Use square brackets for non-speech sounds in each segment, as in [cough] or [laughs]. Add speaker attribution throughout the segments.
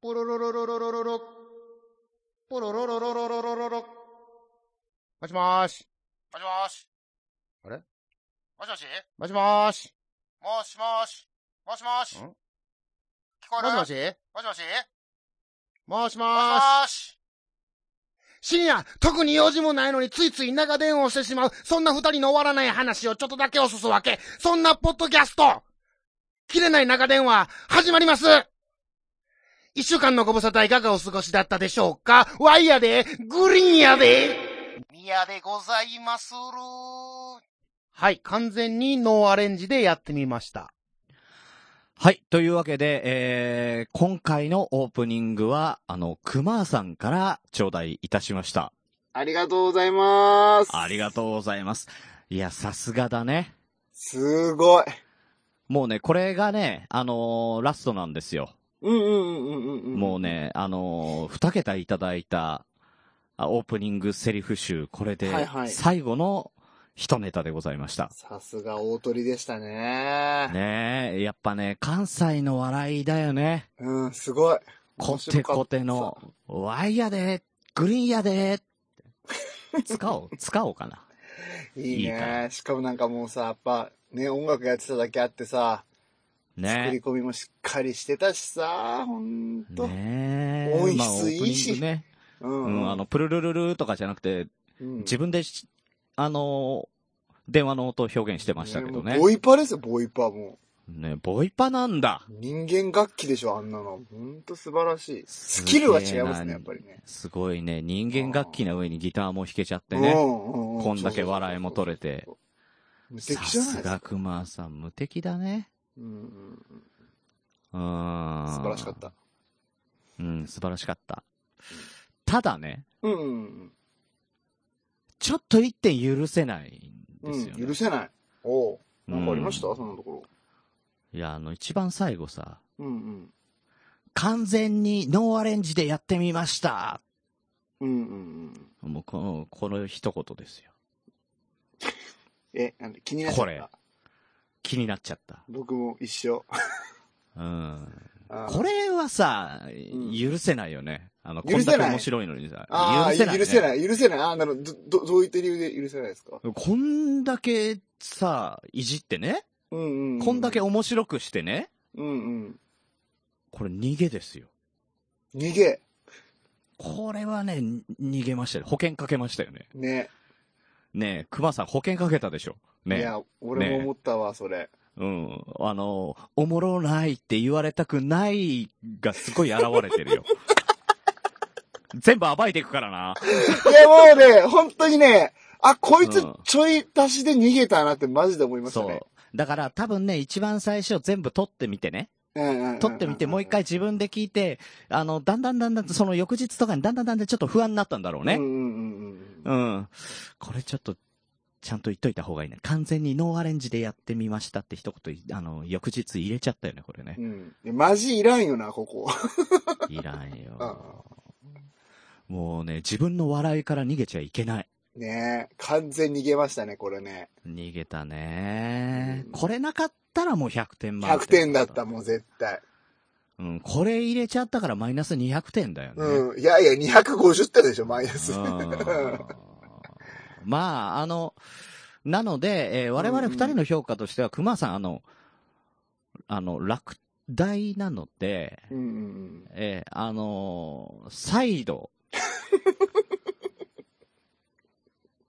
Speaker 1: ポロロロロロロロロ。ポロロロロロロロロロ。もしもーし。
Speaker 2: もしもし。
Speaker 1: あれ
Speaker 2: もしもし
Speaker 1: もしもーし。
Speaker 2: もしもし。もしもし。
Speaker 1: ん
Speaker 2: 聞こえ
Speaker 1: も
Speaker 2: るし
Speaker 1: しもし
Speaker 2: もしもし
Speaker 1: もしも
Speaker 2: もし
Speaker 1: ーし。
Speaker 2: もし
Speaker 1: 深夜、特に用事もないのについつい長電話をしてしまう、そんな二人の終わらない話をちょっとだけおすすわけ、そんなポッドキャスト切れない長電話、始まります一週間のご無沙汰いかがお過ごしだったでしょうかワイヤで、グリーンやで
Speaker 2: 宮でございまする
Speaker 1: はい、完全にノーアレンジでやってみました。
Speaker 3: はい。というわけで、えー、今回のオープニングは、あの、熊さんから頂戴いたしました。
Speaker 4: ありがとうございます。
Speaker 3: ありがとうございます。いや、さすがだね。
Speaker 4: すごい。
Speaker 3: もうね、これがね、あのーラストなんですよ。
Speaker 4: うんうんうんうんうん。
Speaker 3: もう。ね、あのー二桁いただいた、あオープニングセリフ集、これで
Speaker 4: はいは、い
Speaker 3: 最後の一ネタでございました。
Speaker 4: さすが大鳥でしたね。
Speaker 3: ねえ、やっぱね、関西の笑いだよね。
Speaker 4: うん、すごい。
Speaker 3: コテコテの、ワイヤで、グリーンやで、使お
Speaker 4: [laughs]
Speaker 3: う、使おうかな。
Speaker 4: いい
Speaker 3: いいか
Speaker 4: ね。しかもなんかもうさ、やっぱ、ね、音楽やってただけあってさ、作り
Speaker 3: ね
Speaker 4: 込みもしっかりしてたしさ、ほんと。
Speaker 3: ね
Speaker 4: 音質
Speaker 3: まあオープニング
Speaker 4: いいし
Speaker 3: ね。
Speaker 4: う
Speaker 3: うんん、あの、プルルルルとかじゃなくて、自
Speaker 4: 分
Speaker 3: 分でし、あのー、電話の音を表現してましたけどね。
Speaker 4: ボイパーですよ、ボイパーも
Speaker 3: ね、ボイパなんだ
Speaker 4: う。。人間楽器でしょ、あんなの。ほんと素晴らしい。スキルは違いますね、やっぱりね。
Speaker 3: すごいね、人間楽器の上にギターも弾けちゃって
Speaker 4: う
Speaker 3: ね。
Speaker 4: んうんうん
Speaker 3: こんだけ笑いも取れて。
Speaker 4: 無
Speaker 3: さ
Speaker 4: 敵じゃないですすか
Speaker 3: が。熊さん、無敵だね。
Speaker 4: うんうんうん
Speaker 3: うん。
Speaker 4: 素
Speaker 3: 素
Speaker 4: 晴らしかった。。
Speaker 3: うん、素晴らしかった。ただね、
Speaker 4: うんうん
Speaker 3: ちょっと一点許せないん
Speaker 4: うん、
Speaker 3: ですよね。
Speaker 4: うん。許せない。おう。
Speaker 3: うん
Speaker 4: なんかありました、そんなとこ
Speaker 3: いや、あの、一番最後さ、
Speaker 4: ろ。うん
Speaker 3: 完全にノーアレンジでやってみました
Speaker 4: うん。うんうんうん。
Speaker 3: もう、この、この一言ですよ。
Speaker 4: え、なんで気になっちゃ
Speaker 3: これ
Speaker 4: った。
Speaker 3: 気になっちゃった。
Speaker 4: 僕も一緒。
Speaker 3: うん。
Speaker 4: あー
Speaker 3: これはさ、
Speaker 4: ん
Speaker 3: 許せないよね。あの、こ
Speaker 4: 許
Speaker 3: ん
Speaker 4: せな
Speaker 3: だ
Speaker 4: い
Speaker 3: け面白いのにさ、
Speaker 4: あ
Speaker 3: 許
Speaker 4: ー
Speaker 3: せない、ね。
Speaker 4: 許せない。許せない。ああ、なるほど。ど、どどういった理由で許せないですか
Speaker 3: こんだけさ、いじってね、
Speaker 4: うんうんうん。
Speaker 3: こんだけ。面白くしてね、
Speaker 4: うんうん。
Speaker 3: これ逃げですよ。
Speaker 4: 逃げ。
Speaker 3: これはね、逃げましたよ。保険かけましたよね。
Speaker 4: ね。
Speaker 3: ねえ、熊さん保険かけたでしょ。ねえ
Speaker 4: いや、俺も思ったわ、それ。
Speaker 3: うん。あの、おもろないって言われたくないがすごい現れ
Speaker 4: [laughs]
Speaker 3: てるよ。全部暴いていくからな。
Speaker 4: いや、もうね、本当にね、あ、こいつ
Speaker 3: うん
Speaker 4: ちょい足しで逃げたなってマジで思いました
Speaker 3: そ
Speaker 4: ね。
Speaker 3: う。だから多分ね、一番最初全部撮ってみてね。
Speaker 4: うんうんうんうん。
Speaker 3: 撮ってみて、もう一回自分で聞いて、あの、だんだんだんだん、その翌日とかにだんだんだんだんちょっと不安になったんだろう
Speaker 4: うん
Speaker 3: ね。
Speaker 4: うんうんうん。
Speaker 3: うん。これちょっと、ちゃんと言っといた方がいいね。完全にノーアレンジでやってみましたって一言、あの、翌日入れちゃったよね、これね
Speaker 4: [laughs] う。ん。マジいらんよな、ここ。
Speaker 3: いらんよ
Speaker 4: あ。
Speaker 3: もうね、自分の笑いから逃げちゃいけない。
Speaker 4: ねえ、完全に逃げましたね、これね。
Speaker 3: 逃げたね、
Speaker 4: うん
Speaker 3: これなかったらもう100点満点。
Speaker 4: 100点だった、もう絶対。
Speaker 3: うん、これ入れちゃったからマイナス200点だよね。
Speaker 4: うん。いやいや、250点でしょ、マイナス。
Speaker 3: う
Speaker 4: うん
Speaker 3: んまあ、あの、なので、えー我々二人の評価としては、熊さん、あの、あの、落第なので、
Speaker 4: うんうん。
Speaker 3: えーあのー再
Speaker 4: [laughs]
Speaker 3: 度、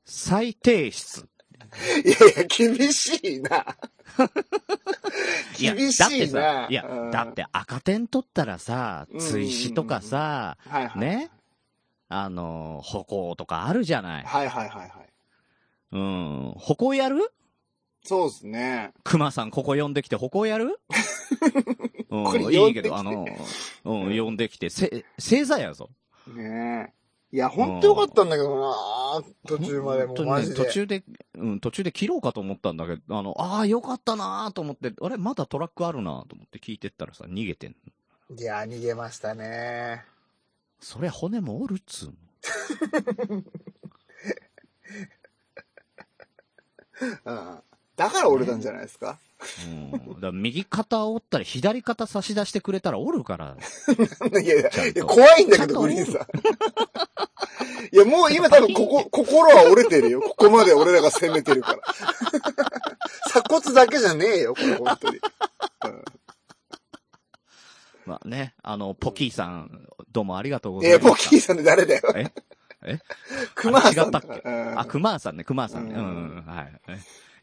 Speaker 3: 再提出。
Speaker 4: いやいや、厳しいな。
Speaker 3: いや、だ
Speaker 4: 厳し
Speaker 3: って
Speaker 4: いな
Speaker 3: さ、。いや
Speaker 4: う、ん
Speaker 3: だっ。て赤点取ったらさ、追試とかさ、
Speaker 4: はいはい。
Speaker 3: ね、あの、歩行とかあるじゃない。
Speaker 4: はいはいはいはい。
Speaker 3: うん、歩行やる
Speaker 4: そうですね。
Speaker 3: 熊さん、ここ呼んできて歩行
Speaker 4: [laughs]
Speaker 3: やるうん
Speaker 4: これ呼んできて
Speaker 3: いいけど、あの、うん、呼んできて、せ、正座やぞ。
Speaker 4: ねえ。いや、ほんとよかったんだけどな途中までも
Speaker 3: 本当
Speaker 4: う
Speaker 3: にね
Speaker 4: マジで。
Speaker 3: 途中で、うん、途中で切ろうかと思ったんだけど、あの、ああ、よかったなーと思って、あれ、まだトラックあるなーと思って聞いてったらさ、逃げてんの。
Speaker 4: いや、逃げましたね。
Speaker 3: そりゃ骨も折るっつうの。
Speaker 4: うん。だから折れたんじゃないですか。
Speaker 3: うん。だから右肩を折ったり、左肩差し出してくれたら折るから。
Speaker 4: [laughs] いやいや
Speaker 3: ちゃん
Speaker 4: い
Speaker 3: と
Speaker 4: や、怖いんだけ
Speaker 3: ちゃん
Speaker 4: ど、
Speaker 3: と
Speaker 4: グリーンさん。いや、もう今多分ここ、心は折れてるよ。ここまで俺らが攻めてるから。鎖骨だけじゃねえよ、これ、本
Speaker 3: [laughs]
Speaker 4: 当に。
Speaker 3: まあね、あの、ポキーさん、どうもありがとうござ
Speaker 4: え
Speaker 3: い
Speaker 4: ー、ポ
Speaker 3: ま
Speaker 4: キー
Speaker 3: した。
Speaker 4: さんって誰だよ。
Speaker 3: ええ
Speaker 4: クマさんだ
Speaker 3: あれ違ったっ
Speaker 4: う
Speaker 3: け
Speaker 4: ん
Speaker 3: あ、クマーさんね、クマーさんね。
Speaker 4: う
Speaker 3: うんん、うん、はい。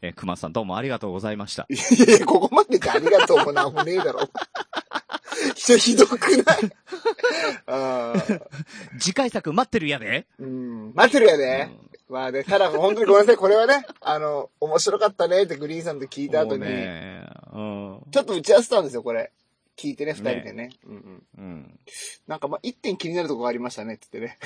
Speaker 3: え、クマーさんどうもありがとうございました。
Speaker 4: いやいやいや、ここまででありがとうもなんもねえだ
Speaker 3: [laughs]
Speaker 4: ろ。ひひどくないあー
Speaker 3: 次回作待ってるやで。
Speaker 4: うん。待ってるやで。まあね、ただ本当にごめんなさい。これはね、あの、面白かったねってグリーンさんと聞
Speaker 3: う
Speaker 4: い
Speaker 3: ん
Speaker 4: た後
Speaker 3: もう
Speaker 4: に、
Speaker 3: ね、うん。
Speaker 4: ちょっと打ち合わせたんですよ、これ。聞いてね、二人でね。うんうん。
Speaker 3: うん。
Speaker 4: なんかまあ、一点気になるとこがありましたね、つってね。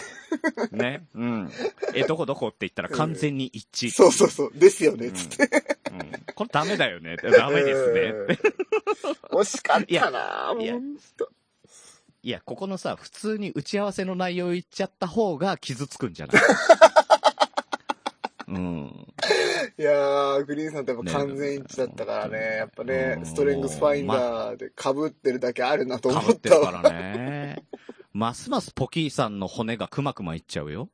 Speaker 3: ね。うん。え、どこどこって言ったら完全に一致。
Speaker 4: そうそうそう。ですよね、
Speaker 3: ん
Speaker 4: つって。
Speaker 3: うんこれダメだよね。ダメですね。
Speaker 4: [laughs] うん。惜しかったなぁ、
Speaker 3: いや
Speaker 4: もう。
Speaker 3: いや、ここのさ、普通に打ち合わせの内容言っちゃった方が傷つくんじ
Speaker 4: [laughs]
Speaker 3: ゃないうん。
Speaker 4: いやー、グリーンさんってやっぱ完全一致だったからね、
Speaker 3: ね
Speaker 4: やっぱね
Speaker 3: う、ん
Speaker 4: ストレングスファインダーで被ってるだけあるなと
Speaker 3: か
Speaker 4: 思
Speaker 3: ぶ
Speaker 4: っ
Speaker 3: ってる
Speaker 4: た
Speaker 3: か
Speaker 4: わ。
Speaker 3: らね。ますますポキーさんの骨がくまくまいっちゃうよ。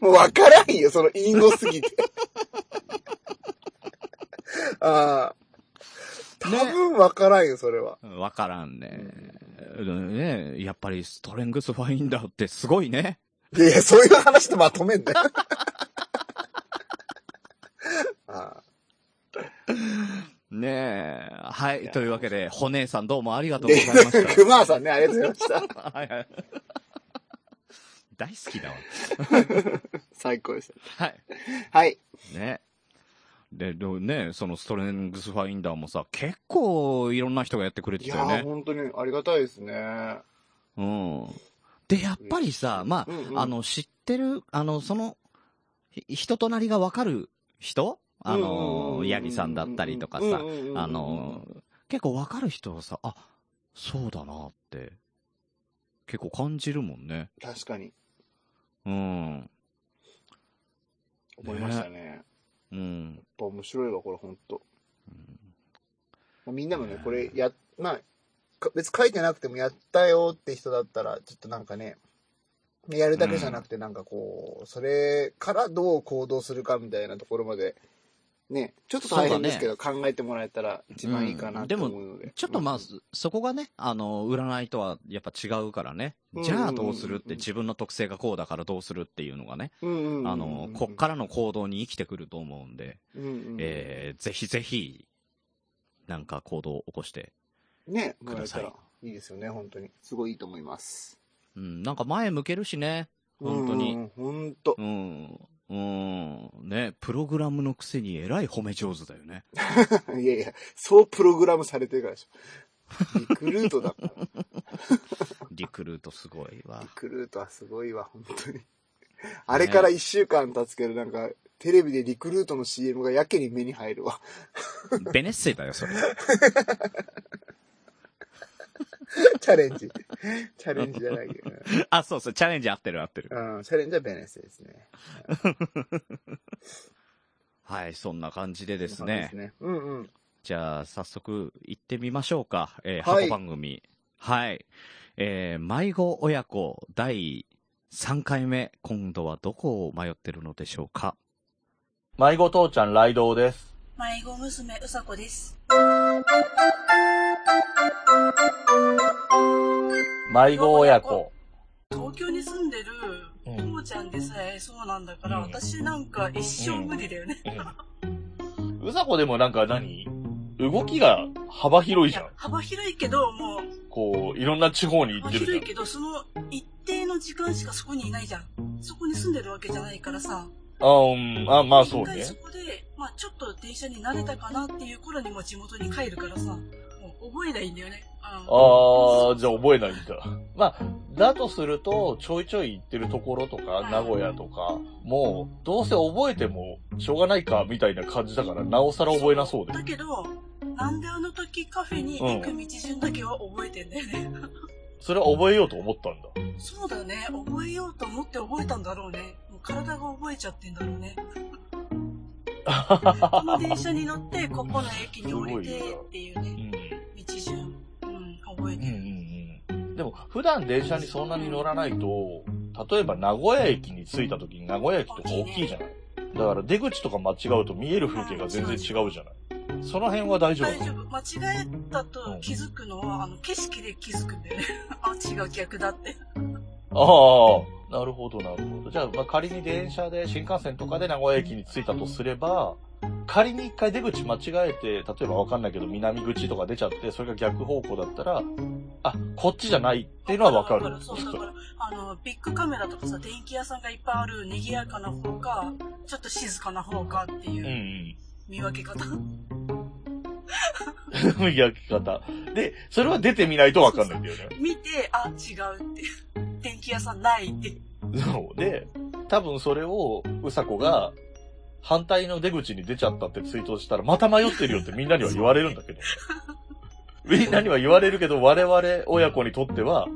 Speaker 4: もうわからんよ、その隠語すぎ
Speaker 3: [laughs]
Speaker 4: て。ああ。多分わからんよ、それは。
Speaker 3: わからんね。ねやっぱりストレングスファインダーってすごいね。
Speaker 4: いやいや、そういう話とまとめん
Speaker 3: [laughs]
Speaker 4: だよ。あ
Speaker 3: ねえ。はいい。
Speaker 4: や
Speaker 3: というわけで、骨さんどうもありが
Speaker 4: あ。
Speaker 3: とうご
Speaker 4: で
Speaker 3: ざいまし
Speaker 4: [laughs]
Speaker 3: た。
Speaker 4: クマさんね、ありがとうございました。
Speaker 3: はいはい大好きだわ。
Speaker 4: 最高でし
Speaker 3: はい。
Speaker 4: た。はい。
Speaker 3: ね。で、でね、そのストレングスファインダーもさ、結構いろんな人がやってくれて
Speaker 4: い
Speaker 3: た
Speaker 4: や
Speaker 3: よ
Speaker 4: ー、
Speaker 3: ね。
Speaker 4: 本当にありがたいですね。
Speaker 3: うん。で、やっぱりさ、まあ、
Speaker 4: うんうん
Speaker 3: あの、知ってる、あの、その、ひ人となりがわかる人あの、ヤギさんだったりとかさ、あ
Speaker 4: あ
Speaker 3: の、結構わかる人はさ、あ、そうだなって、結構感じるもんね。
Speaker 4: 確かに
Speaker 3: うん。
Speaker 4: 思いましたねやっ
Speaker 3: うん。
Speaker 4: ぱ面白いわこれ本当
Speaker 3: うん
Speaker 4: まあみんなもね
Speaker 3: ね
Speaker 4: これやまあか別に書いてなくてもやったよって人だったらちょっとなんかねやるだけじゃなくてなんかこう、それからどう行動するかみたいなところまでねちょっと大変ですけど、考えてもらえたら一番いいかなと思うので、
Speaker 3: ちょっとまあ
Speaker 4: うん、
Speaker 3: そこがね、あの、占いとはやっぱ違うからね
Speaker 4: うん。
Speaker 3: じゃあどうするっ
Speaker 4: うん
Speaker 3: て、自分の特性がこうだからどうするっていうのがね、
Speaker 4: うんうんうんうん
Speaker 3: あの、こっからの行動に生きてくると思うんで、
Speaker 4: うんうん
Speaker 3: えー、ぜひぜひ、なんか行動を起こして。
Speaker 4: ねもら
Speaker 3: く
Speaker 4: え
Speaker 3: だ
Speaker 4: た
Speaker 3: さい
Speaker 4: らいいですよね本当にすごいいいと思います
Speaker 3: うん、なんか前向けるしね。本当に
Speaker 4: うんうん本当
Speaker 3: うん。うん。ね、プログラムのくせにえらい褒め上手だよね。
Speaker 4: [laughs] いやいや、そうプログラムされてるからでしょ。リクルートだから。
Speaker 3: リクルートすごいわ
Speaker 4: [laughs] リ。クルートはすごいわ、本当に。あれから一週間経つけど、なんか、テレビでリクルートの CM がやけに目に入るわ。
Speaker 3: ベネッセだよ、それ。
Speaker 4: [laughs] チャレンジ。チャレンジじゃないけ [laughs] どね。
Speaker 3: あ、そうそう、チャレンジ合ってる合ってる。
Speaker 4: うん、チャレンジはベネッセですね。
Speaker 3: はい、そんな感じでです
Speaker 4: そうで
Speaker 3: ね
Speaker 4: す。ね。うんうん。
Speaker 3: じゃあ、早速行ってみましょうか。えー、
Speaker 4: はい
Speaker 3: 箱番組。はい。えー、迷子親子第3回目。今度はどこを迷ってるのでしょうか
Speaker 5: 迷子父ちゃんライドウです。
Speaker 6: 迷子娘うさこです。
Speaker 5: 迷子親子。
Speaker 6: 東京に住んでる、
Speaker 5: うん
Speaker 6: ともちゃんでさえそうなんだから、
Speaker 5: うん
Speaker 6: 私なんか一生無理だよね。
Speaker 5: うんうさこでもなんか何動きが幅広い
Speaker 6: い
Speaker 5: じゃ
Speaker 6: や
Speaker 5: ん。
Speaker 6: 幅広いけど、もう、
Speaker 5: こう、いろんな地方に行
Speaker 6: 幅
Speaker 5: ってるじ
Speaker 6: 広
Speaker 5: ゃ
Speaker 6: いけど、その一定の時間しかそこにいないじゃん。そこに住んでるわけじゃないからさ。
Speaker 5: ん。あ、うん、あ、まあそう
Speaker 6: 一
Speaker 5: ね
Speaker 6: 回。そこで、まあちょっと電車に慣れたかなっていう頃にもう地元に帰るからさ、もう覚えないんだよね。うん
Speaker 5: ああ、じゃあ覚えないんだ。まあ、だとすると、ちょいちょい行ってるところとか、名古屋とか、もう、どうせ覚えてもしょうがないか、みたいな感じだから、なおさら覚えなそうで。
Speaker 6: だけど、なんであの時カフェに行く道順だけは覚えてんだよね。
Speaker 5: それは覚えようと思った
Speaker 6: [laughs]
Speaker 5: んだ。
Speaker 6: そうだね。覚えようと思って覚えたんだろうね。もう体が覚えちゃってんだろうね。この電車に乗って、ここの駅に降りて
Speaker 5: すごいな
Speaker 6: っていうね、道順、うん、覚え
Speaker 5: うんう
Speaker 6: てる。
Speaker 5: んうん。でも、普段電車にそんなに乗らないと、例えば名古屋駅に着いた時に名古屋駅とか大きいじゃない。だから出口とか間違うと見える風景が全然違うじゃない。その辺は大丈
Speaker 6: 大
Speaker 5: 夫。
Speaker 6: 丈夫。間違えたと気づくのは、あの、景色で気づくんだよね。 [laughs] あ、違う、逆だって。
Speaker 5: ああ、なるほど、なるほど。じゃあ、まあ、仮に電車で、新幹線とかで名古屋駅に着いたとすれば、仮に一回出口間違えて、例えばわかんないけど、南口とか出ちゃって、それが逆方向だったら、あ、こっちじゃないっていうのはわかる。
Speaker 6: そう、だから、あの、ビッグカメラとかさ、電気屋さんがいっぱいある賑やかな方か、ちょっと静かな方かって
Speaker 5: うん
Speaker 6: いう
Speaker 5: うん。
Speaker 6: 見分け方。
Speaker 5: [laughs] 焼き方。で、それは出てみないとわかんないんだよね。
Speaker 6: 見て、あ、違うって。電気屋さんないって。
Speaker 5: そう。で、多分それを、うさこが、反対の出口に出ちゃったってツイートしたら、また迷ってるよってみんなには言われるんだけど。みんなには言われるけど、我々親子にとっては、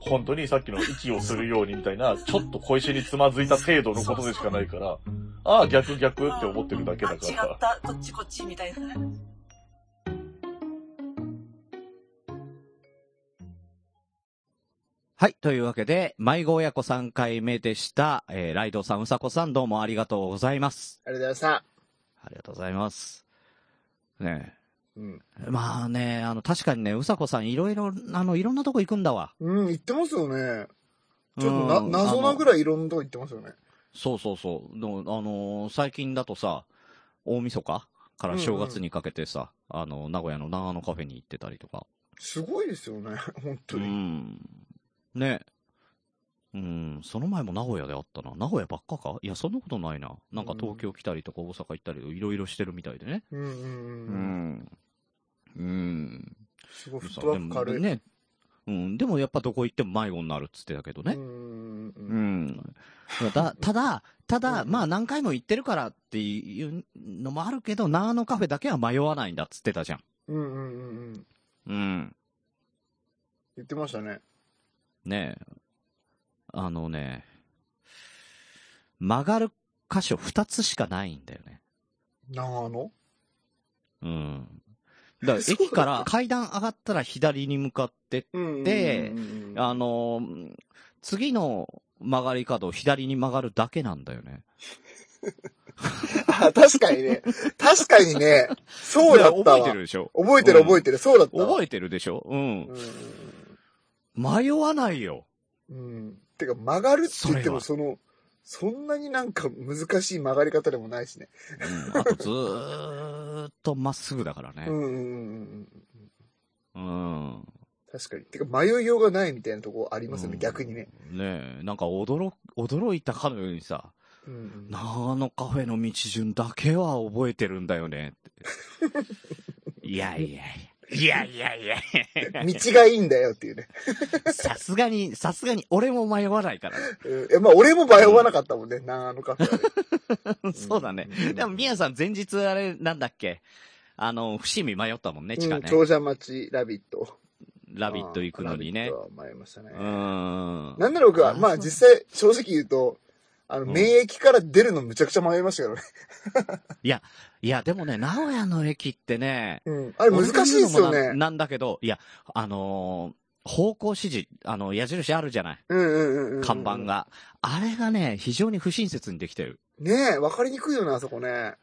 Speaker 5: 本当にさっきの息をするようにみたいな、ちょっと小石につまずいた程度のことでしかないから、ああ、逆逆って思ってるだけだか
Speaker 6: あ、違っ
Speaker 5: ら。
Speaker 6: た、こっちこっちみたいな。
Speaker 3: はい。というわけで、迷子親子3回目でした。えー、ライドウさん、うさこさん、どうもありがとうございます。
Speaker 4: ありがとうございました。
Speaker 3: ありがとうございます。ね
Speaker 4: うん。
Speaker 3: え。まあね、あの、確かにね、うさこさん、いろいろ、あの、いろんなとこ行くんだわ。
Speaker 4: うん、言ってますよね。ちょっ
Speaker 3: う
Speaker 4: と
Speaker 3: ん
Speaker 4: な、謎なぐ
Speaker 3: あの
Speaker 4: らいいろんなとこ行ってますよね。
Speaker 3: そうそうそう。でもあのー最近だとさ、大晦日から正月にかけてさ、あの、名古屋の長野カフェに行ってたりとか。
Speaker 4: すごいですよね、本当
Speaker 3: う
Speaker 4: に。
Speaker 3: ん。ね。うん、その前も名古屋であったな。名古屋ばっかかいや、そんなことないな。なんか東京来たりとか大阪行ったりとかいろいろしてるみたいでね。
Speaker 4: うんうん
Speaker 3: う
Speaker 4: うん。
Speaker 3: ん。うん。
Speaker 4: すごい、フットワーク軽い。
Speaker 3: ね。うん、でもやっぱどこ行っても迷子になるっつってたけどね
Speaker 4: う。んうん
Speaker 3: う
Speaker 4: うん。
Speaker 3: ん。だただ、ただ、
Speaker 4: うん
Speaker 3: まあ何回も行ってるからっていうのもあるけど、長野カフェだけは迷わないんだっつってたじゃん。
Speaker 4: うんうんうんうん。
Speaker 3: うん。
Speaker 4: 言ってましたね。
Speaker 3: ねえ。あのね、曲がる箇所2つしかないんだよね。
Speaker 4: 長野
Speaker 3: うん。だから
Speaker 4: そうだ
Speaker 3: 駅から階段上がったら左に向かって、
Speaker 4: うんうんうんうん。
Speaker 3: であのー次の曲がり角を左に曲がるだけなんだよね。
Speaker 4: あ、確かにね。確かにね。そうだっ
Speaker 3: い
Speaker 4: た
Speaker 3: や覚え
Speaker 4: わ
Speaker 3: てる。でしょ
Speaker 4: 覚えてる覚えてる。そうだったわ。
Speaker 3: 覚えてるでしょうん。迷わないよ。
Speaker 4: うんうんうん。てか、曲がるって言っても、そ
Speaker 3: そ
Speaker 4: の、そんなになんか難しい曲がり方でもないしね。
Speaker 3: うんあとずーっとまっすぐだから
Speaker 4: う
Speaker 3: ね。
Speaker 4: んうんうんうん。
Speaker 3: うん。
Speaker 4: 確かに。てか、迷いようがないみたいなとこありますよ
Speaker 3: う
Speaker 4: ね、
Speaker 3: ん
Speaker 4: 逆にね。
Speaker 3: ねえ、なんか驚く、驚いたかのようにさ、
Speaker 4: うんうん
Speaker 3: 長野カフェの道順だけは覚えてるんだよね [laughs] って。いやいやいや。いやいやい
Speaker 4: 道がいいんだよっていうね。
Speaker 3: や。さすがに、さすがに俺も迷わないからね。
Speaker 4: うんえ、まあ、俺も迷わなかったもんね、長野カ
Speaker 3: [laughs]
Speaker 4: フェはね。
Speaker 3: そうだね。
Speaker 4: うん
Speaker 3: でも、宮さん前日あれ、なんだっけあの、伏見迷ったもんね、地下
Speaker 4: うん
Speaker 3: ね。
Speaker 4: 長者町ラビット。
Speaker 3: ラビット行くのに
Speaker 4: ラ。
Speaker 3: ね
Speaker 4: ビットは迷いましたね。
Speaker 3: うーん。
Speaker 4: なんなら僕は、
Speaker 3: あ
Speaker 4: まあ
Speaker 3: そう
Speaker 4: 実際、正直言うと、あの、
Speaker 3: うん
Speaker 4: 免疫から出るのむちゃくちゃ迷いましたからね。
Speaker 3: いや、でもね、名古屋の駅ってね、
Speaker 4: うん。 [laughs] あれ難しいですよ
Speaker 3: 俺が言うのもな
Speaker 4: ね。
Speaker 3: なんだけど、いや、あのー方向指示、あの、矢印あるじゃない
Speaker 4: うんうんうんうん。
Speaker 3: 看板。が。あれがね、非常に不親切にできてる。
Speaker 4: ねえ、わかりにくいよね、あそこね。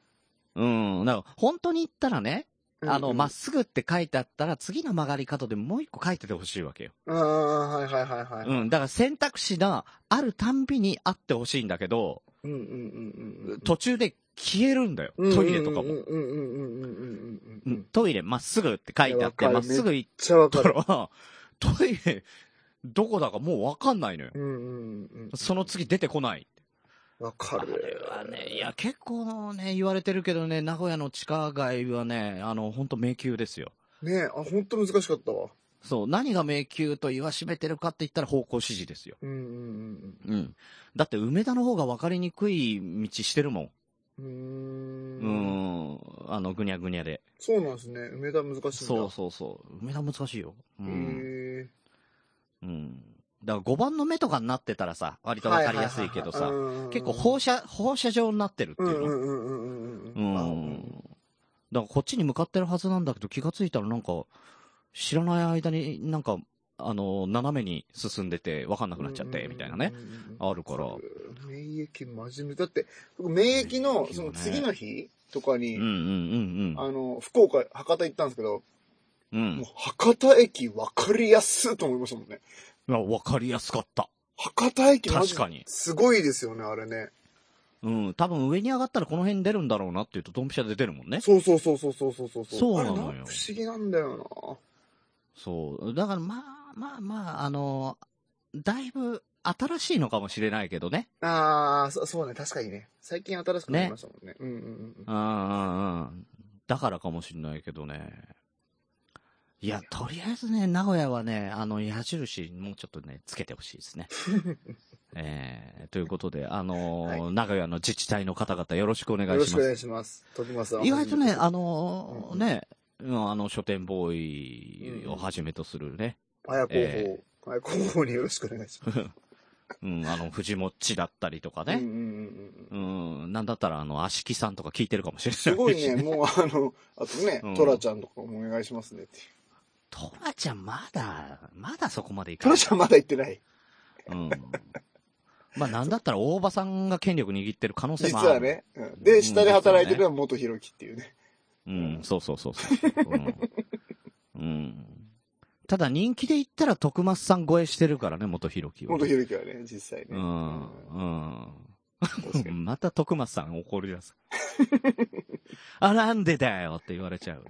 Speaker 3: うん。だから、本当に行ったらね、あ
Speaker 4: うん
Speaker 3: の、
Speaker 4: うん
Speaker 3: まっ。すぐって書いてあったら、次の曲がり角でもう一個書いててほしいわけよ。
Speaker 4: ああ、はいはいはいはい。
Speaker 3: うん。だから選択肢があるたんびにあってほしいんだけど、
Speaker 4: うんうんうんうん。
Speaker 3: 途中で消えるんだよ。
Speaker 4: うん、
Speaker 3: トイレとか
Speaker 4: うんう
Speaker 3: も。
Speaker 4: んうんうんうんうんうんうん。
Speaker 3: う
Speaker 4: めっ
Speaker 3: んトイレまっすぐって書いてあっ
Speaker 4: い
Speaker 3: て、
Speaker 4: や
Speaker 3: ま
Speaker 4: わ
Speaker 3: っ
Speaker 4: かる
Speaker 3: すぐ行っ
Speaker 4: ちゃわか
Speaker 3: た
Speaker 4: る。
Speaker 3: ら、トイレ、どこだかもうわかんないのよ。
Speaker 4: うんうんうん。
Speaker 3: その次出てこない。
Speaker 4: わか
Speaker 3: あれ
Speaker 4: る。
Speaker 3: はね、いや、結構ね、言われてるけどね、名古屋の地下街はね、あの、本当迷宮ですよ。
Speaker 4: ねえ、あ、ほんと難しかったわ。
Speaker 3: そう、何が迷宮と言わしめてるかって言ったら方向指示ですよ。
Speaker 4: うんうん
Speaker 3: うん。だって、梅田の方が分かりにくい道してるもん。
Speaker 4: うんうん。
Speaker 3: う
Speaker 4: うーん。
Speaker 3: ん。あの、ぐにゃぐにゃで。
Speaker 4: そうなんですね。梅田難しいんだ。
Speaker 3: そうそうそう。梅田難しいよ。う
Speaker 4: へ
Speaker 3: ん。
Speaker 4: え
Speaker 3: うん。だから5番の目とかになってたらさ、割と分かりやすいけどさ、結構
Speaker 4: 放
Speaker 3: 放射、放射状になってるって
Speaker 4: う
Speaker 3: い
Speaker 4: ん
Speaker 3: う
Speaker 4: う
Speaker 3: の。
Speaker 4: んうんうんうんう。
Speaker 3: うんうん。だからこっちに向かってるはずなんだけど、気がついたらなんか、知らない間になんか、あの、斜めに進んでて、わかんなくなっちゃって、みたいなね。。あるから。う
Speaker 4: 免疫真面目。だって、僕免疫の、その次の日とかに、
Speaker 3: んうんうん
Speaker 4: あの、福岡、博多行ったんですけど、
Speaker 3: うん。うん
Speaker 4: もう。博多駅分かりやすいと思いましたもんね。
Speaker 3: いやわかりやすかった。
Speaker 4: 博多駅マジ
Speaker 3: 確かに
Speaker 4: すごいですよね、あれね。
Speaker 3: うん。多分上に上がったらこの辺に出るんだろうなっていうと、ドンピシャで出るもんね。
Speaker 4: そうそうそうそうそうそうそう。
Speaker 3: そうなのよ
Speaker 4: あれ不思議なんだよ
Speaker 3: そう。だからまあまあまあ、あの、だいぶ新しいのかもしれないけどね。
Speaker 4: な。あー、そそうね、確かにね。最近新しくなりましたもんね。うんうんうん。
Speaker 3: うんうんうん。だからかもしれないけどね。いや、とりあえずね、名古屋はね、あの、矢印、もうちょっとね、つけてほし
Speaker 4: [laughs]
Speaker 3: いですね。えー、ということで、あのー名古屋の自治体の方々よろしくお願
Speaker 4: よ
Speaker 3: い
Speaker 4: ろ
Speaker 3: し
Speaker 4: し
Speaker 3: ま
Speaker 4: くお願い
Speaker 3: す。
Speaker 4: します。徳間さん。
Speaker 3: 意外とね、あの
Speaker 4: う
Speaker 3: ー
Speaker 4: ん
Speaker 3: ね、うんあの、書店ボーイをはじめとするね、
Speaker 4: あや候
Speaker 3: え
Speaker 4: 補、あや候補によろしくお願いします。
Speaker 3: う
Speaker 4: [laughs]
Speaker 3: ん、あの、藤もっちだったりとか
Speaker 4: うんうん
Speaker 3: ね、
Speaker 4: うんうん
Speaker 3: うん、なんだったら、あの、足木さんとか聞いてるかもしれないし
Speaker 4: すごい
Speaker 3: [laughs]
Speaker 4: ね、もうあの、あとね
Speaker 3: うん、
Speaker 4: トラちゃんとかもお願いしますねっていう。
Speaker 3: トラちゃんまだ、まだそこまでいか
Speaker 4: ト
Speaker 3: な
Speaker 4: ラ
Speaker 3: い。
Speaker 4: ちゃんまだ行ってない。
Speaker 3: うん。まあなんだったら大場さんが権力握ってる可能性もある。
Speaker 4: 実は。ね。うんで、下で働いてるのは元弘樹っていうね。
Speaker 3: うん、そうそうそうそう。うん。うん。ただ人気で言ったら徳松さん超えしてるからね、元弘樹は。
Speaker 4: 元弘樹はね、実際ね。
Speaker 3: うん。
Speaker 4: 確か
Speaker 3: う
Speaker 4: に
Speaker 3: ん。また徳松さん怒り出す。 [laughs] あ、なんでだよって言われちゃう。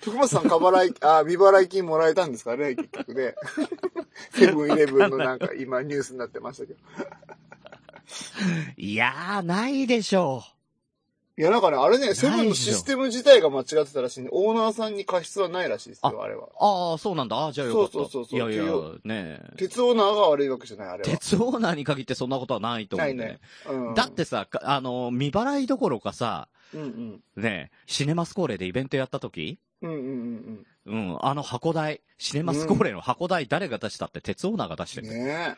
Speaker 4: 徳松さん、過払い、あ、未払い金もらえたんですかね、結局ね。 [laughs] セブンイレブンのなんか、今ニュースになってましたけど。
Speaker 3: いやー、ないでしょ
Speaker 4: いや、なんかね、あれね、
Speaker 3: いでし
Speaker 4: セ
Speaker 3: ょ
Speaker 4: ブンのシステム自体が間違ってたらしいんで、オーナーさんに過失はないらしいですよ、あれは
Speaker 3: う。。ああ、そうなんだ。ああ、じゃあよかった。
Speaker 4: そうそうそうそう
Speaker 3: いやいや
Speaker 4: っ、
Speaker 3: ねえ。
Speaker 4: 鉄オーナーが悪いわけじゃない、あれは。
Speaker 3: 鉄オーナーに限ってそんなことはないと思うんだよね。
Speaker 4: うん
Speaker 3: だっ、てさ、かあの、未払いどころかさ、
Speaker 4: うんうん。
Speaker 3: ね、シネマスコーレでイベントやった時
Speaker 4: うんうんうん
Speaker 3: うん、あの箱代、シネマスコーレの箱代誰が出したって鉄オーナーが出し
Speaker 4: う
Speaker 3: て
Speaker 4: ん。
Speaker 3: る。
Speaker 4: ね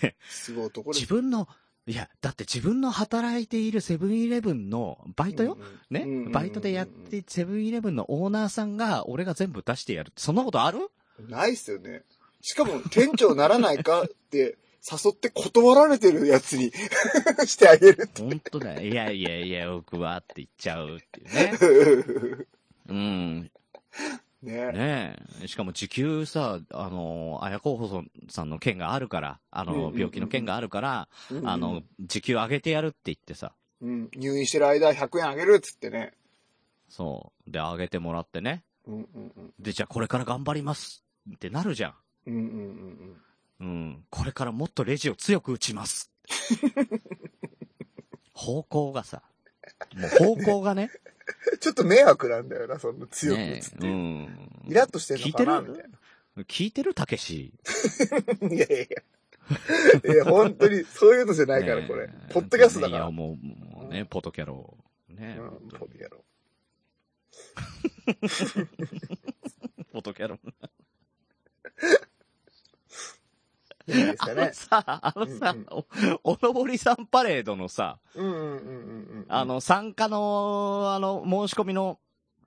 Speaker 4: え。すごい男です
Speaker 3: [laughs] 自。分の、いや、だって自分の働いているセブンイレブンのバイトよ、
Speaker 4: うんうんうんう
Speaker 3: ね
Speaker 4: ん
Speaker 3: バイトでやって、セブンイレブンのオーナーさんが、俺が全部出してやるって、そんなことある [laughs]
Speaker 4: ないっすよね。しかも、店長ならないかって、誘って断られてるやつに [laughs] してあげる
Speaker 3: 本当だよ。いやいやいや、僕はって言っちゃうっていうね。
Speaker 4: って。
Speaker 3: うん。
Speaker 4: ね
Speaker 3: [laughs] ねえ。しかも時給さ、あの、綾候補さんの件があるから、あ
Speaker 4: うんうんう
Speaker 3: の
Speaker 4: ん、
Speaker 3: 病気の件があるから、
Speaker 4: うん
Speaker 3: あの、時給上げてやるって言ってさ、
Speaker 4: うん、入院してる間100円あげるっつってね。
Speaker 3: そう。で、上げてもらってね。
Speaker 4: うんうんうん。
Speaker 3: で、じゃあこれから頑張りますってなるじゃ
Speaker 4: うんうんうん
Speaker 3: ん。うん。これからもっとレジを強く打
Speaker 4: [laughs]
Speaker 3: ちます。方向がさ、もう方向がね。
Speaker 4: うん。ちょっと迷惑なんだよな、その [laughs] 強く打
Speaker 3: ね
Speaker 4: つっ
Speaker 3: え
Speaker 4: て
Speaker 3: う
Speaker 4: いう。
Speaker 3: ん。
Speaker 4: イラッとしてるのかな
Speaker 3: 聞い
Speaker 4: み
Speaker 3: てる
Speaker 4: たい
Speaker 3: 聞いてるたけし。
Speaker 4: な。いやいやいや。いや、本当に、そういうのじゃないから、
Speaker 3: ねえ
Speaker 4: これ。ポッドキャストだか
Speaker 3: いや、
Speaker 4: ら。
Speaker 3: もう、もうね、ポトキャロ。ねえ
Speaker 4: うん、ポッドキャロ。
Speaker 3: ポトキャロ。
Speaker 4: いいですか
Speaker 3: あの
Speaker 4: ね。
Speaker 3: [laughs] さ、あのさ、お、おのぼりさんパレードのさ、
Speaker 4: うんうんうんうんうん。
Speaker 3: あ、の、参加の、あの、申し込みの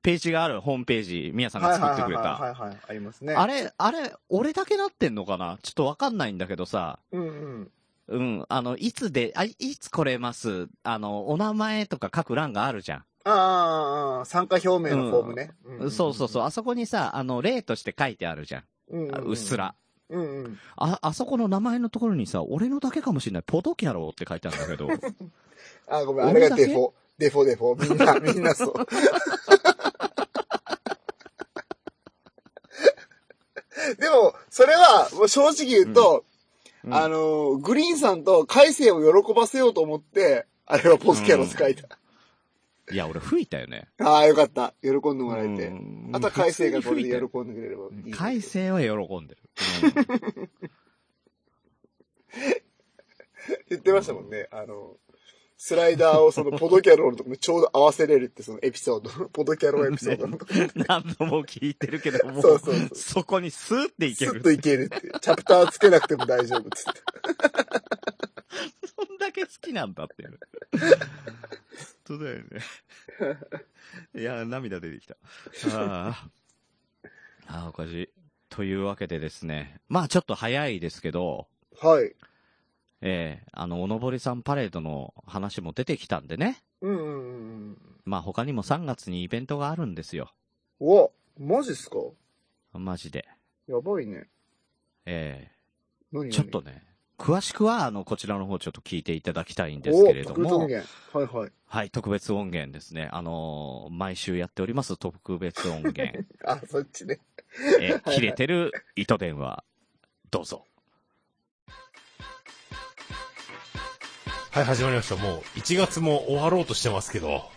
Speaker 3: ページがあるホームページ、みやさんが作ってくれ
Speaker 4: は
Speaker 3: た。
Speaker 4: いはいはいはいはい、ありますね。
Speaker 3: あれ、あれ、俺だけなってんのかなちょっとわかんないんだけどさ、
Speaker 4: うんうん。
Speaker 3: うん、あの、いつで、あ、いつ来れます、あの、お名前とか書く欄があるじゃん。
Speaker 4: ああああ、参加表明のフォームね。
Speaker 3: そうそうそう、
Speaker 4: う
Speaker 3: あそこにさ、あの、例として書いてあるじゃん。
Speaker 4: んんん。
Speaker 3: あうっすら。
Speaker 4: うんうん。
Speaker 3: あ、あそこの名前のところにさ、俺のだけかもしれない、ポトキャロって書いてあるんだけど。
Speaker 4: あ、ごめん、あれ
Speaker 3: 俺だ
Speaker 4: が
Speaker 3: け
Speaker 4: デフォ。デフォデフォ。みんな、みんなそう。でも、それは、もう正直言うと、
Speaker 3: うん
Speaker 4: あの、グリーンさんと海星を喜ばせようと思って、あれはポスキャロス書いた。 [laughs]
Speaker 3: いや、俺吹いたよね。
Speaker 4: ああ、よかった。喜んでもらえて。
Speaker 3: うん
Speaker 4: あとは海星がこれで
Speaker 3: 普通に吹いたよ
Speaker 4: 喜んでくれればいい。
Speaker 3: 改正は
Speaker 4: [laughs]
Speaker 3: 喜んでる。
Speaker 4: 言ってましたもんね。あの、スライダーをそのポドキャロのと
Speaker 3: [laughs]
Speaker 4: こにちょうど合わせれるってそのエピソード、ポ [laughs] ドキャロエピソードの
Speaker 3: [laughs]
Speaker 4: とこに。
Speaker 3: 何度も聞いてるけど、もう、
Speaker 4: そうそうそう
Speaker 3: そこにスーっていけ
Speaker 4: ス
Speaker 3: る
Speaker 4: ッ。といけるって。チャプターつけなくても大丈夫っつって。
Speaker 3: そんだけ好きなんだっていう。当だよ
Speaker 4: [laughs]
Speaker 3: ね。いや、涙出てきた。あーあー、おかしい。というわけでですね、まあちょっと早いですけど、
Speaker 4: はい。
Speaker 3: ええあの、おのぼりさんパレードの話も出てきたんでね、
Speaker 4: うんうんうんうん。
Speaker 3: まあ他にも3月にイベントがあるんですよ。
Speaker 4: うわ、マジっすか
Speaker 3: マジで。
Speaker 4: やばいね。
Speaker 3: え
Speaker 4: 何
Speaker 3: え
Speaker 4: 何
Speaker 3: ちょっとね、詳しくは、あの、こちらの方ちょっと聞いていただきたいんですけれど
Speaker 4: お特別音
Speaker 3: も、
Speaker 4: 源はいはい。
Speaker 3: はい、特別音源ですね。あのー毎週やっております特別音源。
Speaker 4: [laughs] あ、そっちね。
Speaker 3: えー切れてる糸電話、どうぞ。
Speaker 7: はい、始まりました。もう、1月も終わろうとしてますけど。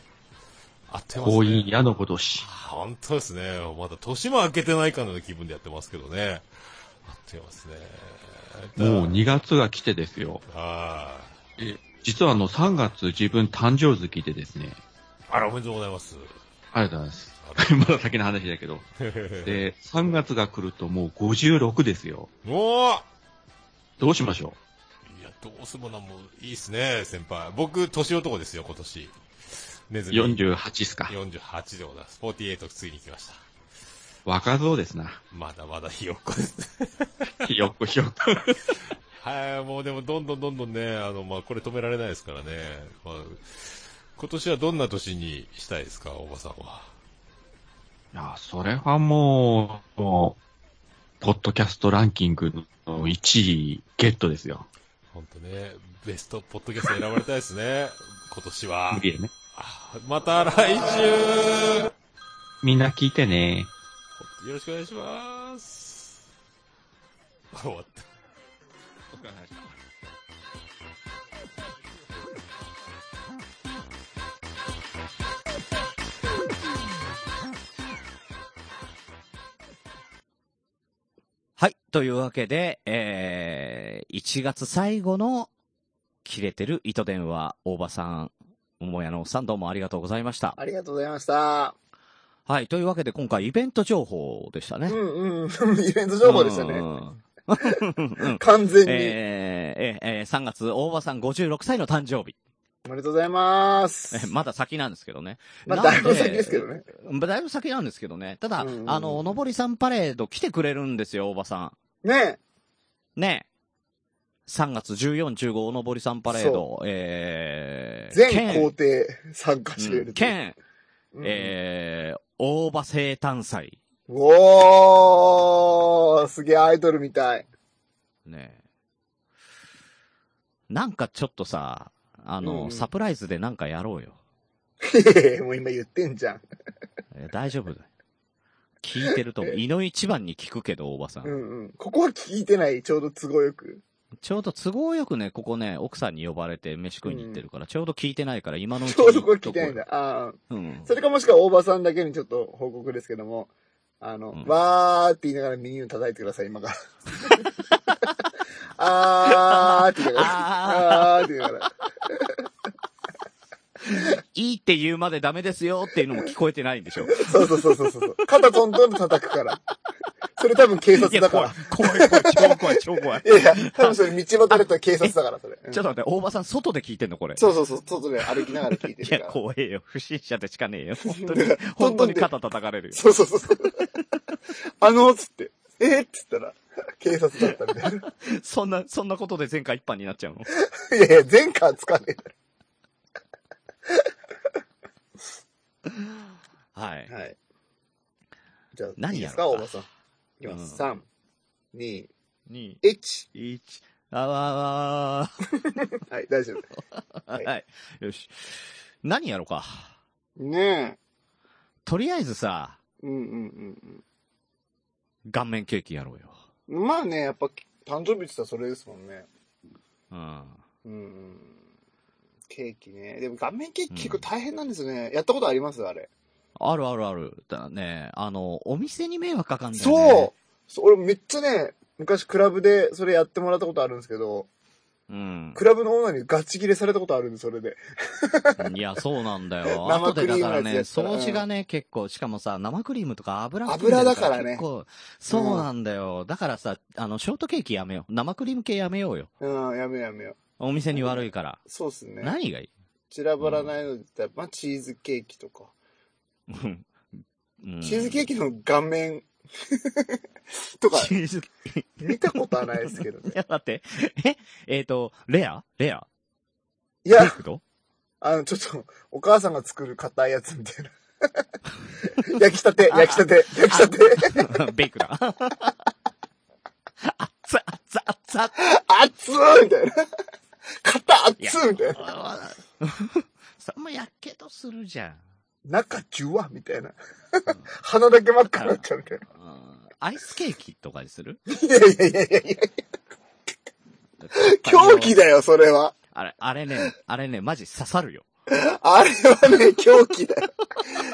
Speaker 7: あってますね。
Speaker 8: 婚姻矢のごとし。
Speaker 7: 本当ですね。まだ年も明けてないかなの気分でやってますけどね。あってますね。
Speaker 8: もう2月が来てですよ。
Speaker 7: は
Speaker 8: 実はあの3月自分誕生月でですね。
Speaker 7: い。あら、おめでとうございます。
Speaker 8: ありがとうございます。 [laughs]
Speaker 7: あ
Speaker 8: まだ先の話だけど。 [laughs]
Speaker 7: ら
Speaker 8: で、3月が来るともう56ですよ。
Speaker 7: おー
Speaker 8: どうしましょ
Speaker 7: いや、どうすもなんもいいっすね、先輩。僕、年男ですよ、今年。ネ
Speaker 8: う
Speaker 7: ズミ。
Speaker 8: ?48 っすか。
Speaker 7: 48でございます。48ついに来ました。
Speaker 8: 若造ですな。 [laughs]
Speaker 7: まだまだひよっこです。
Speaker 8: ひよっこひよっこ。
Speaker 7: はい、もうでもどんどんどんどんね、あの、まあ、これ止められないですからね。まあ、今年はどんな年にしたいですか、おばさんは。
Speaker 8: いや、それはもう、もう、ポッドキャストランキングの1位ゲットですよ。
Speaker 7: ほんとね、ベストポッドキャスト選ばれたいですね。 [laughs] 今年は
Speaker 8: 無。理やね。
Speaker 7: あまた来週よ
Speaker 8: みんな聞いてね。
Speaker 7: ろしくお願いします。終わった。
Speaker 3: はい、というわけで、えー、1月最後の切れてる糸電話、大場さん、桃屋のおっさんどうもありがとうございました。
Speaker 4: ありがとうございました。
Speaker 3: はい、というわけで今回イベント情報でした
Speaker 4: う
Speaker 3: ね。
Speaker 4: ん [laughs] うん。イベント情報でした
Speaker 3: う
Speaker 4: ね。
Speaker 3: んうん
Speaker 4: 完全に。
Speaker 3: えーえーえー3月、大場さん56歳の誕生日。
Speaker 4: おめでとうございま
Speaker 3: え
Speaker 4: す。
Speaker 3: [laughs] まだ先なんですけどね。
Speaker 4: まあ、
Speaker 3: なん
Speaker 4: だいぶ先ですけどね。
Speaker 3: まあだいぶ先なんですけどね。ただ、
Speaker 4: うんうん
Speaker 3: あの、おのぼりさんパレード来てくれるんですよ、おばさ
Speaker 4: ね
Speaker 3: ん。ねえ。3月14、15、おのぼりさんパレード、え
Speaker 4: え
Speaker 3: ー、
Speaker 4: 全工程参加してくれ
Speaker 3: 県、う
Speaker 4: るう
Speaker 3: ん。県、
Speaker 4: ん
Speaker 3: えー、大場生誕祭。
Speaker 4: おーすげえアイドルみたい。 [laughs]
Speaker 3: ねえ。なんかちょっとさ、あの、
Speaker 4: うんうん
Speaker 3: サプライズでなんかやろうよ。
Speaker 4: へへもう今言ってんじゃん。
Speaker 3: えー大丈夫だよ。聞いてると、いの一番に聞くけど、おばさん。
Speaker 4: うんうん。ここは聞いてない、ちょうど都合よく。
Speaker 3: ちょうど都合よくね、ここね、奥さんに呼ばれて飯食いに行ってるから、ちょうど聞いてないから、今のうち
Speaker 4: ちょう
Speaker 3: に
Speaker 4: ど
Speaker 3: 言
Speaker 4: こ
Speaker 3: っ
Speaker 4: こは聞い
Speaker 3: とこうよ。
Speaker 4: てないんだ。ああ。
Speaker 3: うん。
Speaker 4: それかもしくは大場さんだけにちょっと報告ですけども、あの、
Speaker 3: うん
Speaker 4: わーって言いながら耳を叩いてください、
Speaker 3: [laughs]
Speaker 4: 今から。あーって言いながら。あーって言いながら。
Speaker 3: いいって言うまでダメですよっていうのも聞こえてないんでしょ。
Speaker 4: [laughs] そうそうそうそうそう。肩トントンと叩くから。それ多分警
Speaker 3: い
Speaker 4: 察
Speaker 3: や、
Speaker 4: だか
Speaker 3: 怖い
Speaker 4: ら。、
Speaker 3: 怖い、怖い、超怖い、超怖い。
Speaker 4: いやいや、多分それ道端でと警察だから、それ。うん
Speaker 3: [laughs] ちょっと待って、大場さん、外で聞いてんのこれ。
Speaker 4: そうそうそう、外で歩きながら聞いて
Speaker 3: い
Speaker 4: る
Speaker 3: や、
Speaker 4: から。
Speaker 3: 怖えよ。不審者でしか
Speaker 4: [laughs]
Speaker 3: ねえよ。本当に
Speaker 4: だから、
Speaker 3: 本当に肩叩かれるよ。
Speaker 4: そうそうそうそう。あのー、つって、えー、っつったら、警察だったみたいな。
Speaker 3: そんな、そんなことで前回一般になっちゃうの。
Speaker 4: いやいや、前科はつかね
Speaker 3: はい
Speaker 4: え。。はい。じゃあ、
Speaker 3: 何
Speaker 4: いいで
Speaker 3: や
Speaker 4: すか、
Speaker 3: ろう
Speaker 4: 大
Speaker 3: か
Speaker 4: 場さん。いきま
Speaker 3: うん
Speaker 4: す。3、2、
Speaker 3: 2、
Speaker 4: 1。
Speaker 3: 1、あわわ
Speaker 4: はい、大丈夫。
Speaker 3: わ
Speaker 4: い
Speaker 3: はい。よし。何やろうか。
Speaker 4: ね
Speaker 3: とりあえずさ、
Speaker 4: え。うんうんうん
Speaker 3: 顔面ケーキやろうよ。
Speaker 4: うん。まあね、やっぱ、誕生日って言ったらそれですもんね。
Speaker 3: うん。
Speaker 4: うんうん。ケーキね。でも、顔面ケーキ結構大変なんですよね。やったことありますあれ。
Speaker 3: あるあるある。だね、あの、お店に迷惑かかんだよね。
Speaker 4: そうそう俺めっちゃね、昔クラブでそれやってもらったことあるんですけど、
Speaker 3: う。うん。
Speaker 4: クラブのオーナーにガチ切れされたことあるんで、それで。
Speaker 3: いや、そうなんだよ。
Speaker 4: [laughs] 生
Speaker 3: 後でだか
Speaker 4: ク
Speaker 3: ら
Speaker 4: リームの
Speaker 3: ね、
Speaker 4: やつやったら
Speaker 3: 掃除がね、結構、しかもさ、生クリームとか油含んでる
Speaker 4: 油だからね
Speaker 3: 結構、そうなんだよ。だからさ、あの、ショートケーキやめよう。生クリーム系やめようよ。
Speaker 4: うん、やめようやめよう。
Speaker 3: お店に悪いから。
Speaker 4: そうっすね。
Speaker 3: 何がいい [laughs]
Speaker 4: 散らばらないので言ったら、まあ、チーズケーキとか。
Speaker 3: うんうん
Speaker 4: チーズケーキの顔面とか、
Speaker 3: チーズケーキ。 [laughs]
Speaker 4: 見たことはないですけどね
Speaker 3: い。や、待って。ええっ、と、レアレア
Speaker 4: い
Speaker 3: い
Speaker 4: や、
Speaker 3: ド
Speaker 4: あの、ちょっと、お母さんが作る硬いやつみたいな。焼きたて、焼きたて、焼きたて。
Speaker 3: ベイクだ。 [laughs] あっつ、あっつ、あっつ、あっ
Speaker 4: 熱っみたいな。肩熱っみたいな。
Speaker 3: つ。 [laughs] それもやけどするじゃん。
Speaker 4: 中ジュワみたいな。鼻だけ真っ赤になっちゃうみたいな。
Speaker 3: うんアイスケーキとかにする
Speaker 4: いやいやいやいやいや、 [laughs] 狂気だよ、それは。
Speaker 3: あれ、あれね、あれね、マジ刺さるよ。
Speaker 4: あれはね、狂気だよ。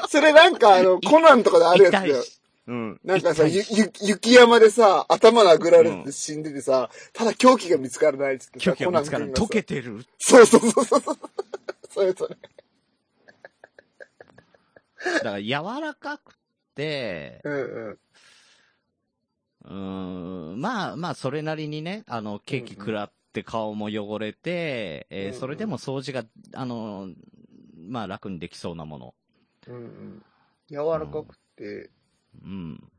Speaker 4: それなんかあの、コナンとかであるやつ
Speaker 3: 痛
Speaker 4: だ
Speaker 3: い
Speaker 4: よ。
Speaker 3: し。うん。
Speaker 4: なんかさ、
Speaker 3: 痛い
Speaker 4: ゆ
Speaker 3: し、
Speaker 4: ゆ、雪山でさ、頭殴られ
Speaker 3: う
Speaker 4: て
Speaker 3: ん
Speaker 4: 死んでてさ、ただ狂気が見つからないっつって
Speaker 3: 狂
Speaker 4: さ、
Speaker 3: 気が見つからん
Speaker 4: コナン
Speaker 3: 溶
Speaker 4: 君がさ
Speaker 3: けてる。
Speaker 4: そうそうそうそうそう。それそれ。
Speaker 3: だから柔らかくて、
Speaker 4: うんうん。
Speaker 3: うーん、まあまあ、それなりにね、あの、ケーキ食らって顔も汚れて、
Speaker 4: うん
Speaker 3: え
Speaker 4: うん
Speaker 3: ーそれでも掃除が、あの、まあ楽にできそうなもの。
Speaker 4: うんうん。柔らかくて、
Speaker 3: うん。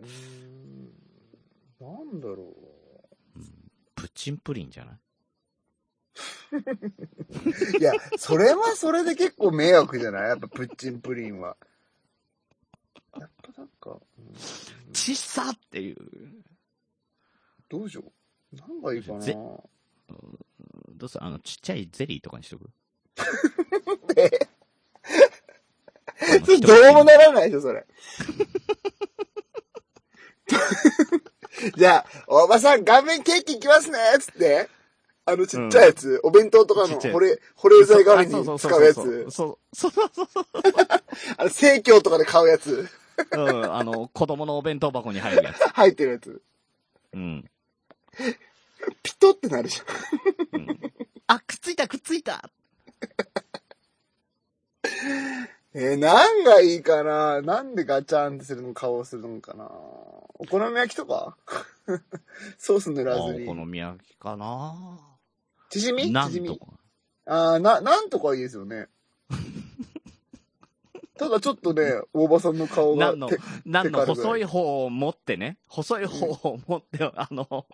Speaker 4: うーん、なんだろ。
Speaker 3: プチンプリンじゃないう
Speaker 4: いや、それはそれで結構迷惑じゃないやっぱプッチンプリンは。やっぱなんか、うん
Speaker 3: ちっさっていう。
Speaker 4: どうしよう。何がいいかな
Speaker 3: ぜどうするあの、ちっちゃいゼリーとかにし
Speaker 4: [laughs]
Speaker 3: とく [laughs]
Speaker 4: それどうもならないでしょ、そ
Speaker 3: [laughs]
Speaker 4: れ。じゃあ、おばさん、顔面ケーキいきますねっつって、あのちっちゃいやつ、お弁当とか
Speaker 3: ち
Speaker 4: の
Speaker 3: っちゃい
Speaker 4: 保冷、保冷剤代わり
Speaker 3: そうそ
Speaker 4: に
Speaker 3: そ
Speaker 4: 使うや
Speaker 3: そう
Speaker 4: つ、
Speaker 3: そう、そう [laughs] そうそう。
Speaker 4: あの、生協とかで買うやつ、
Speaker 3: うん、あの、子供のお弁当箱に入るやつ。
Speaker 4: 入ってるやつ、
Speaker 3: うん。
Speaker 4: ピトってなるじゃん。
Speaker 3: うん、あ、くっついた、くっついた
Speaker 4: えー、何がいいかななんでガチャンってするの顔をするのかなお好み焼きとか [laughs] ソース塗
Speaker 3: あ
Speaker 4: らず
Speaker 3: お
Speaker 4: に
Speaker 3: 好。み焼きかな
Speaker 4: チヂミ
Speaker 3: な
Speaker 4: チヂ
Speaker 3: んと
Speaker 4: ミ
Speaker 3: か。
Speaker 4: ああ、な、なんとかいいですよ
Speaker 3: [laughs]
Speaker 4: ね。ただちょっとね、大場さんの顔が
Speaker 3: 何の
Speaker 4: て、
Speaker 3: なんの
Speaker 4: 手軽で
Speaker 3: 細い方を持ってね、細い方を持って、あの、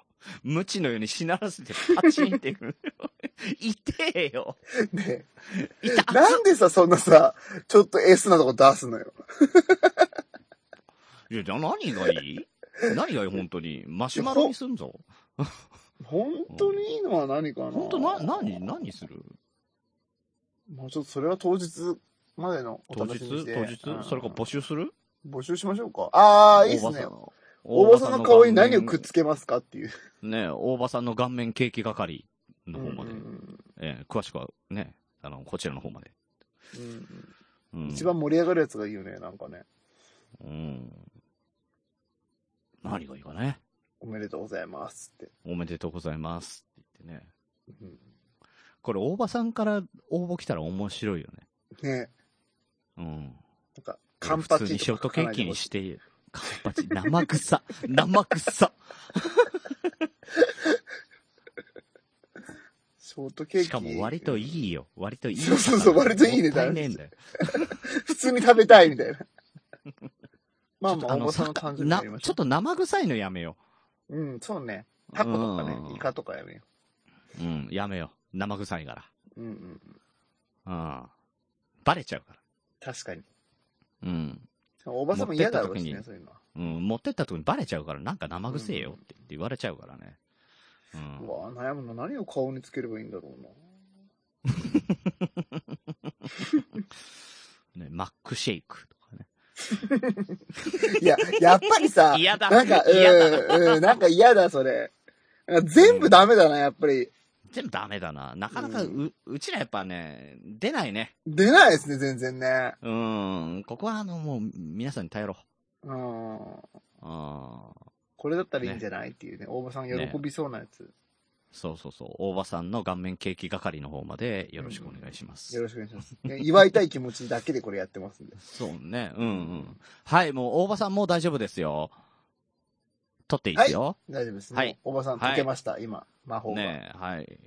Speaker 3: 無知のようにしならせて、パチンっていう。 [laughs] 痛えよ。
Speaker 4: ね、
Speaker 3: 痛
Speaker 4: なんでさ、そんなさ、ちょっとエスなとこ出すのよ。
Speaker 3: いや、じゃあ何がい
Speaker 4: [laughs]
Speaker 3: い何がいい本当に。マシュマロにすんぞ。
Speaker 4: 本当にいいのは何かな
Speaker 3: 本当な、何、何する
Speaker 4: もうちょっとそれは当日までのお
Speaker 3: 当
Speaker 4: 楽
Speaker 3: 日
Speaker 4: しみにして
Speaker 3: 当日
Speaker 4: うん
Speaker 3: それか募集する
Speaker 4: 募集しましょうか。ああ、いいっすね。大場さんの顔に何をくっつけますかっていう。
Speaker 3: けねえ大場さんの顔面ケーキ係の
Speaker 4: うん
Speaker 3: 方
Speaker 4: うん
Speaker 3: まで。ええ詳しくはね、あの、こちらの方まで。
Speaker 4: うん
Speaker 3: うん
Speaker 4: 一番盛り上がるやつがいいよね、なんかね。
Speaker 3: うん。何がいいかね。
Speaker 4: おめでとうございますって。
Speaker 3: おめでとうございますって言ってね。
Speaker 4: うん
Speaker 3: これ、大場さんから応募来たら面白いよね。
Speaker 4: ね
Speaker 3: うん。
Speaker 4: なんか、カ
Speaker 3: 俺
Speaker 4: ン
Speaker 3: 普
Speaker 4: パ
Speaker 3: 通
Speaker 4: チ
Speaker 3: にショ
Speaker 4: と
Speaker 3: ート
Speaker 4: か
Speaker 3: ケ
Speaker 4: 書かな
Speaker 3: ー
Speaker 4: い
Speaker 3: キ
Speaker 4: で
Speaker 3: に
Speaker 4: ほしい。
Speaker 3: して、カンパチ、生臭、生臭。
Speaker 4: ショートケーキ。
Speaker 3: しかも割といいよ。割といい。
Speaker 4: そうそうそう割といいね
Speaker 3: もったねえんだよ。
Speaker 4: 普通に食べたいみ
Speaker 3: [laughs]
Speaker 4: たいな。まあ
Speaker 3: ちょ
Speaker 4: ま
Speaker 3: っと
Speaker 4: あ、おばさんの
Speaker 3: さ
Speaker 4: 誕生日に
Speaker 3: な
Speaker 4: やりまし
Speaker 3: ち
Speaker 4: ょ
Speaker 3: ょっと生臭いのやめよ
Speaker 4: う。うん、そうね。タコとかね、
Speaker 3: うん
Speaker 4: イカとかやめよ
Speaker 3: う。うん、やめよう。生臭いか
Speaker 4: う。うんうん。
Speaker 3: ら。うん。バレちゃうか
Speaker 4: 確かに。
Speaker 3: ら。うん。
Speaker 4: おばさんも嫌だろうし
Speaker 3: 持って
Speaker 4: ね、
Speaker 3: った時に
Speaker 4: そういうのは。
Speaker 3: うん、持ってった時にバレちゃうから、なんか生臭えよって言われちゃうからね。う。
Speaker 4: うんわぁ、悩むの何を顔につければいいんだろうな。
Speaker 3: ね、マックシェイクとかね。
Speaker 4: いや、やっぱりさ、
Speaker 3: 嫌だ
Speaker 4: なんか、
Speaker 3: [laughs] 嫌
Speaker 4: うん、うん、なんか嫌だ、それ。なんか全部ダメだな、やっぱり。
Speaker 3: 全部ダメだな。なかなかう、
Speaker 4: う
Speaker 3: うちらやっぱね、出ないね。
Speaker 4: 出ないですね、全然ね。
Speaker 3: うーん。ここはあの、もう、皆さんに頼ろ
Speaker 4: うん。
Speaker 3: う。あー
Speaker 4: これだったらいいんじゃない、っていうね、大場さん喜びそうなやつ。
Speaker 3: そうそうそう。大場さんの顔面ケーキ係の方までよろしくお願いします。
Speaker 4: よろしくお願いします。ね祝いたい気持ちだけでこれやってますんで。
Speaker 3: そうね。うんうん。はい、もう大場さんもう大丈夫ですよ。取っていいですよ。
Speaker 4: 大丈夫ですね。
Speaker 3: はい
Speaker 4: おばさん、
Speaker 3: はい
Speaker 4: 解けました、今、魔法が。
Speaker 3: ねはい。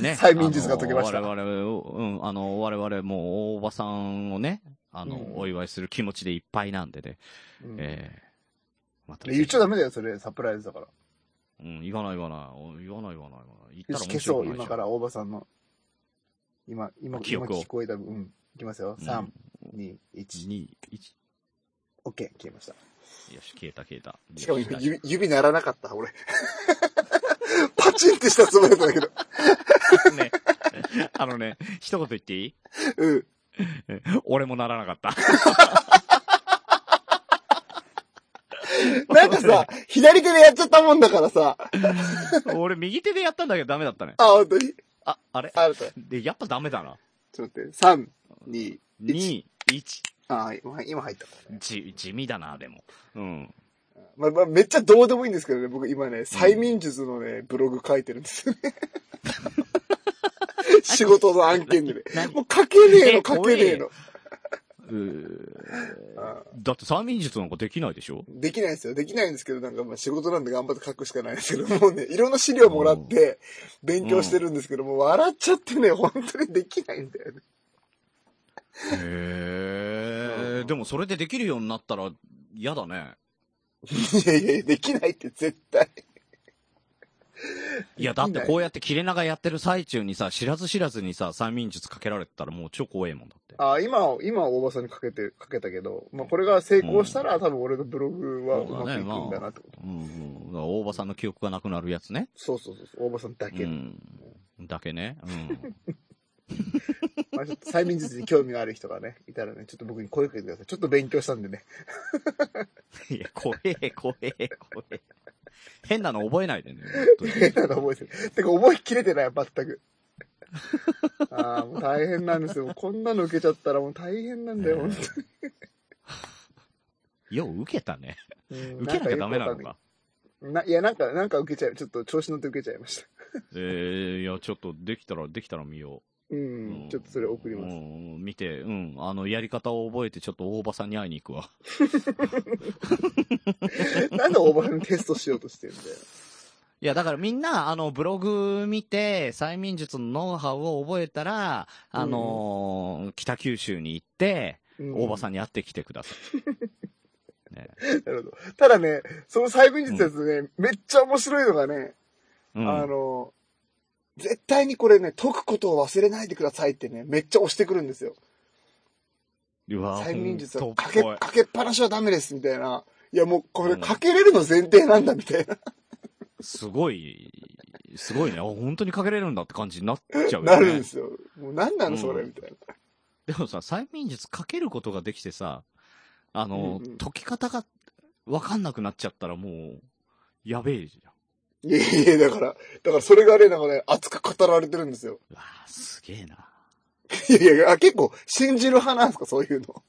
Speaker 3: ね。
Speaker 4: [laughs] 催眠術が解けました
Speaker 3: あの我々を、うん、あの、我々もう大場さんをね、あの、
Speaker 4: うん
Speaker 3: お祝いする気持ちでいっぱいなんでね。
Speaker 4: うん
Speaker 3: ええまた
Speaker 4: 言っちゃダメだよ、それ。サプライズだから。
Speaker 3: うん、言わない言わない。お言わない言わない。言った
Speaker 4: よ
Speaker 3: ら
Speaker 4: し、
Speaker 3: 面
Speaker 4: 消そ
Speaker 3: 白く
Speaker 4: う、
Speaker 3: ないじゃん
Speaker 4: 今から大場さんの。今、今、今
Speaker 3: 記憶を
Speaker 4: 聞こえた分。うん。いきますよ。3、2、1。
Speaker 3: 2、1。
Speaker 4: OK、消えました。
Speaker 3: よし、消えた消えた。
Speaker 4: しかも
Speaker 3: よ大丈夫
Speaker 4: 指、指鳴らなかった、俺。 [laughs] パチンってしたつもりだったんだけど。
Speaker 3: ね。 [laughs] あのね、一言言っていい [laughs]
Speaker 4: うん。
Speaker 3: 俺もならなかった。
Speaker 4: [laughs] なんかさ、左手でやっちゃったもんだからさ。
Speaker 3: 俺右手でやったん [laughs] だけどダメだったね。
Speaker 4: あ、本当に
Speaker 3: あ、あれ
Speaker 4: あ、あなた。
Speaker 3: で、やっぱダメだな。
Speaker 4: ちょっと待って。3、2、
Speaker 3: 2、1。
Speaker 4: あ、今今入ったからね。
Speaker 3: じ、地味だな、でも。うん。
Speaker 4: まあまあ、めっちゃどうでもいいんですけどね、僕今ね、催眠術のね、ブログ書いてるんですよ [laughs] ね。 [laughs] 仕事の案件でね。
Speaker 3: [laughs] 何
Speaker 4: もう書けねえ
Speaker 3: え
Speaker 4: の、書けねえの。
Speaker 3: うー
Speaker 4: あ
Speaker 3: だって催眠術なんかできないで
Speaker 4: [laughs]
Speaker 3: しょ
Speaker 4: できないんですよ。できないんですけど、なんかまあ仕事なんで頑張って書くしかないんですけど、もうね、いろんな資料もらって、勉強してるんですけど、もう笑っちゃってね、本当にできないんだよね。
Speaker 3: へえ。でもそれでできるようになったら嫌だね。
Speaker 4: いやいやいや、できないって絶対。
Speaker 3: いや、だってこうやって切れ長やってる最中にさ、知らず知らずにさ、催眠術かけられてたらもう超怖えもんだって。
Speaker 4: あ今は、今は大場さんにかけて、かけたけど、まあこれが成功したら、多分俺のブログはうまくいくんだなと。
Speaker 3: うんうん。だから大場さんの記憶がなくなるやつね。
Speaker 4: そうそうそうそう、大場さんだけ。
Speaker 3: うん。だけね。うん。
Speaker 4: まあ、ちょっと催眠術に興味がある人がね、いたらね、ちょっと僕に声かけてください。ちょっと勉強したんでね。 [laughs]
Speaker 3: いや、怖え、怖え、怖え。変なの覚えないでね。本当に
Speaker 4: 変なの覚えてる。てか、覚えきれてない、全く。 [laughs] ああ、もう大変なんですよ。もうこんなの受けちゃったらもう大変なんだよ、本
Speaker 3: よう受けたね。
Speaker 4: 当に。
Speaker 3: 受けなきゃダメなの
Speaker 4: んよくわ
Speaker 3: か。
Speaker 4: んない。ないや、なんか、なんか受けちゃう。ちょっと調子乗って受けちゃいました。
Speaker 3: えー、いや、ちょっとできたら、できたら見よ
Speaker 4: う
Speaker 3: う。
Speaker 4: ん
Speaker 3: う、ん
Speaker 4: ちょっとそれ送ります。
Speaker 3: うんうん見て、うん。あの、やり方を覚えて、ちょっと大場さんに会いに行くわ。
Speaker 4: なんで大場さんにテストしようとしてるんだよ。
Speaker 3: いや、だからみんな、あの、ブログ見て、催眠術のノウハウを覚えたら、あのー北九州に行って、大場さ
Speaker 4: ん。
Speaker 3: んに会ってきてください。ね
Speaker 4: なるほど。ただね、その催眠術やつね、めっちゃ面白いのがね、
Speaker 3: うん、
Speaker 4: あの、絶対にこれね、解くことを忘れないでくださいってね、めっちゃ押してくるんですよ。
Speaker 3: うわ
Speaker 4: 催眠術
Speaker 3: ほ
Speaker 4: は
Speaker 3: んと
Speaker 4: かけ、
Speaker 3: 怖い
Speaker 4: かけっぱなしはダメです、みたいな。いや、もうこ
Speaker 3: う
Speaker 4: れ
Speaker 3: ん
Speaker 4: かけれるの前提なんだ、みたいな。
Speaker 3: すごい、すごいね。あ本当にかけれるんだって感じになっちゃうよね。
Speaker 4: なるんですよ。もう何な
Speaker 3: う
Speaker 4: の、
Speaker 3: ん
Speaker 4: それ、みたいな。
Speaker 3: でもさ、催眠術かけることができてさ、あの、
Speaker 4: うんうん
Speaker 3: 解き方がわかんなくなっちゃったらもう、やべえじゃん。
Speaker 4: いやいや、だから、だからそれがね、なんかね、熱く語られてるんですよ。
Speaker 3: うわあすげえな。
Speaker 4: いやいや、あ結構、信じる派なんですか、そういうの。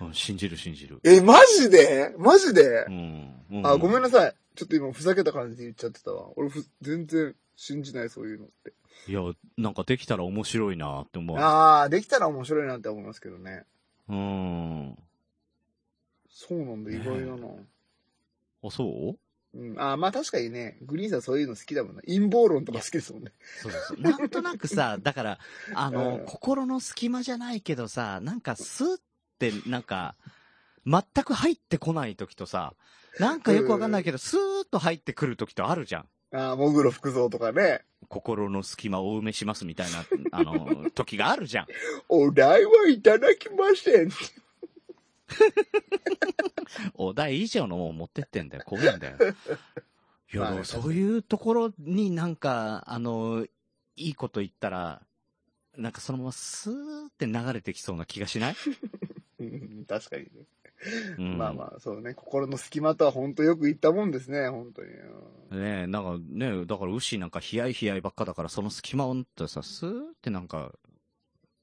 Speaker 3: うん、信じる信じる。
Speaker 4: え、マジでマジで
Speaker 3: うん。う
Speaker 4: あ、ごめんな
Speaker 3: さ
Speaker 4: さい。ちょっと今、ふざけた感じで言っちゃってたわ。俺ふ、全然信じない、そういうのって。
Speaker 3: い。いや、なんかできたら面白いなって思う。
Speaker 4: ああ、できたら面白いなって思いますけどね。
Speaker 3: うん。
Speaker 4: そうなんだ、意
Speaker 3: ねえ
Speaker 4: 外だな。
Speaker 3: あ、そう
Speaker 4: うん、ああ、まあ確かにね、グリーンさんそういうの好きだもんな。陰謀論とか好きですもんね。
Speaker 3: そうそうそう。なんとなくさ、
Speaker 4: [laughs]
Speaker 3: だから、あの、
Speaker 4: うん
Speaker 3: 心の隙間じゃないけどさ、なんかスーって、なんか、全く入ってこない時とさ、なんかよくわかんないけど、スーッと入ってくる時とあるじゃん。
Speaker 4: ああ、もぐろ福蔵とかね。
Speaker 3: 心の隙間をお埋めしますみたいな、あ
Speaker 4: [laughs]
Speaker 3: の、時があるじゃん。
Speaker 4: お題はいただきません。 [laughs]
Speaker 3: お題以上のもん持ってってんだよ。怖いんだよ。いや、
Speaker 4: まあね
Speaker 3: でもそういうところになんか、あの、いいこと言ったら、なんかそのままスーって流れてきそうな気がしない、
Speaker 4: うん確かにね。
Speaker 3: うん、
Speaker 4: まあまあ、そうね。心の隙間とは本当よく言ったもんですね、本当に。うん
Speaker 3: ねえ、なんかね、だからウッシーなんかヒヤイヒヤイばっかだから、その隙間を縫ってさ、スーってなんか、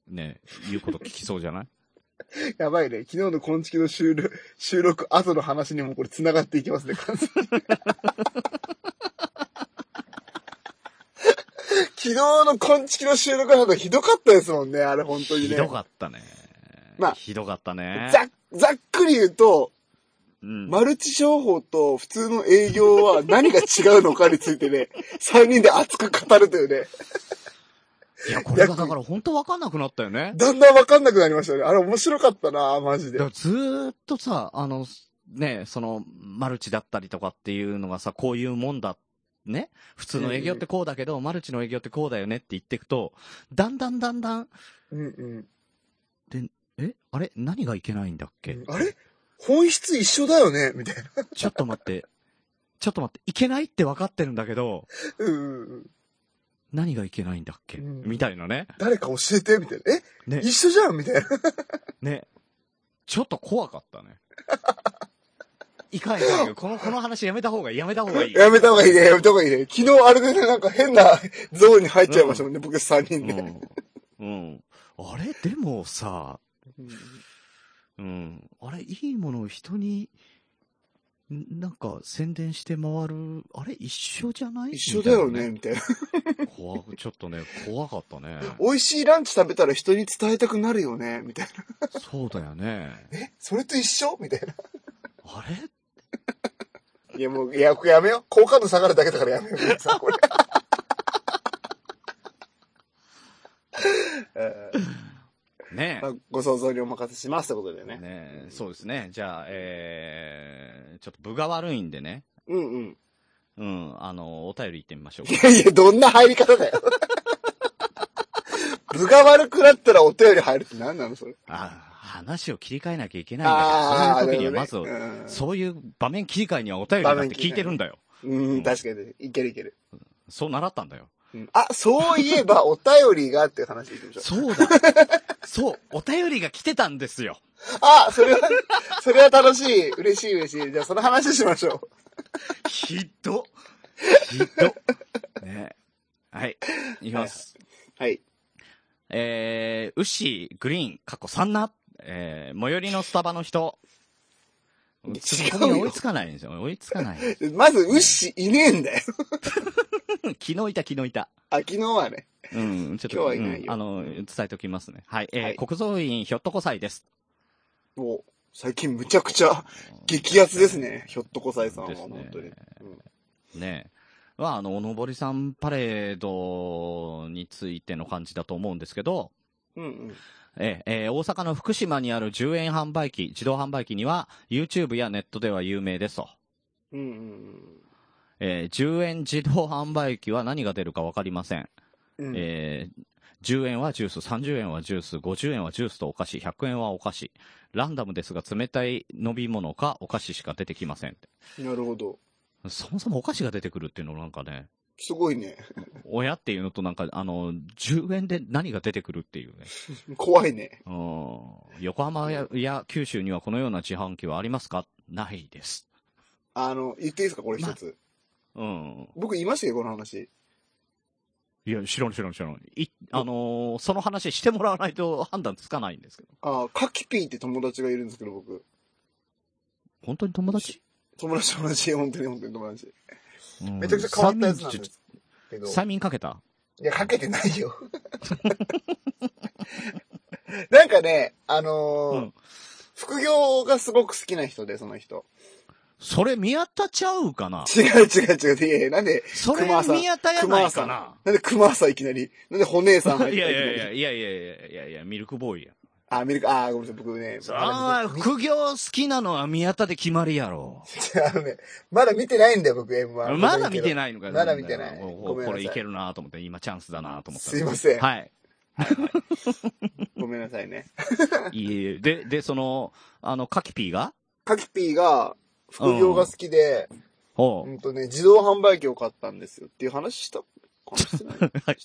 Speaker 3: ねえ、言うこと聞きそうじ
Speaker 4: [laughs]
Speaker 3: ゃない
Speaker 4: やばいね。昨日の昆虫の収録、収録後の話にもこれ繋がっていきますね、完全に [laughs] 昨日の昆虫の収録なんかひどかったですもんね、あれ本当にね。
Speaker 3: ひどかったね。
Speaker 4: まあ
Speaker 3: ひどかったね。
Speaker 4: ざざっくり言うと、
Speaker 3: うん。
Speaker 4: マルチ商法と普通の営業は何が違うのかについてね、3人で [laughs] 熱く語るというね、
Speaker 3: いや、これがだから本当わかんなくなったよね。
Speaker 4: だんだんわかんなくなりましたよね。あれ面白かったなマジで
Speaker 3: だか。らずーっとさ、あの、ね、その、マルチだったりとかっていうのがさ、こういうもんだ。ね普通の営業ってこうだけど、マルチの営業ってこうだよねって言っていくと、だんだんだんだん、
Speaker 4: うんうん。
Speaker 3: えあれ何がいけないんだっけ
Speaker 4: あれ本質一緒だよねみたいな。
Speaker 3: ちょっと待って。ちょっと待って。いけないって分かってるんだけど、
Speaker 4: うんうんうん。
Speaker 3: 何がいけないんだっけ、
Speaker 4: うん
Speaker 3: みたいなね。
Speaker 4: 誰か教えてみたいな。え
Speaker 3: ね
Speaker 4: 一緒じゃんみたいな。
Speaker 3: ね。ちょっと怖
Speaker 4: [laughs]
Speaker 3: かったね。いかんいかんいかんこの、この話やめた方がいい。やめた方がいい。
Speaker 4: やめた方がいいね、やめた方がいいね。昨日あれでね、なんか変なゾーンに入っちゃいましたもんね、僕3人で。
Speaker 3: うん。うん。あれでもさ、うん。あれ、いいものを人に、んなんか宣伝して回る、あれ一緒じゃない
Speaker 4: 一緒だよ
Speaker 3: みたい
Speaker 4: ね、
Speaker 3: な
Speaker 4: みたいな。
Speaker 3: 怖く、ちょっとね、怖かったね。
Speaker 4: 美味しいランチ食べたら人に伝えたくなるよね、みたいな。
Speaker 3: そうだよね。
Speaker 4: えそれと一緒みたいな。
Speaker 3: あれ
Speaker 4: いや、もう、いや、やめよう。好感度下がるだけだからやめよう。皆さんこれえー
Speaker 3: ね
Speaker 4: まあご想像にお任せしますってことで
Speaker 3: え。
Speaker 4: ね。
Speaker 3: ねえ、そうですね。じゃあ、えー、ちょっと部が悪いんでね。
Speaker 4: うんうん。
Speaker 3: うん、あの、お便り行ってみましょう
Speaker 4: い
Speaker 3: [laughs] か。
Speaker 4: やいや、どんな入り方だよ。 [laughs] 部が悪くなったらお便り入るって何なのそれ。
Speaker 3: あ、話を切り替えなきゃいけないんだ
Speaker 4: あ
Speaker 3: か
Speaker 4: あ
Speaker 3: ら、そういう時
Speaker 4: ー
Speaker 3: にはまず、
Speaker 4: うん
Speaker 3: そういう場面切り替えにはお便りだって聞いてるんだよ。
Speaker 4: うん、確かに。いけるいける。
Speaker 3: そう習ったんだよ。
Speaker 4: うんあ、そういえば、お便りがっていう話でいきましょう。
Speaker 3: [laughs] そうだ。そう、お便りが来てたんですよ。
Speaker 4: あ、それは、それは楽しい。嬉しい嬉しい。じゃあ、その話しまし
Speaker 3: [laughs]
Speaker 4: ょ
Speaker 3: ひどっ。ひどっ。ねはい。いきます。
Speaker 4: う。はい。
Speaker 3: えー、ウッシー、グリーン、過去3な、えー、最寄りのスタバの人。
Speaker 4: 違うよ
Speaker 3: ツッコミが追いつかないんですよ。追いつか
Speaker 4: [laughs]
Speaker 3: ない。昨
Speaker 4: まず、ウッシーいねえんだよ。
Speaker 3: 日いた、昨日いた。
Speaker 4: あ、昨日はね。
Speaker 3: うん、ちょっと、
Speaker 4: 今日はいないよ
Speaker 3: うんあの、伝えときますね。はい。えー
Speaker 4: はい
Speaker 3: 国蔵院ひょっとこ祭です。
Speaker 4: もう、最近むちゃくちゃ、激アツですね。ひょっとこさいさんは、
Speaker 3: ですね
Speaker 4: 本当に。
Speaker 3: ねえ。まあ、あの、おのぼりさんパレードについての感じだと思うんですけど、
Speaker 4: うんうん。
Speaker 3: えええー大阪の福島にある10円販売機、自動販売機には、YouTube やネットでは有名ですと。
Speaker 4: うんうん
Speaker 3: えー10円自動販売機は何が出るかわかりません。
Speaker 4: うん。うん。
Speaker 3: えー10円はジュース、30円はジュース、50円はジュースとお菓子、100円はお菓子。ランダムですが冷たい飲み物かお菓子しか出てきません。
Speaker 4: なるほど。
Speaker 3: そもそもお菓子が出てくるっていうのもなんかね、
Speaker 4: すごいね。
Speaker 3: 親っていうのとなんか、あの、10円で何が出てくるっていうね。
Speaker 4: 怖いね。
Speaker 3: うん横浜やや九州にはこのような自販機はありますかないです。
Speaker 4: あの、言っていいですか、これ一つ。
Speaker 3: うん。
Speaker 4: 僕言いましたよ、この話。
Speaker 3: いや、知らん知らん知らん。い、あのーその話してもらわないと判断つかないんですけど。
Speaker 4: あ、カキピーって友達がいるんですけど、僕。
Speaker 3: 本当に友達
Speaker 4: 友達友達、本当に本当に友達。
Speaker 3: うん
Speaker 4: めちゃくちゃ変わったやつなんですけど。
Speaker 3: 催眠かけた
Speaker 4: いや、かけてないよ。 [laughs] なんかね、あのー
Speaker 3: うん
Speaker 4: 副業がすごく好きな人で、その人。
Speaker 3: それ宮田ちゃうかな
Speaker 4: 違う違う違う。いやいや、なんで、
Speaker 3: それ
Speaker 4: 熊さん
Speaker 3: 宮田やない
Speaker 4: 熊
Speaker 3: か
Speaker 4: さん。
Speaker 3: な
Speaker 4: なんで熊さんいきなり。なんでホネーさん
Speaker 3: い
Speaker 4: 入
Speaker 3: や
Speaker 4: っ
Speaker 3: い
Speaker 4: ていき
Speaker 3: や [laughs] い
Speaker 4: なり
Speaker 3: やいやいやいやいやいや、ミルクボーイや。
Speaker 4: あ、見るか。あ、ごめんなさい、僕ね。
Speaker 3: ああ、
Speaker 4: まだ見
Speaker 3: 副業好きなのは宮田で決まりやろ。
Speaker 4: てあのね、まだ見てないんだよ、僕、M1。
Speaker 3: まだ見てないのか
Speaker 4: まだ見てない
Speaker 3: おお
Speaker 4: ごめんな
Speaker 3: こ
Speaker 4: さ
Speaker 3: れ
Speaker 4: い
Speaker 3: いけるなと思って、今チャンスだなと思った。
Speaker 4: すいません
Speaker 3: はい。
Speaker 4: ごめんなさいね。
Speaker 3: いえいえで、 [laughs] で、その、あの、カキピーが
Speaker 4: カキピーが、副業が好きで、
Speaker 3: お
Speaker 4: う
Speaker 3: うん
Speaker 4: とね、自動販売機を買ったんですよっていう話したか
Speaker 3: [laughs]
Speaker 4: なし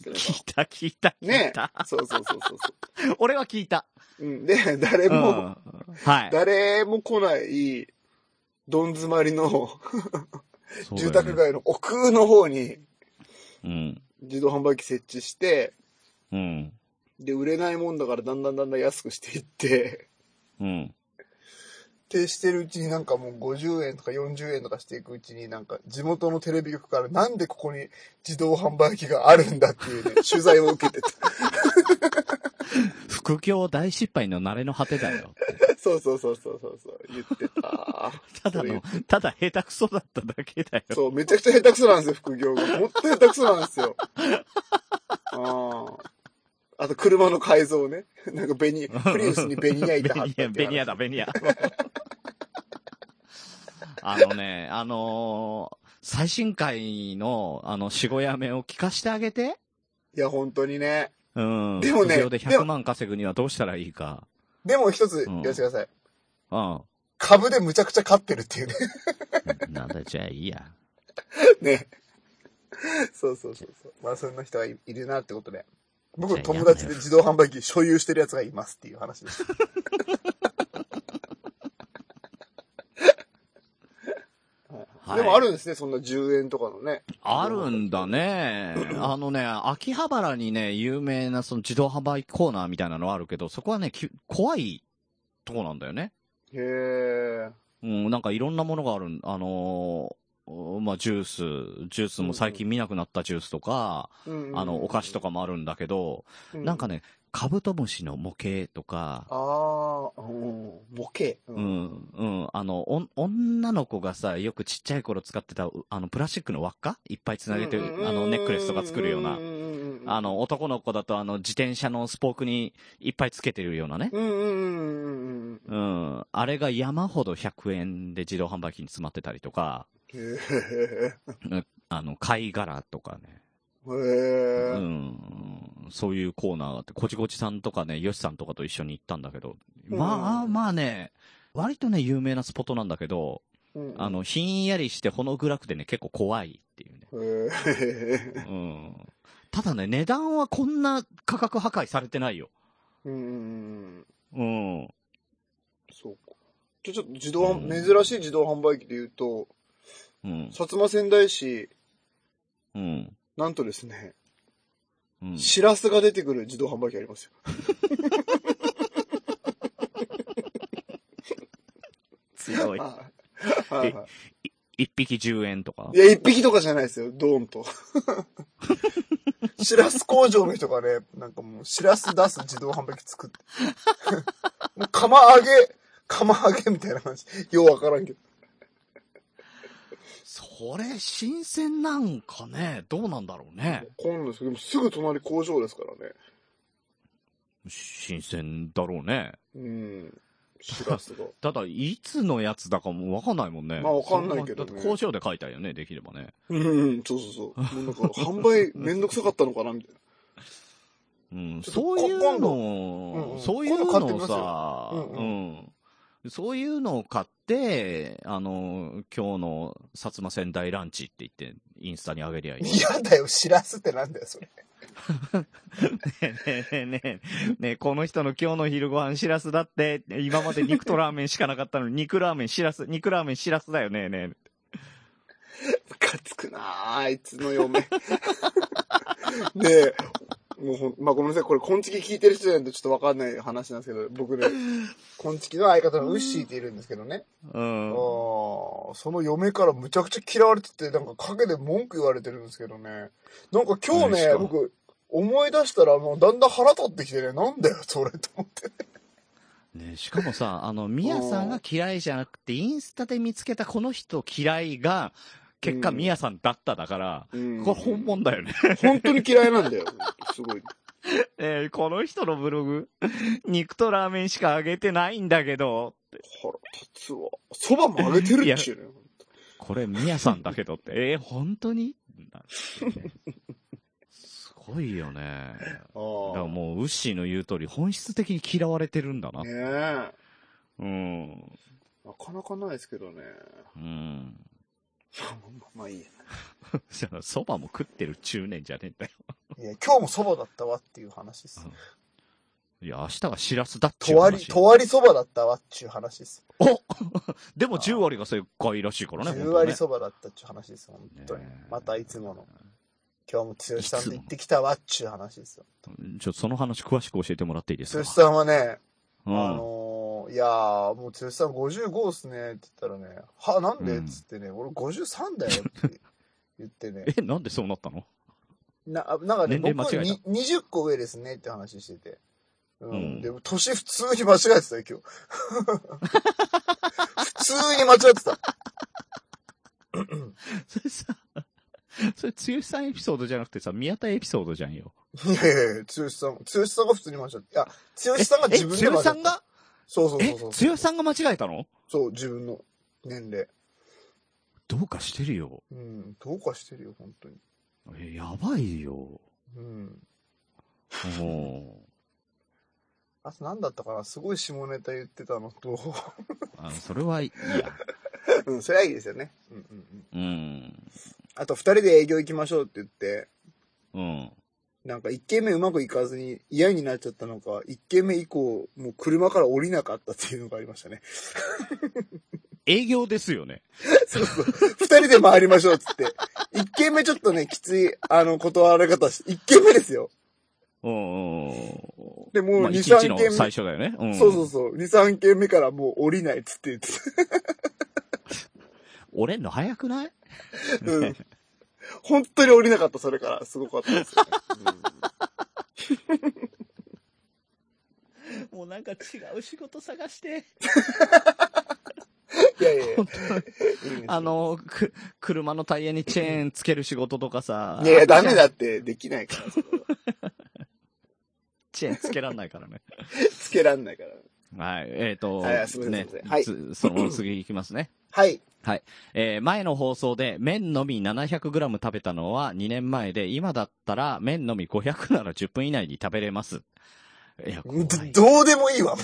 Speaker 4: てないしてないか
Speaker 3: 聞いた、聞いた、
Speaker 4: な
Speaker 3: 聞
Speaker 4: ね
Speaker 3: いた。
Speaker 4: そうそうそうそうそ
Speaker 3: 俺は聞いた。
Speaker 4: う。うん、で、誰も、
Speaker 3: うんはい。
Speaker 4: 誰も来ない、どん詰まりの住宅街の奥の方に
Speaker 3: うん。
Speaker 4: 自動販売機設置して、
Speaker 3: うん。
Speaker 4: で、売れないもんだからだんだんだんだん安くしていって、
Speaker 3: う
Speaker 4: っ
Speaker 3: ん。
Speaker 4: てしてるうちになんかもう50円とか40円とかしていくうちになんか地元のテレビ局からなんでここに自動販売機があるんだって [laughs] いうね、取材を受けて [laughs] た。
Speaker 3: 副業大失敗の慣れの果てだよ。
Speaker 4: [laughs] そうそうそうそうそうそう。言って [laughs] た。
Speaker 3: ただの、ただ下手くそだっただけだよ。
Speaker 4: そう、めちゃくちゃ下手くそなんですよ、副業が。もっと下手くそなんです [laughs] よ。あーあと、車の改造ね。なんか、 [laughs] ベニ、プリウスにベニヤ板貼っ
Speaker 3: ベニ
Speaker 4: た
Speaker 3: ヤ、
Speaker 4: ってい
Speaker 3: [laughs] ベ
Speaker 4: う話
Speaker 3: ニヤだ、ベ
Speaker 4: [laughs]
Speaker 3: ニヤ。あのね、あのー最新回の、あの、死後やめを聞かしてあげて。
Speaker 4: いや、本当にね。
Speaker 3: うん。
Speaker 4: でもね
Speaker 3: 副業で
Speaker 4: で
Speaker 3: 100
Speaker 4: も
Speaker 3: 万稼ぐにはどうしたらいいか。
Speaker 4: でも一つ、
Speaker 3: うん
Speaker 4: 言わせてください。
Speaker 3: うん。
Speaker 4: 株でむちゃくちゃ勝ってるっていうね。
Speaker 3: なんだ、じゃあいいや。
Speaker 4: ね。そうそうそうそう。まあ、そんな人がいいるなってことで。
Speaker 3: じゃ
Speaker 4: 僕、
Speaker 3: あ
Speaker 4: 友達で自動販売機所有してるやつがいますっていう話です。
Speaker 3: はい
Speaker 4: [laughs] でもあるんですね、そんな10円とかのね。
Speaker 3: あるんだね。あのね、秋葉原にね、有名なその自動販売コーナーみたいなのあるけど、そこはね、き怖いとこなんだよね。
Speaker 4: へえ。
Speaker 3: うん、なんかいろんなものがある。あのーまあ、ジュース、ジュースも最近見なくなったジュースとか、
Speaker 4: うん
Speaker 3: あの、お菓子とかもあるんだけど、なんか
Speaker 4: ね。
Speaker 3: ね、カブトムシの模型とか、
Speaker 4: ああ、うん、ボケ。う
Speaker 3: う。ん、うん、あの、おん、女の子がさ、よくちっちゃい頃使ってた、うあの、プラスチックの輪っかいっぱい繋げて、あの、ネックレスとか作るような。あ
Speaker 4: の、
Speaker 3: の、男の子だとあの、自転車のスポークにいっぱいつけてるようなね。
Speaker 4: うんうんうんうんうん。
Speaker 3: うん。あれが山ほど100円で自動販売機に詰まってたりとか、
Speaker 4: へえ。
Speaker 3: あの、貝殻とかね。う
Speaker 4: へえ。
Speaker 3: ん。そういうコーナーがあって、こちこちさんとかね、よしさんとかと一緒に行ったんだけど、
Speaker 4: うん
Speaker 3: まあまあね、割とね、有名なスポットなんだけど、
Speaker 4: うん
Speaker 3: あ、の、ひんやりしてほの暗くてね、結構怖いっていうね。
Speaker 4: へえ。
Speaker 3: うん。ただね、値段はこんな価格破壊されてないよ。
Speaker 4: [laughs] うんうんうん。
Speaker 3: うん。
Speaker 4: そうか。ちょ、ちょっと自動販、
Speaker 3: うん
Speaker 4: 珍しい自動販売機で言うと、
Speaker 3: うん。
Speaker 4: 薩摩仙台市、
Speaker 3: うん。
Speaker 4: なんとですね、
Speaker 3: うん
Speaker 4: シラスが出てくる自動販売機ありますよ。
Speaker 3: 強い。
Speaker 4: はいはいはい
Speaker 3: 一匹10円とか
Speaker 4: い。や、一匹とかじゃないですよ、ドーンと。 [laughs] シラス工場の人がね、なんかもう、シラス出す自動販売機作って。 [laughs] もう釜揚げ、釜揚げみたいな話。ようわからんけど。
Speaker 3: それ、新鮮なんかね、どうなんだろうね。
Speaker 4: 今度ですけど、でもすぐ隣工場ですからね。
Speaker 3: 新鮮だろうね。
Speaker 4: うん。シラ [laughs] スが。
Speaker 3: ただ、いつのやつだかもわかんないもんね。
Speaker 4: まあわかんないけどね
Speaker 3: それはだって工場で書いたよね、できればね。
Speaker 4: うんうん、そうそうそう。もうなんか、販売めんどくさかったのかな、みたいな。 [laughs]
Speaker 3: うん、
Speaker 4: ちょっと
Speaker 3: そういうの
Speaker 4: うん
Speaker 3: を
Speaker 4: う、ん
Speaker 3: そういう
Speaker 4: 今度買って
Speaker 3: の
Speaker 4: み
Speaker 3: を
Speaker 4: ます
Speaker 3: さ、
Speaker 4: うんう
Speaker 3: うんそういうのを買って、あの、今日の薩摩仙台ランチって言って、インスタに上げりゃい
Speaker 4: [laughs]
Speaker 3: い。
Speaker 4: 嫌だよ、シラスってなんだよ、それ。
Speaker 3: ねえねえねえ、ねえ、この人の今日の昼ご飯しらすだって、今まで肉とラーメンしかなかったのに、肉ラーメンしらす、肉ラーメンしらすだよねえねえ。
Speaker 4: ムカつくなあ、あいつの嫁。 [laughs] ねえ、もうほん、まあ、ごめんなさい、これ、こんちき聞いてる人じゃないとちょっとわかんない話なんですけど、僕ね、こんちきの相方のウッシーっているんですけどね。
Speaker 3: うん
Speaker 4: あ。ーその嫁からむちゃくちゃ嫌われてて、なんか陰で文句言われてるんですけどね。なんか今
Speaker 3: 何で
Speaker 4: 日
Speaker 3: す
Speaker 4: ね
Speaker 3: か、
Speaker 4: 僕、思い出したら、もうだんだん腹立ってきてね、なんだよ、それ、と思って。
Speaker 3: ねえしかもさ、あの、ミヤさんが嫌いじゃなくて、インスタで見つけたこの人嫌いが、結果
Speaker 4: うん
Speaker 3: ミヤさんだっただから、
Speaker 4: うん
Speaker 3: これ本物だよね。
Speaker 4: 本当に嫌いなんだよ。すごい。
Speaker 3: えーこの人のブログ、 [laughs] 肉とラーメンしか上げてないんだけど、
Speaker 4: 腹立つわ。そばも上げてるっちゅうね。
Speaker 3: これミヤさんだけどって、えー本当になんてねすごいよね。
Speaker 4: あ
Speaker 3: だから
Speaker 4: あ。
Speaker 3: もう、ウッシーの言う通り、本質的に嫌われてるんだな。
Speaker 4: ねえ。
Speaker 3: うん。
Speaker 4: なかなかないですけどね。
Speaker 3: うん。
Speaker 4: [laughs] まあいいや。
Speaker 3: じゃあ、蕎麦も食ってる中年じゃねえんだよ。
Speaker 4: いや、今日もそばだったわっていう話です。
Speaker 3: いや、明日はシラスだっちゅ
Speaker 4: と
Speaker 3: う
Speaker 4: わり、
Speaker 3: 話。
Speaker 4: とわりそばだったわっていう話です。
Speaker 3: おでも10割が正解らしいからね。
Speaker 4: 10
Speaker 3: 本当ね
Speaker 4: 割そばだったっていう話です。本当に
Speaker 3: ね。え
Speaker 4: またいつもの。今日も剛さんと行ってきたわっていう話ですよ。
Speaker 3: ちょっとその話詳しく教えてもらっていいです
Speaker 4: 剛
Speaker 3: か
Speaker 4: さんはね、あ
Speaker 3: うん。
Speaker 4: のー、いやー、もう剛さん55っすねって言ったらね、は、なんで
Speaker 3: う
Speaker 4: っ
Speaker 3: ん。
Speaker 4: つってね、俺53だよって言ってね
Speaker 3: え、なんでそうなったの
Speaker 4: な、なんかね、
Speaker 3: 年齢
Speaker 4: 僕
Speaker 3: 間違え
Speaker 4: に20個上ですねって話してて。うん
Speaker 3: うん
Speaker 4: でも、年普通に間違えてたよ、今日。 [laughs] 普通に間違ってた。
Speaker 3: それさ、 [laughs] それ、つよしさんエピソードじゃなくてさ、宮田エピソードじゃんよ。
Speaker 4: いやいやいや、剛さん、剛さんが普通に間違ってた。いや、剛さんが自分
Speaker 3: え
Speaker 4: で間
Speaker 3: つ
Speaker 4: 違
Speaker 3: よ
Speaker 4: っ。
Speaker 3: したさんが
Speaker 4: そうそう
Speaker 3: え
Speaker 4: そうそう。
Speaker 3: つよしさんが間違えたの
Speaker 4: そう、自分の年齢。
Speaker 3: どうかしてるよ。
Speaker 4: うん、どうかしてるよ、本当に。
Speaker 3: え、やばいよ。
Speaker 4: うん。
Speaker 3: も
Speaker 4: あと何だったかなすごい下ネタ言ってたのと。 [laughs]
Speaker 3: う、あのそれはいいや。
Speaker 4: うん、それはいいですよね。うんうんうん。
Speaker 3: うん。
Speaker 4: あと、二人で営業行きましょうって言って、
Speaker 3: うん。
Speaker 4: なんか一軒目うまくいかずに嫌になっちゃったのか、一軒目以降、もう車から降りなかったっていうのがありましたね。
Speaker 3: 営業ですよね。
Speaker 4: そうそう。二人で回りましょうっつって。一軒目ちょっとね、きつい、あの、断られ方し、一軒目ですよ。
Speaker 3: うん。
Speaker 4: でもう
Speaker 3: まあ、
Speaker 4: 二
Speaker 3: 一
Speaker 4: 三
Speaker 3: 日の
Speaker 4: 件目
Speaker 3: 最初だよね。うん。
Speaker 4: そうそうそう。二、三軒目からもう降りないっつって言って
Speaker 3: 折れんの早くない
Speaker 4: た。うん。
Speaker 3: [laughs]
Speaker 4: 本当に降りなかった、それから。すごかったですよ、ね。
Speaker 3: もうなんか違う仕事探して。
Speaker 4: うんいやいやいや。
Speaker 3: あの、く、車のタイヤにチェーンつける仕事とかさ。
Speaker 4: いやいや、ダメだって、できないから。
Speaker 3: チェーンつけらんないからね。
Speaker 4: つけらんないから。
Speaker 3: はい。えっ、と、
Speaker 4: はいすいません
Speaker 3: ね
Speaker 4: すいませんはい
Speaker 3: つその次いきますね。 [clears throat]
Speaker 4: はい。
Speaker 3: えー前の放送で麺のみ 700g 食べたのは2年前で、今だったら麺のみ500なら10分以内に食べれます。いや、怖い
Speaker 4: ど。どうでもいいわ、も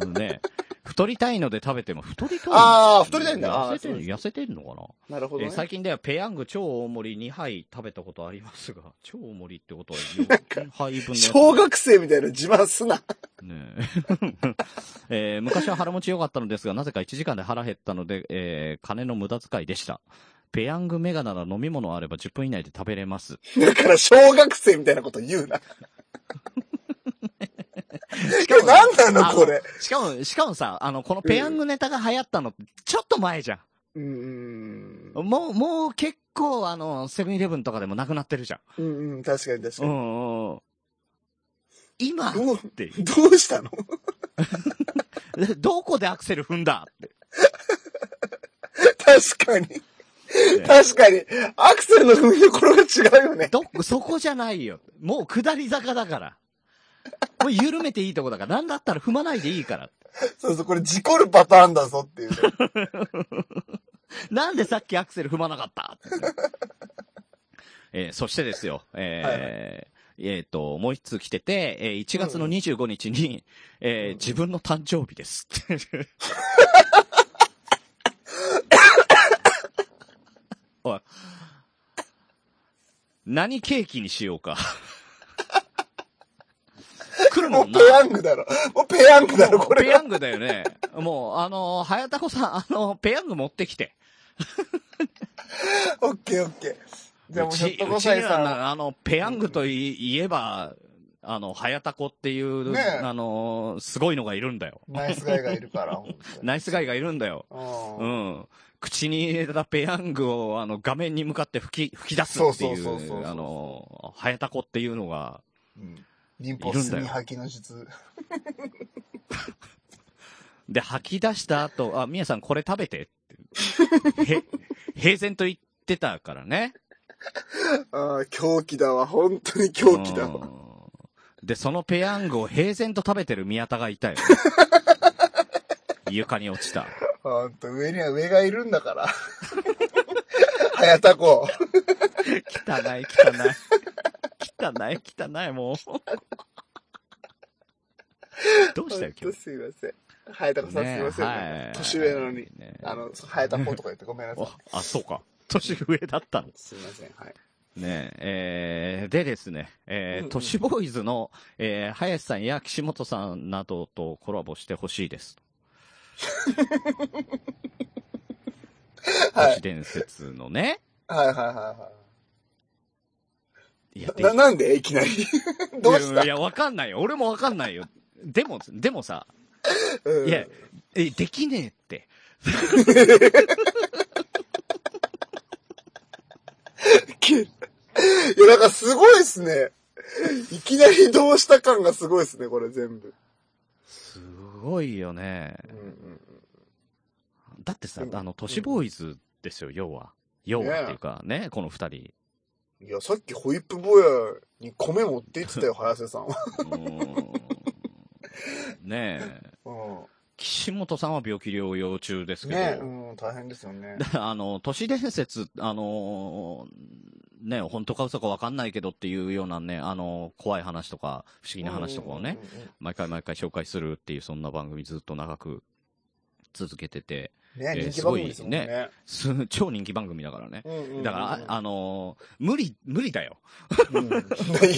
Speaker 4: う。
Speaker 3: うんね。太りたいので食べても太りたいんですよ
Speaker 4: あー太りたいんだあー
Speaker 3: 痩せ
Speaker 4: そ
Speaker 3: て
Speaker 4: う
Speaker 3: る、
Speaker 4: です
Speaker 3: 痩せてるのかな
Speaker 4: なるほど、
Speaker 3: え
Speaker 4: ね
Speaker 3: ー。最近ではペヤング超大盛り2杯食べたことありますが、超大盛りってことは4杯分のやつ
Speaker 4: 小学生みたいな自慢すな。
Speaker 3: ねえ [laughs] えー昔は腹持ち良かったのですが、なぜか1時間で腹減ったので、えー金の無駄遣いでした。ペヤングメガなら飲み物あれば10分以内で食べれます。
Speaker 4: だから小学生みたいなこと言う
Speaker 3: [laughs]
Speaker 4: な。いや、なんなの、これ。
Speaker 3: しかも、しかもさ、あの、このペヤングネタが流行ったの、ちょっと前じゃ
Speaker 4: うーん
Speaker 3: ん。。もう、もう結構、あの、セブンイレブンとかでもなくなってるじゃ
Speaker 4: うんうん、確かに確か
Speaker 3: ん。う
Speaker 4: に。
Speaker 3: んうん。今っ
Speaker 4: どう、 [laughs]
Speaker 3: て、
Speaker 4: どうしたの
Speaker 3: どこでアクセル踏んだって。
Speaker 4: 確かに。確かに。アクセルの踏みどころが違うよね。
Speaker 3: ど、そこじゃないよ。もう下り坂だから。もう緩めていいとこだから。なんだったら踏まないでいいから。
Speaker 4: そうそう、これ事故るパターンだぞ
Speaker 3: [laughs]
Speaker 4: っていうね。
Speaker 3: なんでさっきアクセル踏まなかった
Speaker 4: [laughs]
Speaker 3: えーそしてですよ、えーえーと、もう一通来てて、えー1月の25日に、えー自分の誕生日ですって。
Speaker 4: [laughs]
Speaker 3: おい。何ケーキにしようか。来る
Speaker 4: も
Speaker 3: も
Speaker 4: うんペ
Speaker 3: な。
Speaker 4: ヤングだろ。もうペヤングだろ、これ
Speaker 3: ペ。ヤングだよね。もう、あのー、早田子さん、あのー、ペヤング持ってきて。
Speaker 4: オッケーオッケー。じゃあもう
Speaker 3: う
Speaker 4: ひょっ
Speaker 3: ち、
Speaker 4: と
Speaker 3: う
Speaker 4: こ
Speaker 3: ち
Speaker 4: さい
Speaker 3: に
Speaker 4: さ
Speaker 3: は
Speaker 4: ん。
Speaker 3: な、あの、ペヤングとい言えば、あの、はやたこっていう、
Speaker 4: ねえ
Speaker 3: あの、すごいのがいるんだよ。
Speaker 4: ナイスガイがいるから、本当に。
Speaker 3: ナイスガイがいるんだよ。
Speaker 4: う。
Speaker 3: うんん。口に入れたペヤングを、あの、画面に向かって吹き、吹き出すってい
Speaker 4: そうそうそうそう
Speaker 3: う、あの、はやたこっていうのが、
Speaker 4: リンポ
Speaker 3: いるんだ
Speaker 4: ス
Speaker 3: よ
Speaker 4: に吐きの術。
Speaker 3: で、吐き出した後、あ、みやさんこれ食べてって。へ、 [laughs] 平然と言ってたからね。
Speaker 4: ああ、狂気だわ。本当に狂気だ
Speaker 3: う
Speaker 4: わ。
Speaker 3: んで、そのペヤングを平然と食べてる宮田がいたよ。 [laughs] 床に落ちた。
Speaker 4: 本当上には上がいるんだから。 [laughs] 早田子。
Speaker 3: 汚い、汚い。汚い、汚い、もう。 [laughs] どうしたよ、今
Speaker 4: 本当
Speaker 3: 日。
Speaker 4: すいません。早田子さんすいません。
Speaker 3: ねえ
Speaker 4: 年上なのに。。
Speaker 3: ねえ
Speaker 4: あの、早田子とか言ってごめんなさい。
Speaker 3: おあ、そうか。年上だったの。
Speaker 4: すいません。はい。
Speaker 3: ねえ、えーでですね、え
Speaker 4: うんう
Speaker 3: ー、
Speaker 4: ん
Speaker 3: 都市ボーイズの、えー、林さんや岸本さんなどとコラボしてほしいです。
Speaker 4: はい
Speaker 3: 都市伝説のね。
Speaker 4: はいはいはいはい
Speaker 3: や、
Speaker 4: い。な、なんでいきなり。どうし
Speaker 3: い
Speaker 4: た
Speaker 3: やいや、わかんないよ。俺もわかんないよ。でも、でもさ、
Speaker 4: うん
Speaker 3: いや、え、できねえって。
Speaker 4: いや、なんかすごいですね。いきなりどうした感がすごいですね、これ全部。
Speaker 3: すごいよね。
Speaker 4: うんうん
Speaker 3: だってさ
Speaker 4: で、も
Speaker 3: あの、都市ボーイズですよ、要は。要はっていうかね、この二人。
Speaker 4: うん、いや、さっきホイップ坊やに米持って行ってたよ、早瀬さん
Speaker 3: [laughs]
Speaker 4: は。
Speaker 3: うーんねえ。
Speaker 4: うん
Speaker 3: 岸本さんは病気療養中ですけど、
Speaker 4: ねうん、大変ですよね。
Speaker 3: あの、都市伝説、あのーね、本当か嘘かわかんないけどっていうようなね、あの怖い話とか、不思議な話とかをね、
Speaker 4: うんうんうん
Speaker 3: 毎回毎回紹介するっていう、そんな番組ずっと長く続けてて、
Speaker 4: うん。
Speaker 3: え
Speaker 4: ね
Speaker 3: ー
Speaker 4: 人気番組ですもんね。
Speaker 3: す超人気番組だからね。
Speaker 4: うんうんうん
Speaker 3: だから、ああのー無理、無理だよ。
Speaker 4: うん [laughs] い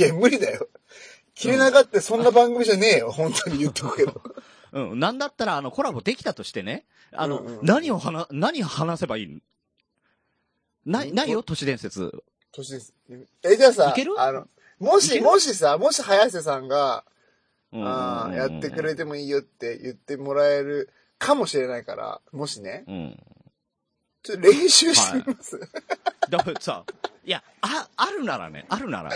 Speaker 4: や、無理だよ。切れ長ってそんな番組じゃねえよ、本当に言っとくけ
Speaker 3: [laughs]
Speaker 4: ど。
Speaker 3: うん。なんだったら、あの、コラボできたとしてね、あの、
Speaker 4: うんうん
Speaker 3: 何を話、何話せばいいのない、ないよ、都市伝説。
Speaker 4: 年です。え、じゃあさ
Speaker 3: いけ、る
Speaker 4: あの、も
Speaker 3: いけ
Speaker 4: し、
Speaker 3: る
Speaker 4: もしさ、もし早瀬さんが、
Speaker 3: うん
Speaker 4: あーやってくれてもいいよって言ってもらえるかもしれないから、もしね、
Speaker 3: うん。
Speaker 4: ちょっと練習してみます。
Speaker 3: だからさ、いや、あ、あるならね、あるなら。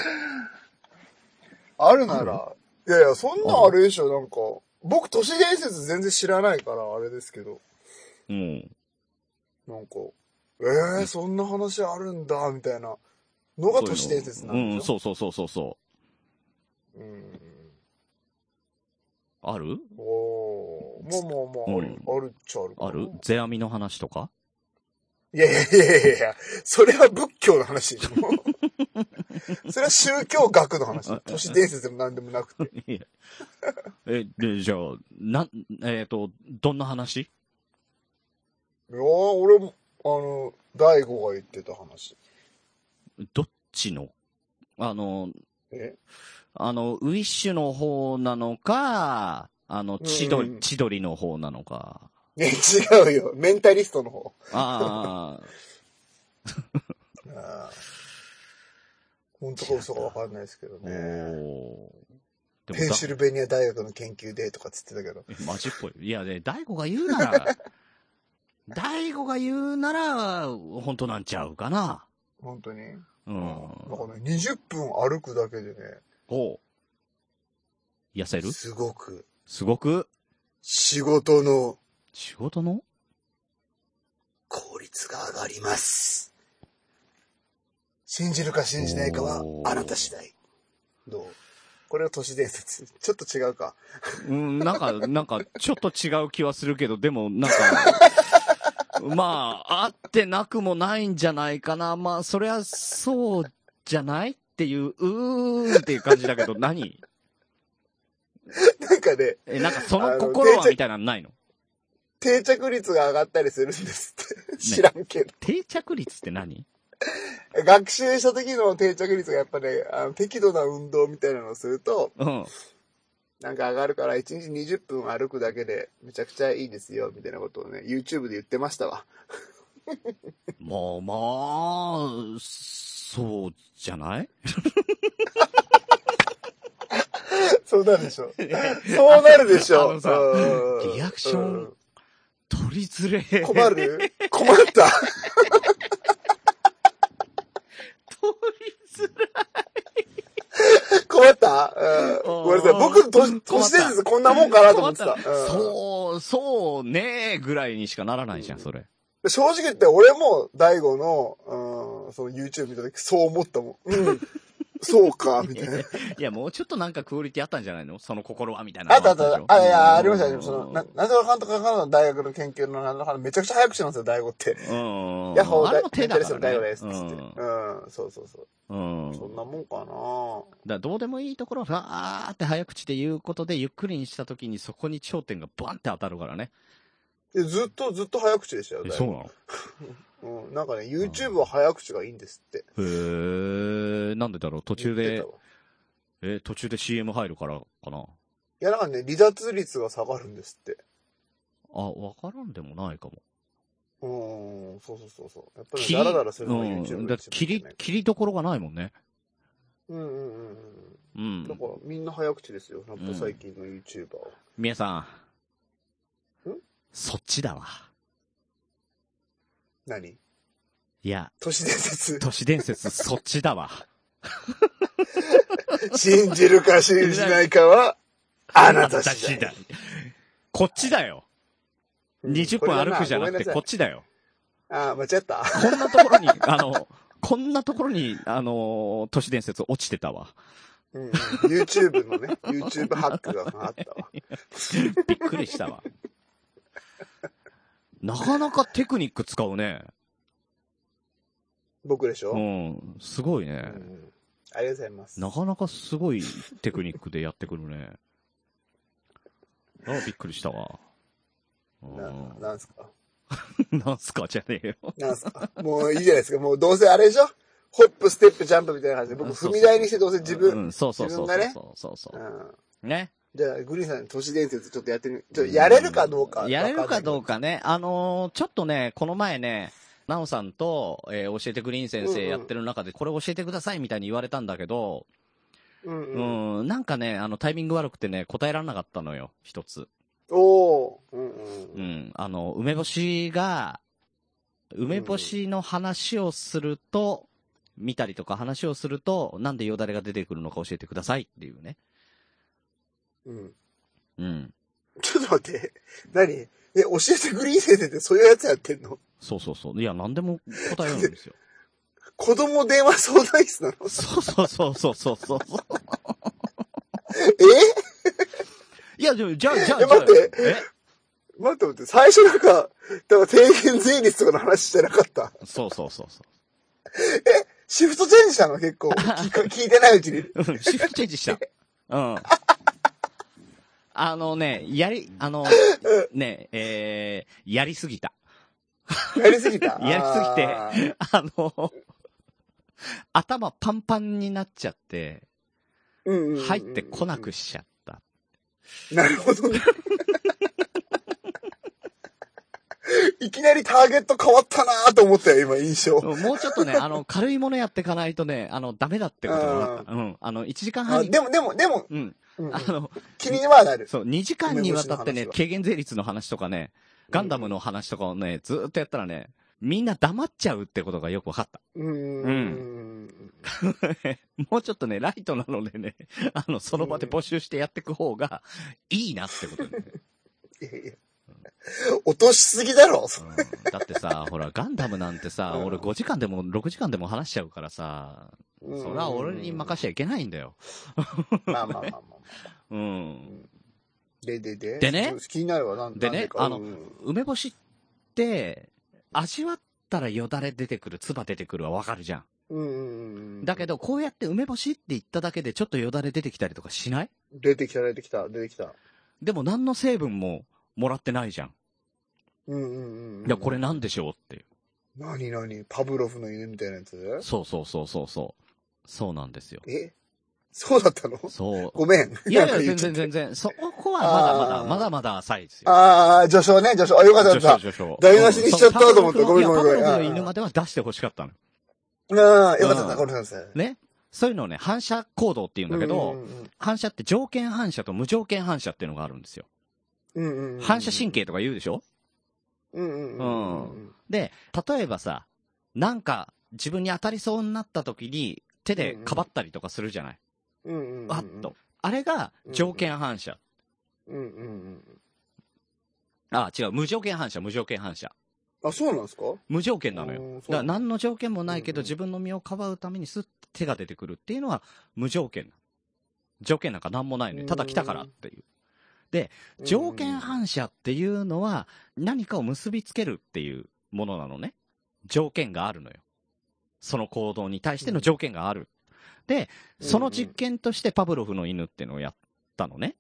Speaker 4: あるなら、いやいや、そんなあれでしょ、なんか、僕都市伝説全然知らないから、あれですけど、
Speaker 3: うん。
Speaker 4: なんか、えー、そんな話あるんだ、みたいなのが都市伝説なん
Speaker 3: うん、
Speaker 4: ですよ。
Speaker 3: そうそうそうそうそう。
Speaker 4: うん。
Speaker 3: ある
Speaker 4: おー、まあまあまあ、ある、あるっちゃあるかな
Speaker 3: ある世阿弥の話とか
Speaker 4: いやいやいやいやいや、それは仏教の話でしょ。 [laughs] それは宗教学の [laughs] 話。都市伝説でも何でもなくて。
Speaker 3: いやえ、で、じゃあ、なん、えっ、と、どんな話
Speaker 4: いやー俺も、あの、大悟が言ってた話。
Speaker 3: どっちのあの、
Speaker 4: え
Speaker 3: あの、ウィッシュの方なのか、あの、千
Speaker 4: うんうんう
Speaker 3: 鳥、
Speaker 4: ん
Speaker 3: 千鳥の方なのか。
Speaker 4: いや違うよ。メンタリストの方。
Speaker 3: ああ、
Speaker 4: あー本当か嘘かわかんないですけど
Speaker 3: お
Speaker 4: ね。
Speaker 3: ー。で
Speaker 4: ペンシルベニア大学の研究でとかっつってたけど。
Speaker 3: [laughs] マジっぽい。いや、ね、大悟が言うな [laughs] ら、大悟が言うなら、本当なんちゃうかな。
Speaker 4: 本当に。
Speaker 3: う。
Speaker 4: うんだからね、20分歩くだけでね、
Speaker 3: おう痩せる
Speaker 4: すごく
Speaker 3: すごく、
Speaker 4: 仕事の
Speaker 3: 仕事の
Speaker 4: 効率が上がります。信じるか信じないかは
Speaker 3: おー
Speaker 4: あなた次第。どうこれは都市伝説。ちょっと違うか。
Speaker 3: うん、なん [laughs] か、なんか、ちょっと違う気はするけど、でも、なん [laughs] か、まあ、あってなくもないんじゃないかな。まあ、そりゃ、そうじゃないっていう、うーんっていう感じだけど、何
Speaker 4: なんかね、
Speaker 3: え、なんか、その心
Speaker 4: あ
Speaker 3: は
Speaker 4: の
Speaker 3: みたいなのないの
Speaker 4: 定着率が上がったりするんですって。知らんけど。
Speaker 3: 定着率って何
Speaker 4: 学習した時の定着率がやっぱね、あの適度な運動みたいなのをすると、
Speaker 3: うん。
Speaker 4: なんか上がるから1日20分歩くだけでめちゃくちゃいいですよ、みたいなことをね、YouTube で言ってました
Speaker 3: [laughs]
Speaker 4: わ。
Speaker 3: もう、まあ、そうじゃない
Speaker 4: [laughs] そうなんでしょ。そうなるでしょ。
Speaker 3: あのさ
Speaker 4: うん
Speaker 3: リアクション
Speaker 4: うん
Speaker 3: 取りづれえ。
Speaker 4: 困る困った
Speaker 3: 取りづれ
Speaker 4: 困った、うん、ごめんなさい。僕、都
Speaker 3: うん
Speaker 4: 市
Speaker 3: 困
Speaker 4: 都
Speaker 3: った
Speaker 4: 市伝説こんなもんかなと思ってた。
Speaker 3: [laughs] 困ったそう、そうねえぐらいにしかならないじゃん、それ。
Speaker 4: うん、正直言って、俺も、大悟の、うん、その YouTube 見た時、そう思ったもん。
Speaker 3: [laughs]
Speaker 4: うん。そうか、みたいな。
Speaker 3: いや、もうちょっとなんかクオリティあったんじゃないのその心はみたいなの
Speaker 4: あった
Speaker 3: が
Speaker 4: あったあ
Speaker 3: でしょ
Speaker 4: った。あ、いや、ありましたね。
Speaker 3: うん
Speaker 4: その、な、なんとかかんとかかんの大学の研究のなんとかかんとかめちゃくちゃ早口なんですよ、大悟って。
Speaker 3: うん。
Speaker 4: ヤッホー、
Speaker 3: あ
Speaker 4: 大
Speaker 3: れ
Speaker 4: 悟
Speaker 3: も
Speaker 4: で
Speaker 3: 手
Speaker 4: す。
Speaker 3: だ
Speaker 4: 大
Speaker 3: から、ね。
Speaker 4: 悟です。つって。
Speaker 3: うん。
Speaker 4: うん、そうそうそう。
Speaker 3: うん。だ
Speaker 4: そ
Speaker 3: か
Speaker 4: んなもんかな
Speaker 3: らどうでもいいところをさあーって早口で言うことでゆっくりにしたときにそこに頂点がバンって当たるからね。
Speaker 4: でずっと、ずっと早口でしたよ、
Speaker 3: え
Speaker 4: 大
Speaker 3: そう
Speaker 4: 悟。
Speaker 3: なの
Speaker 4: うん、なんかね、YouTube は早口がいいんですって。
Speaker 3: へー、なんでだろう途
Speaker 4: 途
Speaker 3: 中で、え、途中で CM 入るからかない
Speaker 4: や、なんかね、離脱率が下がるんですって。
Speaker 3: あ、わからんでもないかも。
Speaker 4: うーん、そうそうそうそう。やっぱり
Speaker 3: 切
Speaker 4: ね
Speaker 3: り、
Speaker 4: ダラダラするのが YouTube の一
Speaker 3: う
Speaker 4: 番
Speaker 3: ん。だって切り、切りどころがないもんね。
Speaker 4: うんうんうん
Speaker 3: う
Speaker 4: うん。だ
Speaker 3: ん
Speaker 4: か。らみんな早口ですよ、やっぱ最近の YouTuber は。
Speaker 3: 皆さん
Speaker 4: ん。
Speaker 3: そっちだわ。
Speaker 4: 何
Speaker 3: いや、
Speaker 4: 都市伝説。 [laughs]
Speaker 3: 都市伝説そっちだわ。
Speaker 4: 信じるか信じないかは、あなた
Speaker 3: 次
Speaker 4: 次第。
Speaker 3: 第。こっちだよ。20分歩くじゃなくて、こっ
Speaker 4: ち。
Speaker 3: ちだよ。
Speaker 4: あ、間違った。
Speaker 3: こんなところに、 [laughs] あの、こんなところに、あの、都市伝説落ちてたわ。
Speaker 4: うん、YouTube のね、YouTube ハックがあったわ。
Speaker 3: びっくりしたわ。なかなかテクニック使うね。
Speaker 4: 僕でしょ、
Speaker 3: う
Speaker 4: うん
Speaker 3: ん、すごいね。
Speaker 4: ありがとうございます。
Speaker 3: なかなかすごいテクニックでやってくる
Speaker 4: [laughs]
Speaker 3: ね。あびっくりしたわ。うん
Speaker 4: な、なんすか
Speaker 3: なんすかじゃねえよ。
Speaker 4: なんすかもういいじゃないですか。もうどうせあれでしょホップ、ステップ、ジャンプみたいな感じで、僕踏み台にしてどうせ自
Speaker 3: う
Speaker 4: 分。
Speaker 3: ん、そうそうそう
Speaker 4: 自分がね
Speaker 3: そうそうそうう。
Speaker 4: ん。
Speaker 3: ね。
Speaker 4: じゃあ、グリーンさん、都市伝説ちょっとやってみ、ちょっとやれるかどうか。
Speaker 3: やれるかどう
Speaker 4: か
Speaker 3: かね。あのーちょっとね、この前ね、ナオさんと、えー教えてグリーン先
Speaker 4: うんう
Speaker 3: 生
Speaker 4: ん
Speaker 3: やってる中で、これ教えてくださいみたいに言われたんだけ
Speaker 4: わかんな
Speaker 3: ど、
Speaker 4: いけ
Speaker 3: う
Speaker 4: ど。うんうん。
Speaker 3: ん、なんかね、あの、タイミング悪くてね、答えられなかったのよ、一つ。
Speaker 4: おー。うん
Speaker 3: う
Speaker 4: うん。
Speaker 3: ん、あの、梅干しが、梅干しの話をすると、見たりとか話をすると、なんでよだれが出てくるのか教えてくださいっていうね。
Speaker 4: うん。
Speaker 3: うん。
Speaker 4: [laughs] ちょっと待って。何え、教えてグリーン先生ってそういうやつやってんの
Speaker 3: そうそうそう。いや、なんでも答えるんですよ。
Speaker 4: 子供電話相談室なの
Speaker 3: [laughs] そうそうそうそうそうそう。
Speaker 4: え
Speaker 3: いや、でもじゃあ、じゃあ、
Speaker 4: え
Speaker 3: じゃあ
Speaker 4: 待って
Speaker 3: え
Speaker 4: 待って待って、最初なんか、だから低減税率とかの話してなかった。
Speaker 3: そうそうそうそ
Speaker 4: シフトチェンジしたの結構。聞か聞いてないうちに。
Speaker 3: ううん。シフトチェンジした。うん。あのね、やり、あ [laughs] の、ね、えー、やりすぎた。
Speaker 4: やりすぎた。
Speaker 3: [laughs] や
Speaker 4: あ
Speaker 3: りすぎ
Speaker 4: ー
Speaker 3: て、 [laughs] あの、頭パンパンになっちゃって、
Speaker 4: うんうんうんうん
Speaker 3: 入ってこなくしちゃった。
Speaker 4: なるほどね。 [laughs] いきなりターゲット変わったなーと思ったよ、今、印象。
Speaker 3: もうちょっとね、あの、軽いものやっていかないとね、あの、ダメだってことになった。うん。あの、1時間
Speaker 4: あ
Speaker 3: 半に、
Speaker 4: でも、でも、でも、
Speaker 3: うん。
Speaker 4: うんうん
Speaker 3: あの、
Speaker 4: 気にはなる。
Speaker 3: そう、2時間にわたってね、
Speaker 4: 梅干しの話は
Speaker 3: 軽減税率の話とかね、ガンダムの話とかをね、ずーっとやったらね、みんな黙っちゃうってことがよくわかった。 [laughs]
Speaker 4: うんうんうん
Speaker 3: もうちょっとね、ライトなのでね、あの、その場で募集してやっていく方がいいなってことになる、
Speaker 4: いやいや落としすぎだろ、そ
Speaker 3: うんだってさ、ほら、ガンダムなんてさ、
Speaker 4: うん
Speaker 3: 俺5時間でも6時間でも話しちゃうからさ、
Speaker 4: うん
Speaker 3: それは俺に任せちゃいけないんだよ。
Speaker 4: まあまあまあまあまあ。
Speaker 3: うん。
Speaker 4: で、で、で。
Speaker 3: でね
Speaker 4: 気になるわ、なん
Speaker 3: でね
Speaker 4: なんか
Speaker 3: あの
Speaker 4: うん
Speaker 3: 梅干しって、味わったらよだれ出てくる、唾出てくるはわかるじゃん。
Speaker 4: うんうんうん。
Speaker 3: だけど、こうやって梅干しって言っただけでちょっとよだれ出てきたりとかしない
Speaker 4: 出てきた、出てきた、出てきた。
Speaker 3: でも何の成分ももらってないじゃん。
Speaker 4: うんうんうん。
Speaker 3: いや、これ。なんでしょうっていう。
Speaker 4: 何何パブロフの犬みたいなやつ
Speaker 3: そうそうそうそうそう。そうなんですよ。
Speaker 4: えそうだったの
Speaker 3: そ
Speaker 4: ごめん。
Speaker 3: う。いやい
Speaker 4: なん
Speaker 3: や、
Speaker 4: か言
Speaker 3: 全
Speaker 4: っちゃっ
Speaker 3: 然
Speaker 4: て
Speaker 3: 全然。そこはまだま
Speaker 4: あ
Speaker 3: だ、
Speaker 4: ー
Speaker 3: まだまだ浅いですよ。
Speaker 4: ああ、序章ね、序章。あ、よかったよかっ
Speaker 3: 序章序章
Speaker 4: 台無しにしちゃったと思った
Speaker 3: うん
Speaker 4: ごめんごめんごめん
Speaker 3: いやパブロフの犬までは出してほしかったの。
Speaker 4: た。うん、よかった、
Speaker 3: うん
Speaker 4: 中村先生。
Speaker 3: ね。そういうのをね、反射行動っていうんだけ
Speaker 4: う
Speaker 3: ど、
Speaker 4: んうん
Speaker 3: 反射って条件反射と無条件反射っていうのがあるんですよ。
Speaker 4: うんうんうんうん。
Speaker 3: 反射神経とか言うでしょ
Speaker 4: うんうんうんうん。
Speaker 3: で、例えばさ、なんか自分に当たりそうになった時に手でかばったりとかするじゃない。
Speaker 4: うんうんうん。
Speaker 3: わっと。。あれが条件反射。
Speaker 4: うんうんうん。
Speaker 3: あ、違う、無条件反射、無条件反射。
Speaker 4: あ、そうなんですか
Speaker 3: 無条件なのよ
Speaker 4: うん。
Speaker 3: だから何の条件もないけ
Speaker 4: うん
Speaker 3: ど、
Speaker 4: うん
Speaker 3: 自分の身をかばうためにすっ手が出てくるっていうのは無条件なの。条件なんか何もないのよ。ただ来たからっていう。条件反射っていうのは何かを結びつけるっていうものなのね。条件があるのよ。その行動に対しての条件がある。で、その実験としてパブロフの犬っていうのをやったのね。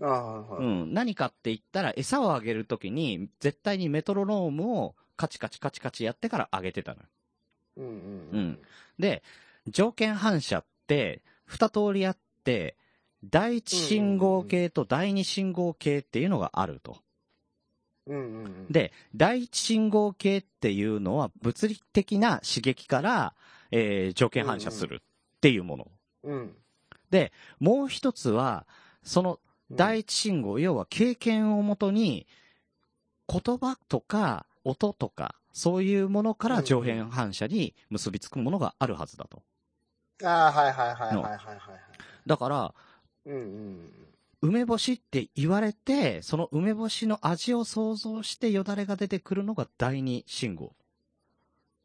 Speaker 4: ああ、はいは
Speaker 3: う
Speaker 4: い。
Speaker 3: ん。何かって言ったら餌をあげるときに絶対にメトロノームをカチカチカチカチやってからあげてたのよ。
Speaker 4: うんうん
Speaker 3: うん。で、条件反射って、二通りあって、第一信号系と第二信号系っていうのがあると。
Speaker 4: うんうんうん。
Speaker 3: で、第一信号系っていうのは物理的な刺激から、えー条件反射するっていうもの。
Speaker 4: うん、
Speaker 3: もう一つは、その第一信号、要は経験をもとに、言葉とか音とか、そういうものから上辺反射に結びつくものがあるはずだと。
Speaker 4: ああ、はいはいはいはいはいはい。
Speaker 3: だから、
Speaker 4: うんうん。
Speaker 3: 梅干しって言われて、その梅干しの味を想像してよだれが出てくるのが第二信号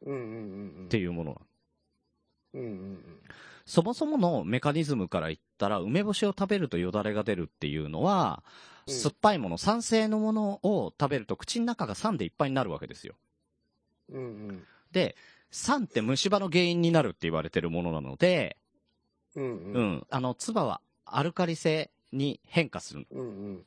Speaker 4: うんうんうんうん。
Speaker 3: っていうものなの
Speaker 4: うんうんうん。
Speaker 3: そもそものメカニズムから言ったら、梅干しを食べるとよだれが出るっていうのは、
Speaker 4: うん
Speaker 3: 酸っぱいもの、酸性のものを食べると口の中が酸でいっぱいになるわけですよ。
Speaker 4: うんうん。
Speaker 3: で、酸って虫歯の原因になるって言われてるものなので、
Speaker 4: うん
Speaker 3: う、
Speaker 4: うんん。
Speaker 3: あの、唾はアルカリ性に変化する。
Speaker 4: うんうん。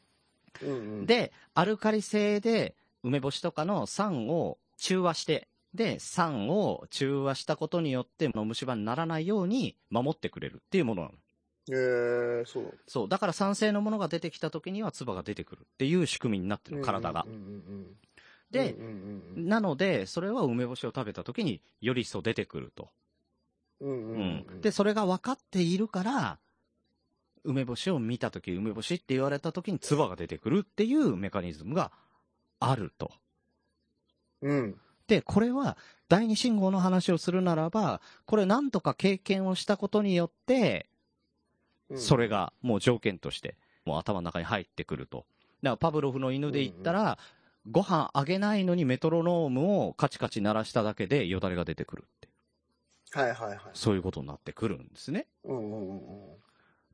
Speaker 4: うんうん。、
Speaker 3: で、アルカリ性で梅干しとかの酸を中和して、で、酸を中和したことによって、の虫歯にならないように守ってくれるっていうものなの。
Speaker 4: えー、そう。
Speaker 3: そう。だから酸性のものが出てきた時には唾が出てくるっていう仕組みになってる、体が
Speaker 4: うん。うんうんうん。
Speaker 3: で
Speaker 4: う、んうん
Speaker 3: なので、それは梅干しを食べた時により一層出てくると。
Speaker 4: うん。うん
Speaker 3: う
Speaker 4: うんうん
Speaker 3: ん。で、それが分かっているから、梅干しを見た時、梅干しって言われた時に唾が出てくるっていうメカニズムがあると。
Speaker 4: うん。
Speaker 3: で、これは第二信号の話をするならば、これ何とか経験をしたことによって、
Speaker 4: うん。
Speaker 3: それがもう条件として、もう頭の中に入ってくると。だからパブロフの犬で言ったら、ご飯あげないのにメトロノームをカチカチ鳴らしただけでよだれが出てくるって。
Speaker 4: はいはいはい。
Speaker 3: そういうことになってくるんですね。
Speaker 4: うんうんうんうん。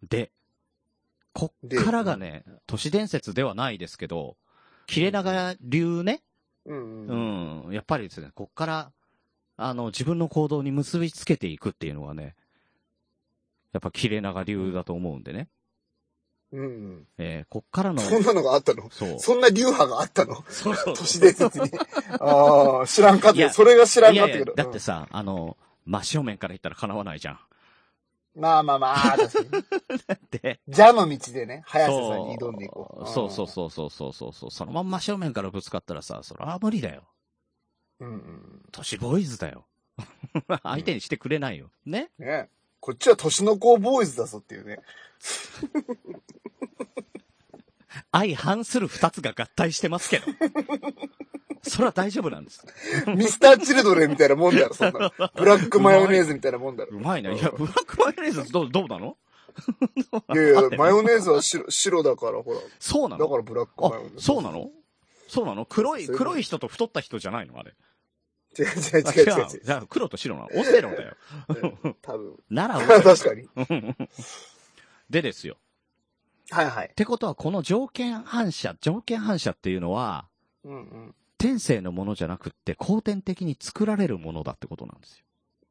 Speaker 3: で、こっからがね、都市伝説ではないですけど、切れ長流ね、
Speaker 4: うん
Speaker 3: う
Speaker 4: うん。
Speaker 3: ん、やっぱりですね、こっから、あの、自分の行動に結びつけていくっていうのがね、やっぱ切れ長流だと思うんでね、
Speaker 4: うんうん。
Speaker 3: えーこっからの、
Speaker 4: そんなのがあったの
Speaker 3: そう。
Speaker 4: そんな流派があったの
Speaker 3: そうそう
Speaker 4: 都市伝説
Speaker 3: [laughs]
Speaker 4: に。ああ、知らんかっ
Speaker 3: い
Speaker 4: た。
Speaker 3: や
Speaker 4: それが知らん
Speaker 3: い
Speaker 4: か
Speaker 3: や
Speaker 4: っ
Speaker 3: い
Speaker 4: た
Speaker 3: や
Speaker 4: けど。
Speaker 3: だってさ、あの、真正面から言ったら叶わないじゃん。
Speaker 4: うんまあまあまあ、確かに。
Speaker 3: で、
Speaker 4: ジャの道で
Speaker 3: [laughs]
Speaker 4: ね、早瀬さん
Speaker 3: そ
Speaker 4: に挑んでいこう。
Speaker 3: うそうそうそうそうそうそうそう、そのまんま正面からぶつかったらさ、それは無理だよ。
Speaker 4: うん。うんうん。
Speaker 3: 都市ボーイズだよ。 [laughs] 相手にしてくれないよ。ね
Speaker 4: ねこっちは年の子ボーイズだぞっていうね。
Speaker 3: 相反する二つが合体してますけ
Speaker 4: [laughs]
Speaker 3: ど。それは大丈夫なんです。
Speaker 4: ミスター・チルドレンみたいなもんだろ、そんなの。
Speaker 3: [laughs]
Speaker 4: ブラックマヨネーズみたいなもんだろ。
Speaker 3: うまいな。いや、
Speaker 4: うん
Speaker 3: ブラックマヨネーズどう、どうなの
Speaker 4: いやい
Speaker 3: 合
Speaker 4: や
Speaker 3: って、る
Speaker 4: マヨネーズは白白だから、ほら。
Speaker 3: そうな
Speaker 4: だか
Speaker 3: の
Speaker 4: らブラック
Speaker 3: あ
Speaker 4: マヨネー、ズ。
Speaker 3: そうなのそうなの黒い、
Speaker 4: そういうこと
Speaker 3: 黒い人と太った人じゃないのあれ。
Speaker 4: 違う違う
Speaker 3: あ
Speaker 4: 違う違う違う。
Speaker 3: じゃあ黒と白なのオセロ
Speaker 4: [laughs]
Speaker 3: だよ。
Speaker 4: 多
Speaker 3: [laughs]
Speaker 4: 分。
Speaker 3: ならオセロ
Speaker 4: 確かに。
Speaker 3: でですよ。
Speaker 4: はいはい
Speaker 3: っ。てことは、この条件反射、条件反射っていうのは、
Speaker 4: うんうん。
Speaker 3: 天性のものじゃなくって、後天的に作られるものだってことなんですよ。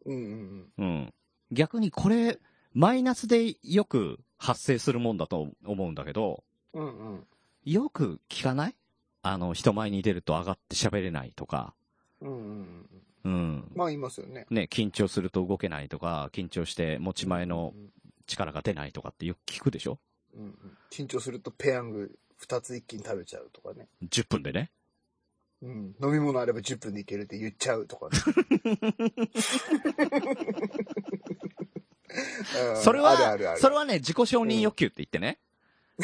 Speaker 4: うんうん
Speaker 3: うん。逆にこれ、マイナスでよく発生するもんだと思うんだけど、
Speaker 4: うん。うんうん。
Speaker 3: よく聞かないあの、人前に出ると上がって喋れないとか、
Speaker 4: うんうん。
Speaker 3: うん。
Speaker 4: まあ、言いますよね。
Speaker 3: ね、緊張すると動けないとか、緊張して持ち前の。力が出ないとかってよく聞くでしょ
Speaker 4: うんうん。緊張するとペヤング2つ一気に食べちゃうとかね。
Speaker 3: ?10 分でね。
Speaker 4: うん。飲み物あれば10分でいけるって言っちゃうとかね。うん
Speaker 3: [laughs] それ
Speaker 4: あるあるあ
Speaker 3: は、
Speaker 4: る
Speaker 3: それはね、自己承認欲求って言ってね。うん。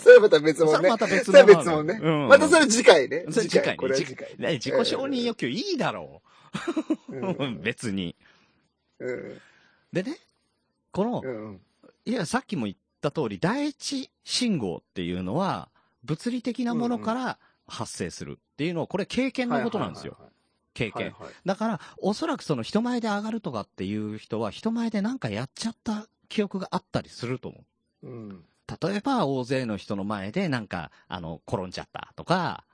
Speaker 4: それはまた別
Speaker 3: そ
Speaker 4: 物
Speaker 3: れ
Speaker 4: ね
Speaker 3: ま。た別
Speaker 4: それ
Speaker 3: の
Speaker 4: は別物ね。またそれ次回ね。
Speaker 3: それ次回ね
Speaker 4: これは次回。
Speaker 3: ね、自己承認欲求いいだろ
Speaker 4: う
Speaker 3: う。
Speaker 4: ん
Speaker 3: 別に。
Speaker 4: うん
Speaker 3: でね、この、
Speaker 4: うん
Speaker 3: いや、さっきも言った通り、第一信号っていうのは、物理的なものから発生するっていうのは、これ経験のことなんですよ。経
Speaker 4: はいはい
Speaker 3: 験。
Speaker 4: はいはい。
Speaker 3: だから、おそらくその人前で上がるとかっていう人は、人前でなんかやっちゃった記憶があったりすると思う。
Speaker 4: うん
Speaker 3: 例えば、大勢の人の前でなんか、あの、転んじゃったとか、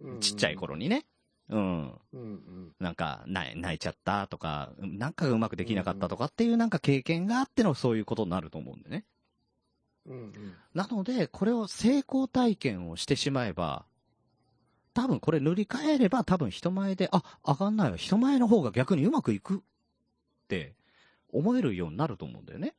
Speaker 4: うん
Speaker 3: ちっちゃい。頃にね、うん、
Speaker 4: うんうん。
Speaker 3: なんか泣い、泣いちゃったとか、なんかうまくできなかったとかっていうなんか経験があってのそういうことになると思うんでね。
Speaker 4: うんうん。
Speaker 3: なので、これを成功体験をしてしまえば、多分これ塗り替えれば、多分人前で、あ、上がんないわ。人前の方が逆にうまくいくって思えるようになると思うんだよね。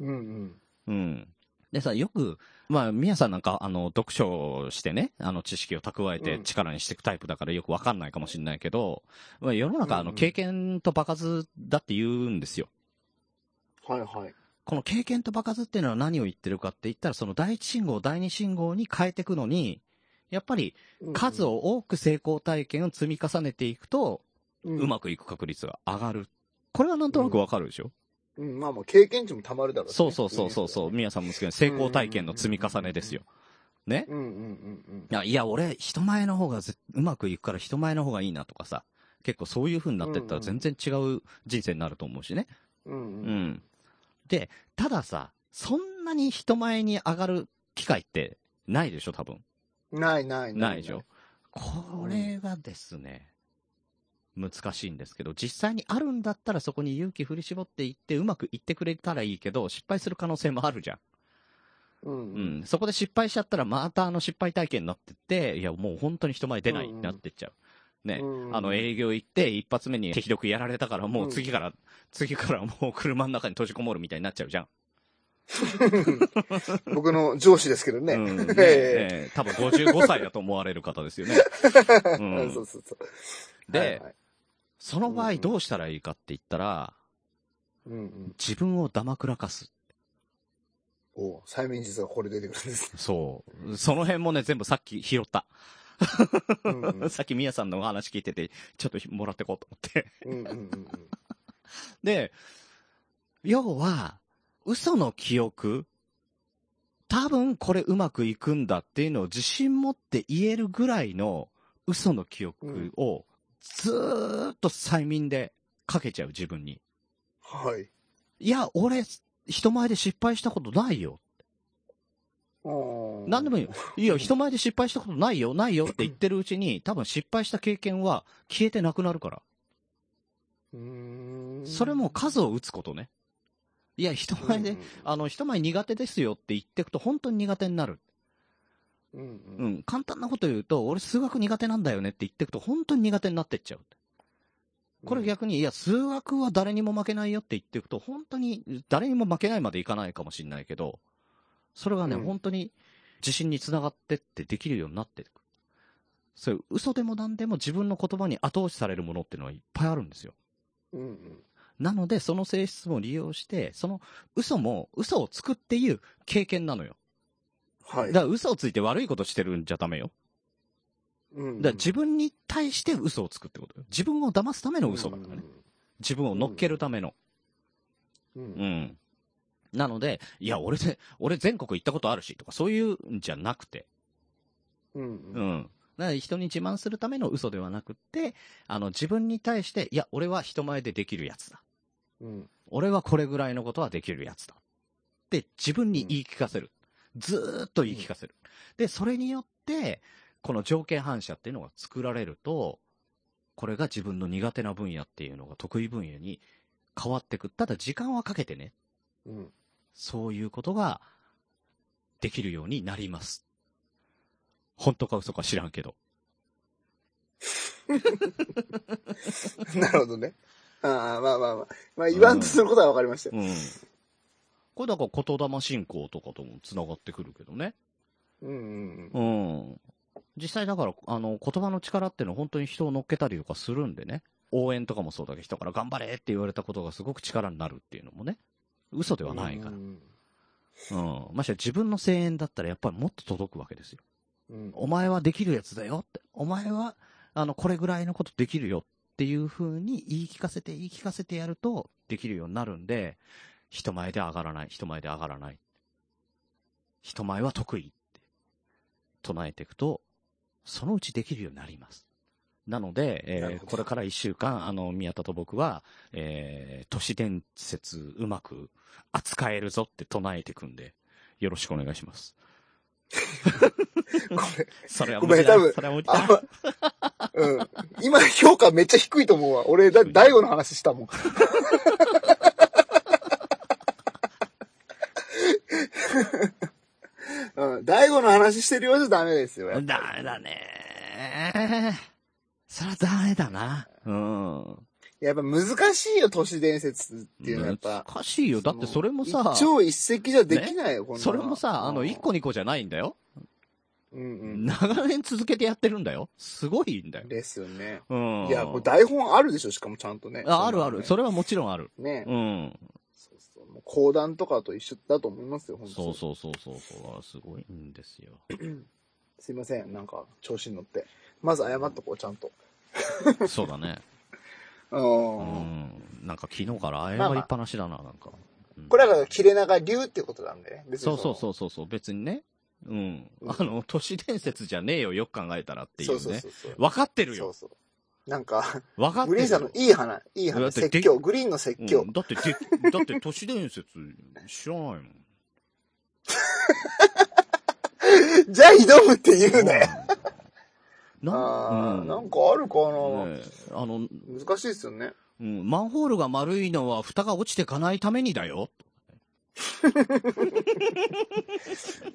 Speaker 4: うんうん。
Speaker 3: うん。でさ、よく、まあ、みやさんなんか、あの、読書をしてね、あの、知識を蓄えて
Speaker 4: うん
Speaker 3: 力にしていくタイプだからよくわかんないかもしれないけど、まあ、世の中、あ
Speaker 4: うんう
Speaker 3: の、
Speaker 4: ん
Speaker 3: 経験と場数だって言うんですよ。
Speaker 4: はいはい。
Speaker 3: この経験と場数っていうのは何を言ってるかって言ったら、その第一信号、第二信号に変えていくのに、やっぱり数を多く成功体験を積み重ねていくと、
Speaker 4: う
Speaker 3: うまくいく確率が上がるっこれはなんとなくわかるでしょ、
Speaker 4: うん、まあまあ、経験値もたまるだろうし
Speaker 3: そ
Speaker 4: ね
Speaker 3: うそうそうそうそう、
Speaker 4: 普通に
Speaker 3: 宮さんも好きな成功体験の積み重ねですよ。ね
Speaker 4: うんうんうん
Speaker 3: いや、いや俺、人前の方がぜうまくいくから人前の方がいいなとかさ、結構そういう風になってった
Speaker 4: う
Speaker 3: ら
Speaker 4: んう
Speaker 3: 全
Speaker 4: ん
Speaker 3: 然違う人生になると思うしね。
Speaker 4: うん。うん
Speaker 3: う
Speaker 4: うん。
Speaker 3: ん。で、たださ、そんなに人前に上がる機会ってないでしょ、多分。
Speaker 4: ないない
Speaker 3: ないでしょ。。これがですね、難しいんですけど、実際にあるんだったらそこに勇気振り絞っていって、うまくいってくれたらいいけど、失敗する可能性もあるじゃん。
Speaker 4: うん
Speaker 3: う
Speaker 4: うん。
Speaker 3: ん。そこで失敗しちゃったら、またあの失敗体験になってって、いや、もう本当に人前出ないってなってっちゃう。ね。あの営業行って、一発目に手ひどくやられたから、もう次から、次からもう車の中に閉じこもるみたいになっちゃうじゃん。
Speaker 4: 僕の上司ですけどね。
Speaker 3: うん、
Speaker 4: [laughs]
Speaker 3: ね
Speaker 4: え
Speaker 3: ね多分55歳だと思われる
Speaker 4: [laughs]
Speaker 3: 方ですよね。
Speaker 4: え
Speaker 3: うん
Speaker 4: そうそうそう。
Speaker 3: で、
Speaker 4: はいはい
Speaker 3: その場合どうしたらいいかって言ったら、
Speaker 4: うんうん。
Speaker 3: 自分を黙くらかす。
Speaker 4: おう催眠術がこれ出てくるんです。
Speaker 3: そう。その辺もね、全部さっき拾った。
Speaker 4: うんうん
Speaker 3: [laughs] さっきみやさんのお話聞いてて、ちょっともらってこうと思って。 [laughs]
Speaker 4: うんうんうん
Speaker 3: で、要は、嘘の記憶、多分これうまくいくんだっていうのを自信持って言えるぐらいの嘘の記憶をずーっと催眠でかけちゃう自分に。
Speaker 4: うん。はい。
Speaker 3: いや、俺、人前で失敗したことないよ。
Speaker 4: 何
Speaker 3: 何でもいいよ。いや、人前で失敗したことないよ、ないよって言ってるうちに、多分失敗した経験は消えてなくなるから。
Speaker 4: うーん
Speaker 3: それも数を打つことね。いや、人前で、あの、人前苦手ですよって言ってくと本当に苦手になる。
Speaker 4: うんうん
Speaker 3: う。ん、簡単なこと言うと、俺数学苦手なんだよねって言ってくと本当に苦手になってっちゃう。これ逆に、いや、数学は誰にも負けないよって言っていくと、本当に誰にも負けないまでいかないかもしれないけど、それがね、
Speaker 4: うん
Speaker 3: 本当に自信につながってってできるようになっていく。そういう嘘でも何でも自分の言葉に後押しされるものっていうのはいっぱいあるんですよ。
Speaker 4: うんうん。
Speaker 3: なので、その性質も利用して、その嘘も、嘘をつくっていう経験なのよ。
Speaker 4: は
Speaker 3: だ
Speaker 4: い。
Speaker 3: から嘘をついて悪いことしてるんじゃダメよ。
Speaker 4: うん
Speaker 3: だから自分に対して嘘をつくってことよ。自分を騙すための嘘だからね。。自分を乗っけるための。
Speaker 4: うんうん
Speaker 3: う。ん。なので、いや、俺で、俺全国行ったことあるし、とか、そういうんじゃなくて、
Speaker 4: うん
Speaker 3: う
Speaker 4: うん。
Speaker 3: ん。だから人に自慢するための嘘ではなくって、あの、自分に対して、いや、俺は人前でできるやつだ。
Speaker 4: うん
Speaker 3: 俺はこれぐらいのことはできるやつだ。って、自分に言い聞かせる。ずーっと言い聞かせる。で、それによって、この条件反射っていうのが作られると、これが自分の苦手な分野っていうのが得意分野に変わってく。ただ時間はかけてね。
Speaker 4: うん。
Speaker 3: そういうことができるようになります。本当か嘘か知らんけど。
Speaker 4: [laughs] なるほどね。ああ、まあまあまあ。まあ言わんとすることは分かりましたよ。
Speaker 3: うん。これだから言霊信仰とかとも繋がってくるけどね。
Speaker 4: うんうんうん。
Speaker 3: うん。実際だから、あの、言葉の力っていうのは本当に人を乗っけたりとかするんでね。応援とかもそうだけど、人から頑張れって言われたことがすごく力になるっていうのもね。嘘ではないか
Speaker 4: う
Speaker 3: ら。うんん。ましてや自分の声援だったらやっぱりもっと届くわけですよ。
Speaker 4: うん
Speaker 3: お前はできるやつだよって、お前は、あの、これぐらいのことできるよっていう風に言い聞かせて、言い聞かせてやると、できるようになるんで、人前で上がらない、人前で上がらない。人前は得意って、唱えていくと、そのうちできるようになります。なので、
Speaker 4: な
Speaker 3: え
Speaker 4: る
Speaker 3: ー
Speaker 4: ほど
Speaker 3: これから一週間、あの、宮田と僕は、えー、都市伝説うまく扱えるぞって唱えていくんで、よろしくお願いし
Speaker 4: [laughs]
Speaker 3: ます。
Speaker 4: これ、
Speaker 3: それは
Speaker 4: ご
Speaker 3: 無
Speaker 4: めん
Speaker 3: 理だ
Speaker 4: 多分
Speaker 3: それは無理だ
Speaker 4: あんまうん。今評価めっちゃ低いと思うわ。俺、だ、大悟の話した
Speaker 3: [laughs]
Speaker 4: もん。うん、大悟の話してるようじゃダメですよ。やっぱり
Speaker 3: ダメだね。そりゃダメだな。うん。
Speaker 4: やっぱ難しいよ、都市伝説っていうのはやっぱ。
Speaker 3: 難しいよ。だってそれもさ、
Speaker 4: 一朝一夕じゃできないよ、こんなの
Speaker 3: それもさ、あの、一個、二個じゃないんだよ。
Speaker 4: うんうん。
Speaker 3: 長年続けてやってるんだよ。すごいんだよ。
Speaker 4: ですよね。
Speaker 3: うん。
Speaker 4: いや、これ台本あるでしょ、しかもちゃんとね。
Speaker 3: ああるある。そ
Speaker 4: れ。
Speaker 3: れはもちろんある。
Speaker 4: ね。
Speaker 3: うん。
Speaker 4: そうそう。もう講談とかと一緒だと思いますよ、本当
Speaker 3: そうそうそうそうそう。すごいんですよ。
Speaker 4: [laughs] すいません、なんか、調子に乗って。まず謝っとこう、ちゃんと。
Speaker 3: そうだね。
Speaker 4: う。
Speaker 3: うんん。なんか昨日から
Speaker 4: まあ
Speaker 3: 謝
Speaker 4: まあ
Speaker 3: りっぱなしだな、なんか。うん
Speaker 4: これはだから切れ長流ってことなんでね。別に
Speaker 3: そうそう
Speaker 4: う。
Speaker 3: そうそうそう、別にね。うん。
Speaker 4: うん
Speaker 3: あの、都市伝説じゃねえよ、よく考えたらってい
Speaker 4: そう
Speaker 3: う
Speaker 4: そう
Speaker 3: ね
Speaker 4: そ。うそう。
Speaker 3: 分かってる
Speaker 4: そう
Speaker 3: よ。
Speaker 4: そう。なんか、
Speaker 3: 分かって
Speaker 4: グ
Speaker 3: る
Speaker 4: リーンさんの
Speaker 3: よ。
Speaker 4: いい話、いい
Speaker 3: だ
Speaker 4: 話、
Speaker 3: ってで
Speaker 4: 説教、グリーンの説教
Speaker 3: うん、。だってで、だって都市伝説知らないもん。
Speaker 4: [laughs] じゃあ挑むって言うなよ。
Speaker 3: うん
Speaker 4: あ
Speaker 3: な
Speaker 4: ー
Speaker 3: ん、
Speaker 4: なんかあるか
Speaker 3: うん、
Speaker 4: な
Speaker 3: ねあの、
Speaker 4: 難しいですよね。
Speaker 3: うん、マンホールが丸いのは蓋が落ちてかないためにだよ。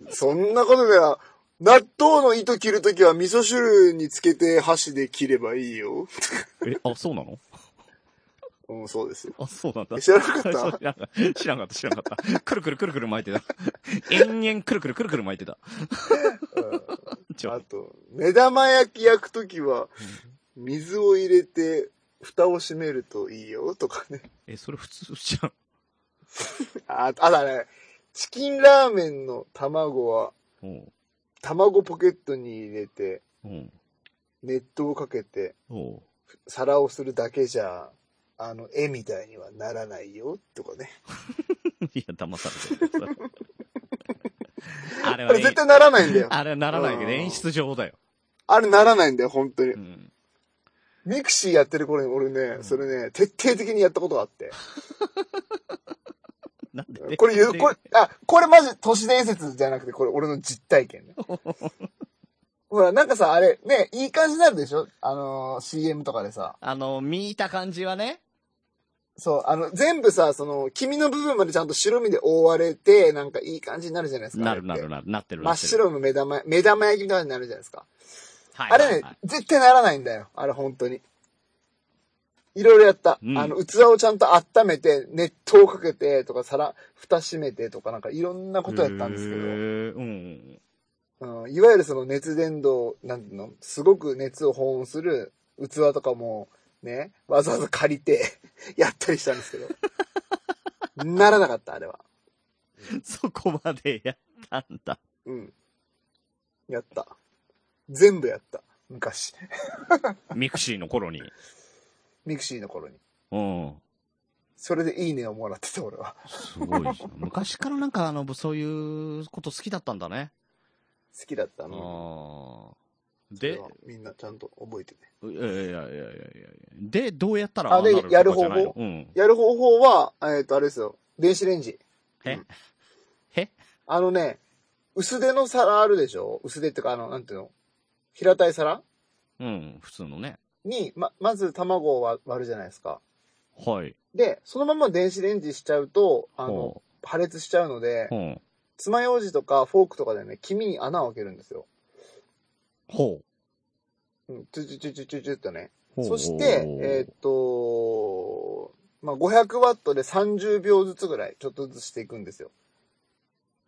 Speaker 4: そんなことでは、納豆の糸切るときは味噌汁につけて箸で切ればいいよ。
Speaker 3: え、あ、そうなの
Speaker 4: うん、そうですよ。
Speaker 3: あ、そうなんだ
Speaker 4: え。知らなかっ
Speaker 3: 知らなか
Speaker 4: た
Speaker 3: った、知らなかった、知らなかった。くるくるくるくる巻いてた。延々くるくるくるくる巻いてた。ち
Speaker 4: うん、あ
Speaker 3: ょ、
Speaker 4: と、目玉焼き焼くときは、水を入れて、蓋を閉めるといいよ、とかね。
Speaker 3: え、それ普通じゃん。
Speaker 4: あ、あだね、チキンラーメンの卵は、
Speaker 3: うん。
Speaker 4: 卵ポケットに入れて、
Speaker 3: うん。
Speaker 4: 熱湯をかけて、
Speaker 3: おう
Speaker 4: 皿をするだけじゃ、あの、絵みたいにはならないよ、とかね。
Speaker 3: いや、騙されてる。あれ
Speaker 4: あ
Speaker 3: は
Speaker 4: れ
Speaker 3: 演、
Speaker 4: 絶対ならないんだよ。
Speaker 3: あれはならないけど、演出上だよ。
Speaker 4: あれならないんだよ、本当に
Speaker 3: う。ん。
Speaker 4: ミクシーやってる頃に俺ね、それね、徹底的にやったことがあって。
Speaker 3: [laughs] なんでね
Speaker 4: これ言う、これ、あ、これマジ都市伝説じゃなくて、これ俺の実体
Speaker 3: [laughs]
Speaker 4: 験ね。ほら、なんかさ、あれ、ね、いい感じになるでしょあのー CM とかでさ。
Speaker 3: あの、見た感じはね。
Speaker 4: そう、あの、全部さ、その、黄身の部分までちゃんと白身で覆われて、なんかいい感じになるじゃないですか。
Speaker 3: なるな
Speaker 4: あ
Speaker 3: る
Speaker 4: れって
Speaker 3: なる、なってる
Speaker 4: 真
Speaker 3: な
Speaker 4: っ
Speaker 3: ってる。
Speaker 4: 白の目玉、目玉焼きみたいになるじゃないですか。
Speaker 3: はい
Speaker 4: あ
Speaker 3: はいはい。
Speaker 4: れね、絶対ならないんだよ。あれ、本当に。いろいろやった。
Speaker 3: うん
Speaker 4: あの、器をちゃんと温めて、熱湯をかけて、とか、皿、蓋閉めて、とか、なんかいろんなことやったんですけ
Speaker 3: へ
Speaker 4: ど、
Speaker 3: ーうん。
Speaker 4: うん、いわゆるその熱伝導、なんていうの、すごく熱を保温する器とかも、ね、わざわざ借りて、 [laughs] やったりしたんですけど。ならなかった、あれは。
Speaker 3: そこまでやったんだ。
Speaker 4: うん。やった。全部やった。昔。
Speaker 3: ミクシーの頃に。
Speaker 4: ミクシーの頃に。
Speaker 3: うん。
Speaker 4: それでいいねをもらってた、俺は。
Speaker 3: すごい
Speaker 4: [laughs]
Speaker 3: ですね。昔からなんか、あの、そういうこと好きだったんだね。
Speaker 4: 好きだった
Speaker 3: あ
Speaker 4: の。
Speaker 3: ー
Speaker 4: それ
Speaker 3: で
Speaker 4: は、みんなちゃんと覚えてね。
Speaker 3: いやいやいやいやいやいや。で、どうやったらあ
Speaker 4: あで
Speaker 3: あなる
Speaker 4: やる
Speaker 3: とかじゃないの
Speaker 4: 方
Speaker 3: うん。
Speaker 4: やる方法は、えっ、と、あれですよ。電子レンジ。
Speaker 3: え
Speaker 4: うん
Speaker 3: え
Speaker 4: あのね、薄手の皿あるでしょ薄手っていうか、あの、なんていうの平たい皿
Speaker 3: うん、普通のね。
Speaker 4: に、ま、まず卵を割割るじゃないですか。
Speaker 3: はい。
Speaker 4: で、そのまま電子レンジしちゃうと、あの、
Speaker 3: ほ
Speaker 4: 破裂しちゃうので
Speaker 3: う。、ほ
Speaker 4: 爪楊枝とかフォークとかでね、黄身に穴を開けるんですよ。
Speaker 3: う。ほ
Speaker 4: うん、チュチュチュチュチュチュっとね。
Speaker 3: う。
Speaker 4: そして、えーっと、まあ、500ワットで30秒ずつぐらい、ちょっとずつしていくんですよ。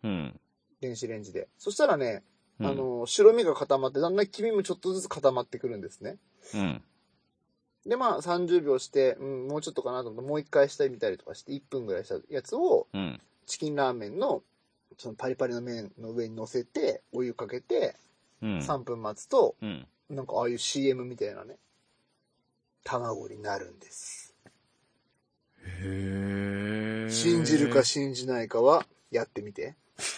Speaker 3: うん。
Speaker 4: 電子レンジで。そしたらね、
Speaker 3: うん
Speaker 4: あ、の、白身が固まって、だんだん黄身もちょっとずつ固まってくるんですね。
Speaker 3: うん。
Speaker 4: で、まあ、30秒して、うん、もうちょっとかなと思って、もう一回下見たりとかして、1分ぐらいしたやつを、
Speaker 3: うん。
Speaker 4: チキンラーメンの、そのパリパリの麺の上に乗せて、お湯かけて、
Speaker 3: うん。
Speaker 4: 3分待つと、
Speaker 3: うん。
Speaker 4: なんかああいう CM みたいなね、卵になるんです。
Speaker 3: へえ。
Speaker 4: 信じるか信じないかはやってみて。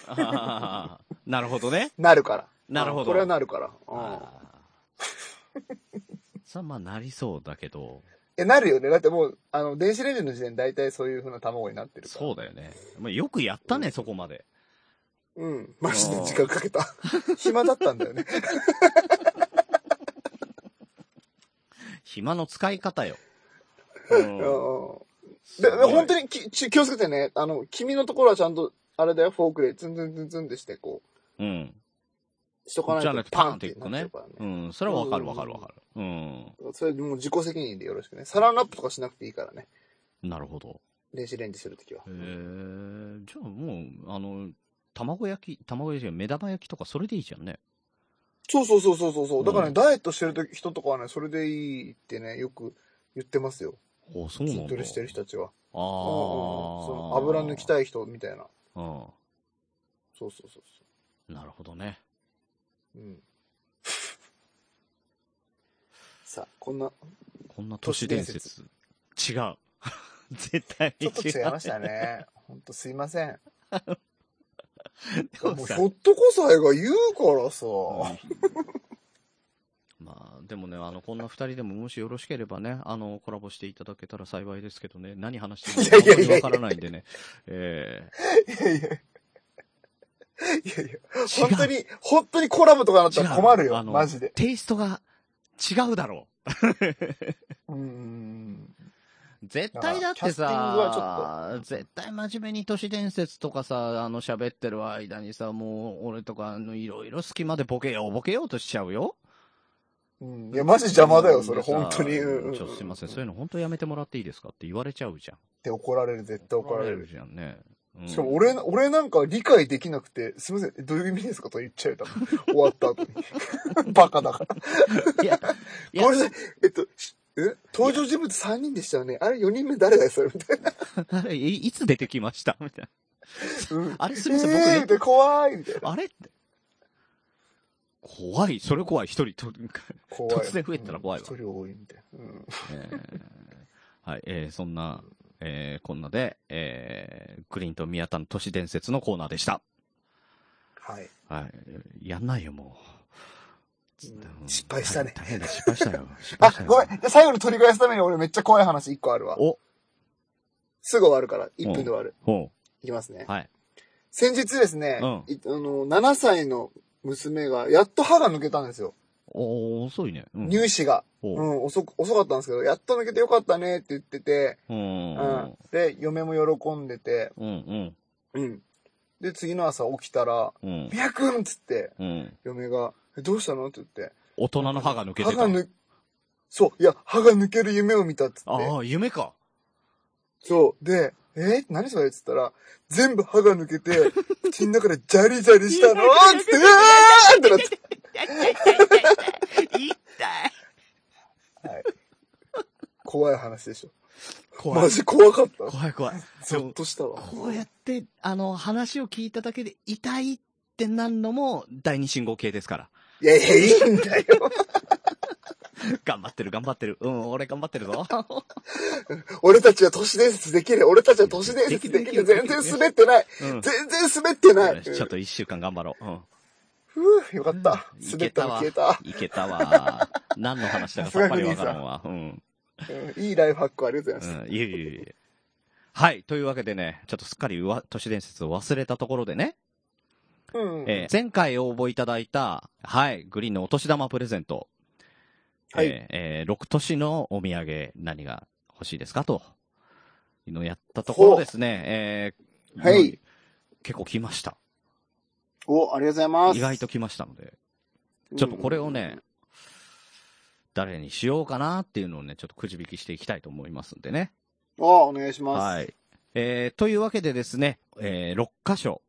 Speaker 3: あー [laughs] なるほどね。
Speaker 4: なるから。
Speaker 3: なるほど
Speaker 4: うんこれはなるから。うん。
Speaker 3: あーさあ、まあ、なり [laughs] そうだけど。
Speaker 4: え、なるよね。だってもう、あの、電子レンジの時点で大体そういう風な卵になってるから。
Speaker 3: そうだよね。まあ、よくやったね、そこまで。
Speaker 4: うん。マジで時間かけ
Speaker 3: [laughs]
Speaker 4: た。暇だったんだよね。
Speaker 3: 暇の使い方よ。うん
Speaker 4: うん。で、
Speaker 3: す
Speaker 4: で
Speaker 3: ごい
Speaker 4: 本当にきち気をつけてね。あの、君のところはちゃんと、あれだよ、フォークでツンツンツンツンってして、こ
Speaker 3: うん。
Speaker 4: う、しとかない
Speaker 3: じゃ
Speaker 4: と
Speaker 3: なくて
Speaker 4: パ
Speaker 3: パ
Speaker 4: ン
Speaker 3: ン
Speaker 4: っ
Speaker 3: って
Speaker 4: て
Speaker 3: い
Speaker 4: な
Speaker 3: く
Speaker 4: っちゃ
Speaker 3: ね
Speaker 4: うから。
Speaker 3: う
Speaker 4: ね。
Speaker 3: ん。それはわかるわかるわかる。うん。
Speaker 4: それもう自己責任でよろしくね。サランラップとかしなくていいからね。
Speaker 3: なるほど。
Speaker 4: 電子レンジするときは
Speaker 3: へ。え。じゃあもう、あの、卵焼き、卵焼きじゃない目玉焼きとかそれでいいじゃんね。
Speaker 4: そうそうそうそうそうそう。だからね、
Speaker 3: うん
Speaker 4: ダイエットしてると人とかはね、それでいいってね、よく言ってますよ。
Speaker 3: おそうなんだ。
Speaker 4: 筋トレしてる人たちは。
Speaker 3: ああ
Speaker 4: あ。その油抜きたい人みたいな。
Speaker 3: うん。
Speaker 4: そうそうそうそ
Speaker 3: なるほどね。
Speaker 4: う。うん。 [laughs] さあ、こんな
Speaker 3: こんな都市伝
Speaker 4: 都市
Speaker 3: 説。違う。 [laughs] 絶対
Speaker 4: ち
Speaker 3: 違
Speaker 4: ょ
Speaker 3: う
Speaker 4: っ。と違いました [laughs] ね。ほんとすいません。
Speaker 3: で
Speaker 4: も
Speaker 3: も
Speaker 4: う
Speaker 3: さ
Speaker 4: ひょっとこさえが言うからさ。
Speaker 3: [laughs] まあ、でもね、あの、こんな二人でももしよろしければね、あの、コラボしていただけたら幸いですけどね、何話してる
Speaker 4: いやい
Speaker 3: かあん
Speaker 4: やい
Speaker 3: ま
Speaker 4: やいや
Speaker 3: りわからないんでね。え
Speaker 4: いやいや。 [laughs] いやいや、
Speaker 3: え
Speaker 4: 本当に、本当にコラボとかなったら困るよ、マジで。
Speaker 3: テイストが違うだろ
Speaker 4: うんうんうん。
Speaker 3: う。絶対だ
Speaker 4: だから
Speaker 3: って
Speaker 4: キャスティング
Speaker 3: さ
Speaker 4: は、ちょっと
Speaker 3: 絶対真面目に都市伝説とかさ、あの、喋ってる間にさ、もう、俺とか、あの、いろいろ隙間でボケよう、ボケようとしちゃうよ。
Speaker 4: うんいや、マジ邪魔だよ、それ、
Speaker 3: でさ
Speaker 4: 本当に。うんうん
Speaker 3: ちょっとすいません、そういう
Speaker 4: っ
Speaker 3: の本当やめてもらっていいですかって言われちゃうじゃん。
Speaker 4: て怒られる、絶対怒られる。
Speaker 3: じゃんね。うん
Speaker 4: しかも俺、俺なんか理解できなくて、すみません、どういう意味ですかと言っちゃう多分終わった後に。 [laughs] バカだから。
Speaker 3: いや、いや
Speaker 4: ごめんなさい、えっと、しえ登場人物3人でしたよね。あれ4人目誰だよ、それみたいな。
Speaker 3: あれ、いいつ出てきま
Speaker 4: [laughs]
Speaker 3: したみたい
Speaker 4: うん
Speaker 3: な。あれ、すみません、
Speaker 4: えー、み
Speaker 3: 僕
Speaker 4: た
Speaker 3: ね
Speaker 4: いな、怖いみたいな。
Speaker 3: あれって怖い、それ怖い、一人と、 [laughs]
Speaker 4: 怖い。
Speaker 3: 突然増えたら怖いわ
Speaker 4: うん一人多いみたいな。うん。
Speaker 3: えーはい、えーそんな、えーこんなで、えーグリーンと宮田の都市伝説のコーナーでした。
Speaker 4: はい。
Speaker 3: はい、やんないよ、もう。
Speaker 4: うん失敗したね
Speaker 3: 大変大変だ、失敗したよ。失敗
Speaker 4: あ
Speaker 3: した、よ
Speaker 4: ごめん。じゃあ最後に取り返すために俺めっちゃ怖い話1個あるわ。
Speaker 3: お、
Speaker 4: すぐ終わるから、1分で終わる。
Speaker 3: ほ
Speaker 4: いきますね
Speaker 3: う、。はい。
Speaker 4: 先日ですね、
Speaker 3: うん
Speaker 4: いあの、7歳の娘が、やっと歯が抜けたんですよ。
Speaker 3: おー、遅いね。うん
Speaker 4: 乳歯が。
Speaker 3: ほ
Speaker 4: う
Speaker 3: う。
Speaker 4: ん、遅く、遅かったんですけど、やっと抜けてよかったねって言ってて、
Speaker 3: うん。
Speaker 4: う
Speaker 3: うん
Speaker 4: ん。で、嫁も喜んでて、。
Speaker 3: うん。
Speaker 4: うん。で、次の朝起きたら、
Speaker 3: うん
Speaker 4: み。やくんっつって、
Speaker 3: うん。
Speaker 4: 嫁が、えどうしたのって言って、
Speaker 3: 大人の歯が抜けて
Speaker 4: 歯
Speaker 3: た
Speaker 4: が。抜、そう、いや、歯が抜ける夢を見たっつって、
Speaker 3: ああ、夢か。
Speaker 4: そう、で、えー何それっつったら、全部歯が抜けて、口の中でジャリジャリしたのつ
Speaker 3: [laughs]
Speaker 4: って、うわーってなって。
Speaker 3: 痛い。
Speaker 4: 怖い話でしょ。
Speaker 3: 怖
Speaker 4: マ
Speaker 3: い。
Speaker 4: ジ怖かった。
Speaker 3: 怖い怖い。
Speaker 4: ゾッとしたわ。
Speaker 3: こうやって、あの、話を聞いただけで痛いってなるのも第二信号系ですから。
Speaker 4: いやいや、いいんだよ。
Speaker 3: [laughs] 頑張ってる頑張ってる。うん、俺頑張ってるぞ。
Speaker 4: 俺たちは都市伝説できる。俺たちは都市伝説できる。
Speaker 3: できる
Speaker 4: 全然滑ってない。
Speaker 3: [laughs] うん。
Speaker 4: 全然滑ってない。
Speaker 3: ちょっと一週間頑張ろう。うん。
Speaker 4: ふぅ、よかった。
Speaker 3: い
Speaker 4: 滑
Speaker 3: け
Speaker 4: った
Speaker 3: た
Speaker 4: の
Speaker 3: わ
Speaker 4: 消えた。。
Speaker 3: いけたわ。何の話だかさっぱりわからんわ。うん。
Speaker 4: うんいいライフハックありがとうございます。
Speaker 3: うん、いえいえいえ。はい。というわけでね、ちょっとすっかりうわ都市伝説を忘れたところでね、
Speaker 4: うん。
Speaker 3: えー前回応募いただいた、はい、グリーンのお年玉プレゼント。
Speaker 4: はい
Speaker 3: えーえー6年のお土産、何が欲しいですかと、いうのをやったところですね、えー
Speaker 4: はい
Speaker 3: うん結構来ました。
Speaker 4: お、ありがとうございます。
Speaker 3: 意外と来ましたので、ちょっとこれをね、誰にしようかなっていうのをね、ちょっとくじ引きしていきたいと思いますんでね。
Speaker 4: うん。お、お願いします。
Speaker 3: はい。えーというわけでですね、え6箇所、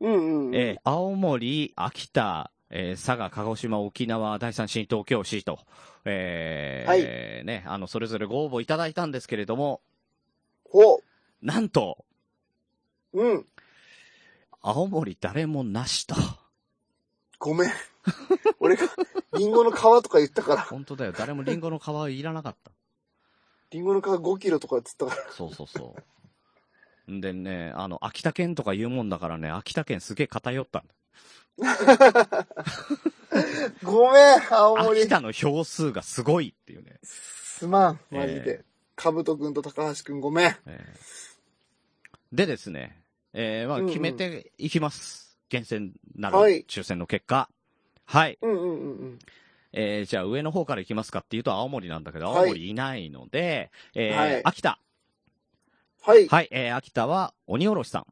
Speaker 4: うんうん。
Speaker 3: えー青森、秋田、えー佐賀、鹿児島、沖縄、第三新東京市と、えー
Speaker 4: はい
Speaker 3: ね、あの、それぞれご応募いただいたんですけれども、
Speaker 4: お、
Speaker 3: なんと、
Speaker 4: うん。
Speaker 3: 青森誰もなしと。
Speaker 4: ごめん。 [laughs] 俺が、リンゴの皮とか言ったから、
Speaker 3: 本当だよ、誰もリンゴの皮いらなかった。
Speaker 4: リンゴの皮5キロとかって言ったから、
Speaker 3: そうそうそう。んでね、あの、秋田県とか言うもんだからね、秋田県すげえ偏ったんだ。
Speaker 4: ごめん、青
Speaker 3: 秋
Speaker 4: 森。
Speaker 3: 田の票数がすごいっていうね。
Speaker 4: すまん、マジで。かぶとくんと高橋くんごめん。
Speaker 3: えーでですね、えーま
Speaker 4: う
Speaker 3: あ
Speaker 4: んうん
Speaker 3: 決めていきます。厳選なる
Speaker 4: はい
Speaker 3: 抽選の結果。はい。
Speaker 4: うんうんうんうん。
Speaker 3: えーじゃあ上の方からいきますかっていうと青森なんだけど、
Speaker 4: はい
Speaker 3: 青森いないので、えー
Speaker 4: はい
Speaker 3: 秋田。
Speaker 4: はい。
Speaker 3: はい、えー秋田は鬼おろしさん。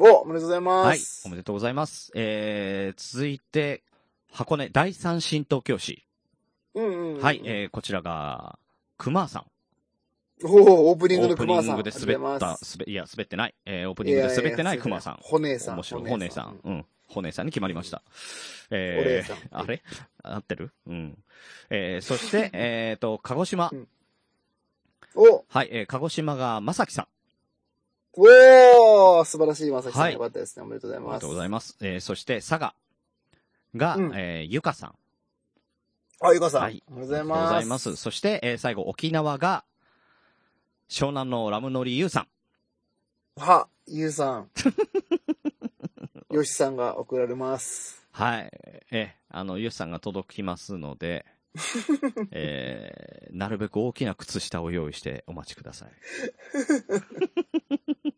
Speaker 4: お、おめでとうございま
Speaker 3: はい
Speaker 4: す。、
Speaker 3: おめでとうございます。えー続いて、箱根第三新東京市。
Speaker 4: うんうんうん。
Speaker 3: はい、えーこちらが、熊さん。
Speaker 4: おーオープニング
Speaker 3: オ
Speaker 4: の
Speaker 3: ープ
Speaker 4: ク
Speaker 3: ニ
Speaker 4: マさん。
Speaker 3: ングで滑
Speaker 4: あ
Speaker 3: っ
Speaker 4: りが
Speaker 3: た、
Speaker 4: と
Speaker 3: 滑いや、滑ってない。えーオープ
Speaker 4: うござます
Speaker 3: ニングで滑ってない熊さん。
Speaker 4: ホネさん。
Speaker 3: 面白い。ホネさん。。うん。ホネさんに決まりました。
Speaker 4: お姉
Speaker 3: え
Speaker 4: さ
Speaker 3: ー
Speaker 4: ん、
Speaker 3: あれ合ってるうん。えーそして、えっと、鹿児島
Speaker 4: うん。お、
Speaker 3: はい、えー鹿児島がまさきさん。
Speaker 4: おー素晴らしい、まさきさ
Speaker 3: は
Speaker 4: ん。
Speaker 3: い
Speaker 4: よかったですね。おめでとうござい
Speaker 3: あり
Speaker 4: ま
Speaker 3: が
Speaker 4: す
Speaker 3: とうご。ざいます。えーそして、佐賀が
Speaker 4: うん、
Speaker 3: えーゆかさん。
Speaker 4: あ、ゆかさん。
Speaker 3: は
Speaker 4: あ
Speaker 3: い
Speaker 4: りがとうござい
Speaker 3: ありがとうご
Speaker 4: ま。
Speaker 3: ざいますす。そして、えー最後、沖縄が、湘南のラムノリユウさん。
Speaker 4: は、ゆうさん。
Speaker 3: [laughs]
Speaker 4: よしさんが送られます。
Speaker 3: はい。ええ、あの、ユウさんが届きますの
Speaker 4: [laughs]
Speaker 3: で、えーなるべく大きな靴下を用意してお待ちくださ
Speaker 4: [laughs]
Speaker 3: い。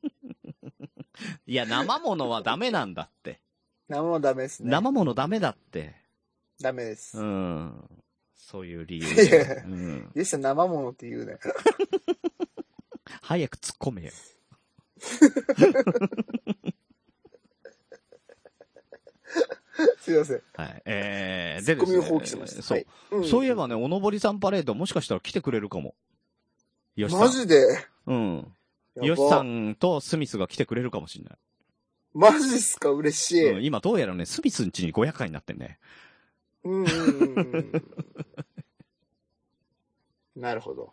Speaker 3: いや、生物はダメなんだって。
Speaker 4: 生もダメですね。
Speaker 3: 生物ダメだって。
Speaker 4: ダメです。
Speaker 3: う
Speaker 4: よ
Speaker 3: ん。そういう理由
Speaker 4: いやい
Speaker 3: で
Speaker 4: や。
Speaker 3: うん。
Speaker 4: しさん生ものって言うね。 [laughs]
Speaker 3: 早く突っ込めよ。
Speaker 4: すいません。
Speaker 3: はい。えー、
Speaker 4: ツ
Speaker 3: で
Speaker 4: ッコ
Speaker 3: です
Speaker 4: ミを
Speaker 3: ね
Speaker 4: 放棄しました。
Speaker 3: そう。
Speaker 4: はい。うん
Speaker 3: そういえばね、おのぼりさんパレードもしかしたら来てくれるかも。よしさん。
Speaker 4: マジで。
Speaker 3: うん。
Speaker 4: やば
Speaker 3: よしさんとスミスが来てくれるかもしれない。
Speaker 4: マジっすか嬉しい。
Speaker 3: うん、今どうやらね、スミスんちに500回になってんね。
Speaker 4: うんうんうんうん。なるほど。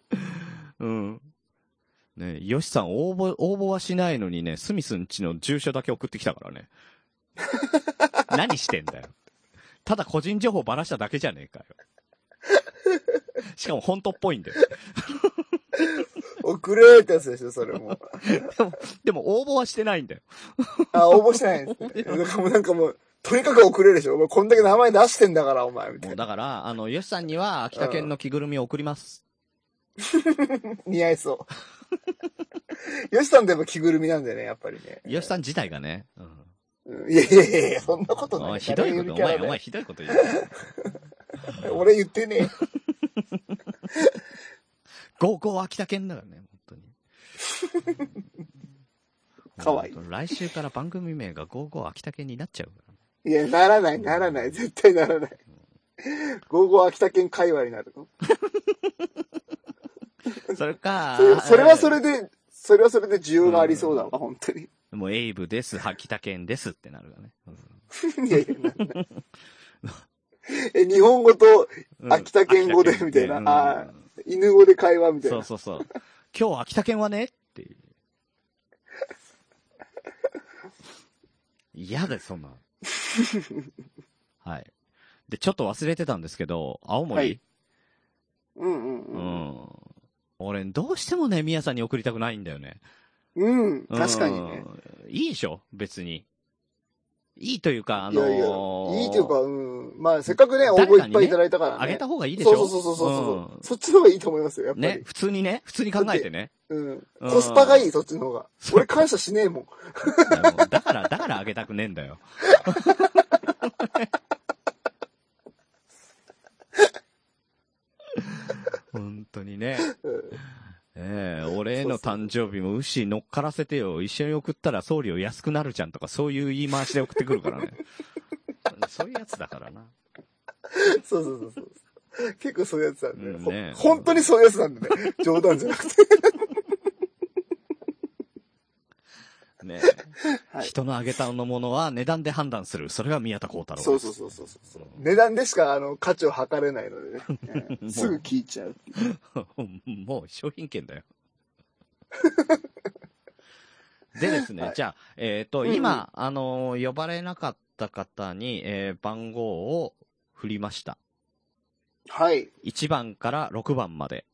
Speaker 3: うん。ね、よしさん応募、応募はしないのにね、スミスんちの住所だけ送ってきたから [laughs] ね。何してんだよ。ただ個人情報ばらしただけじゃねえかよ。しかも本当っぽいんだよ。
Speaker 4: 送れーってやつでしょ、それも。
Speaker 3: でも応募はしてないんだよ。
Speaker 4: あ、応募してないんですね。なんかもう、なんかもう、とにかく送れるでしょ。お前、こんだけ名前出してんだから、お前、みた
Speaker 3: もう
Speaker 4: いな。
Speaker 3: だから、あの、よしさんには秋田県の着ぐるみを送ります。
Speaker 4: 似合いそう。よしさんでも着ぐるみなんだよね、やっぱりね。
Speaker 3: よしさん自体がね。うん
Speaker 4: うんいやいやいやいや、そんなこと
Speaker 3: お
Speaker 4: ないい。
Speaker 3: ひどいこと、お前、お前、ひどいこと言う。
Speaker 4: 前。俺言ってねえ。
Speaker 3: ゴーゴー秋田県だからね、本当に。
Speaker 4: [laughs] かわいい
Speaker 3: 本当来週から番組名がゴーゴー秋田県になっちゃうからね。
Speaker 4: いや、ならない、ならない。絶対ならない。午後秋田県会話になるの。
Speaker 3: それか
Speaker 4: [laughs] それ、それはそれで、それはそれで需要がありそうだわ、本当に。 [laughs]
Speaker 3: もうエイブです、秋田県ですってなるよね。
Speaker 4: いやいや、なん
Speaker 3: [laughs]
Speaker 4: だ。え、日本語と
Speaker 3: うん
Speaker 4: 秋田県語でみたいなあー犬語で会話みたい
Speaker 3: そ
Speaker 4: な
Speaker 3: う。そうそう。今日秋田県はねって
Speaker 4: [laughs]
Speaker 3: いう。嫌だよ、そんなの。はい。で、ちょっと忘れてたんですけど、青森、
Speaker 4: はいうん
Speaker 3: う
Speaker 4: うん
Speaker 3: ん。俺、どうしてもね、宮さんに送りたくないんだよね。
Speaker 4: うん。うん、確かにね。
Speaker 3: うん。いいでしょ別に。いいというか、あ
Speaker 4: い
Speaker 3: の
Speaker 4: や
Speaker 3: ー
Speaker 4: いや、いいというか、うん。まあ、せっかくね、応募いっぱいいただいたからね。
Speaker 3: あげた方がいいでし
Speaker 4: そう
Speaker 3: ょ
Speaker 4: そうそうそうそう、
Speaker 3: ん
Speaker 4: そっちの方がいいと思いますよ、やっぱり。
Speaker 3: ね、普通にね、普通に考えてね。
Speaker 4: うん。
Speaker 3: うん
Speaker 4: コスパがいい、そっちの方が。俺感謝しねえもん。
Speaker 3: だから、だからあげたくねえんだ [laughs] よ。本当にね。ええ俺への誕生日も牛乗っからせてよ。一緒に送ったら送料安くなるじゃんとか、そういう言い回しで送ってくるからね。 [laughs] そういうやつだからな。
Speaker 4: そうそうそうそう。結構そういうやつなんで、
Speaker 3: うんね
Speaker 4: ほ本当にそういうやつなんでね。冗談じゃなくて。
Speaker 3: ね、
Speaker 4: はい
Speaker 3: 人のあげたのものは値段で判断する。それが宮田幸太郎です。
Speaker 4: そうそうそうそうそう。値段でしか、あの、価値を測れないの
Speaker 3: [laughs]
Speaker 4: でね。ええすぐ聞いちゃう。
Speaker 3: もう商品券
Speaker 4: [laughs]
Speaker 3: だよ。でですね、
Speaker 4: はい
Speaker 3: じゃあ、えっ、と、
Speaker 4: うんうん
Speaker 3: 今、あのー呼ばれなかった方に、えー番号を振りました。
Speaker 4: はい。
Speaker 3: 1番から6番まで。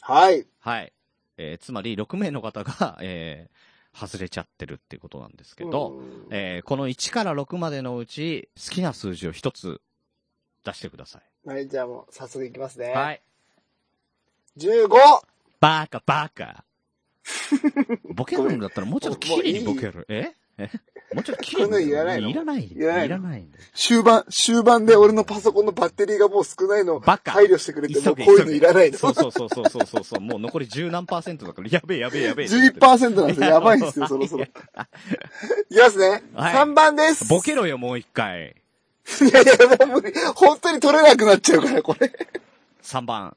Speaker 4: はい。
Speaker 3: はい。えーつまり6名の方が、えー外れちゃってるってことなんですけど、
Speaker 4: うん
Speaker 3: えーこの1から6までのうち、好きな数字を1つ出してください。
Speaker 4: はい、じゃあもう、早速いきますね。
Speaker 3: はい。
Speaker 4: 15!
Speaker 3: バカバ
Speaker 4: [laughs]
Speaker 3: カ。ボケるんだったらもうちょっと綺麗にボケる。ええもうちょっと綺麗
Speaker 4: こんなの
Speaker 3: に。
Speaker 4: いらないの
Speaker 3: いらない。
Speaker 4: いらないの
Speaker 3: いらないんだよ
Speaker 4: 終盤、終盤で俺のパソコンのバッテリーがもう少ないの
Speaker 3: バカ
Speaker 4: 配慮してくれて、も
Speaker 3: 急
Speaker 4: う
Speaker 3: げ。
Speaker 4: こういうのいらないの。
Speaker 3: そうそうそうそうそうそうそう。もう残り十何パーセントだから、やべえやべえやべえ。
Speaker 4: 11%なんですよ。やばいんです
Speaker 3: [laughs]
Speaker 4: よ、そろそろ。いきますね。
Speaker 3: はい
Speaker 4: 3番です。
Speaker 3: ボケろよ、もう一回。
Speaker 4: いやいや、もう無理。本当に取れなくなっちゃうから、これ。
Speaker 3: 3番。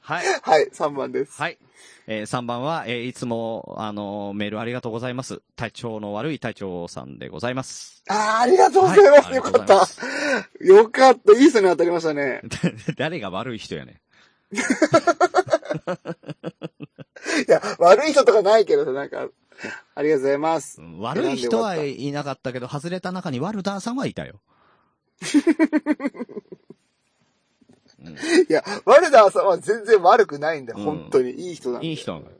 Speaker 3: はい。
Speaker 4: はい、3番です。
Speaker 3: はい。えー、3番は、えーいつも、あのーメールありがとうございます。体調の悪い隊長さんでございます。 [laughs]
Speaker 4: あーありがとうございます。
Speaker 3: はい
Speaker 4: よ
Speaker 3: ありが
Speaker 4: か
Speaker 3: とうご
Speaker 4: っ
Speaker 3: ざいま
Speaker 4: た
Speaker 3: す。
Speaker 4: よかった。いい人に当たりましたね。
Speaker 3: 誰が悪い人やねん。
Speaker 4: いや、悪い人とかないけど、なんか、ありがとうございます。
Speaker 3: 悪い人はいなかったけど、外れた中にワルダーさんはいたよ。
Speaker 4: いや、ワルダーさんは全然悪くないんだよ、
Speaker 3: うん
Speaker 4: 本当に。いい人なんだよ
Speaker 3: いい人なのよ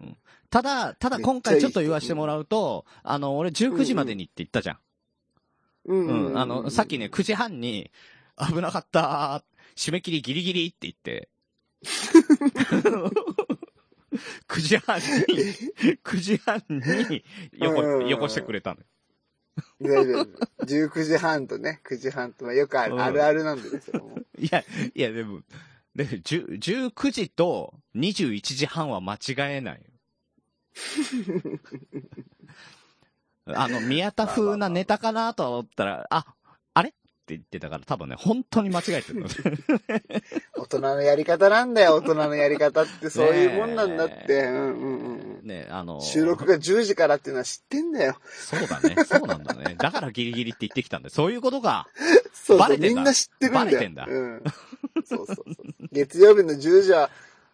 Speaker 3: うんただ、ただ今回ちょっと言わせてもらうと、あの、俺19時までにって言ったじゃん。
Speaker 4: うん
Speaker 3: う
Speaker 4: うん
Speaker 3: ん、
Speaker 4: うん。
Speaker 3: あの、さっきね、9時半に、危なかった締め切りギリギリって
Speaker 4: [laughs]
Speaker 3: 言って。9時半に、9時半に、よこ、
Speaker 4: うん
Speaker 3: よこしてくれたのよ。
Speaker 4: いわゆる、19時半とね、9時半と、まあ、よくあ
Speaker 3: うん
Speaker 4: る、あるあるなんだよ、それも
Speaker 3: いや、いや、でも、で、10 19時と21時半は間違
Speaker 4: [laughs]
Speaker 3: えないよ。あの、宮田風なネタかなとは思ったら、あ、あれって言ってたから、多分ね、本当に間違えてるの。
Speaker 4: 大人のやり方なんだよ、大人のやり方って、そういうもんなんだっ
Speaker 3: [laughs] ね
Speaker 4: て。うんうんうん
Speaker 3: [laughs] ね、あ
Speaker 4: う
Speaker 3: の、
Speaker 4: ん。収録が10時からっていうのは知ってんだよ。
Speaker 3: そうだね。そうなんだね。だからギリギリって言ってきたんで、そういうことか。
Speaker 4: そう
Speaker 3: バ
Speaker 4: そ
Speaker 3: レ
Speaker 4: う、
Speaker 3: てんだ
Speaker 4: みんな知ってるんだよ。
Speaker 3: バレてんだ
Speaker 4: うん。そうそうそう。月曜日の10時は、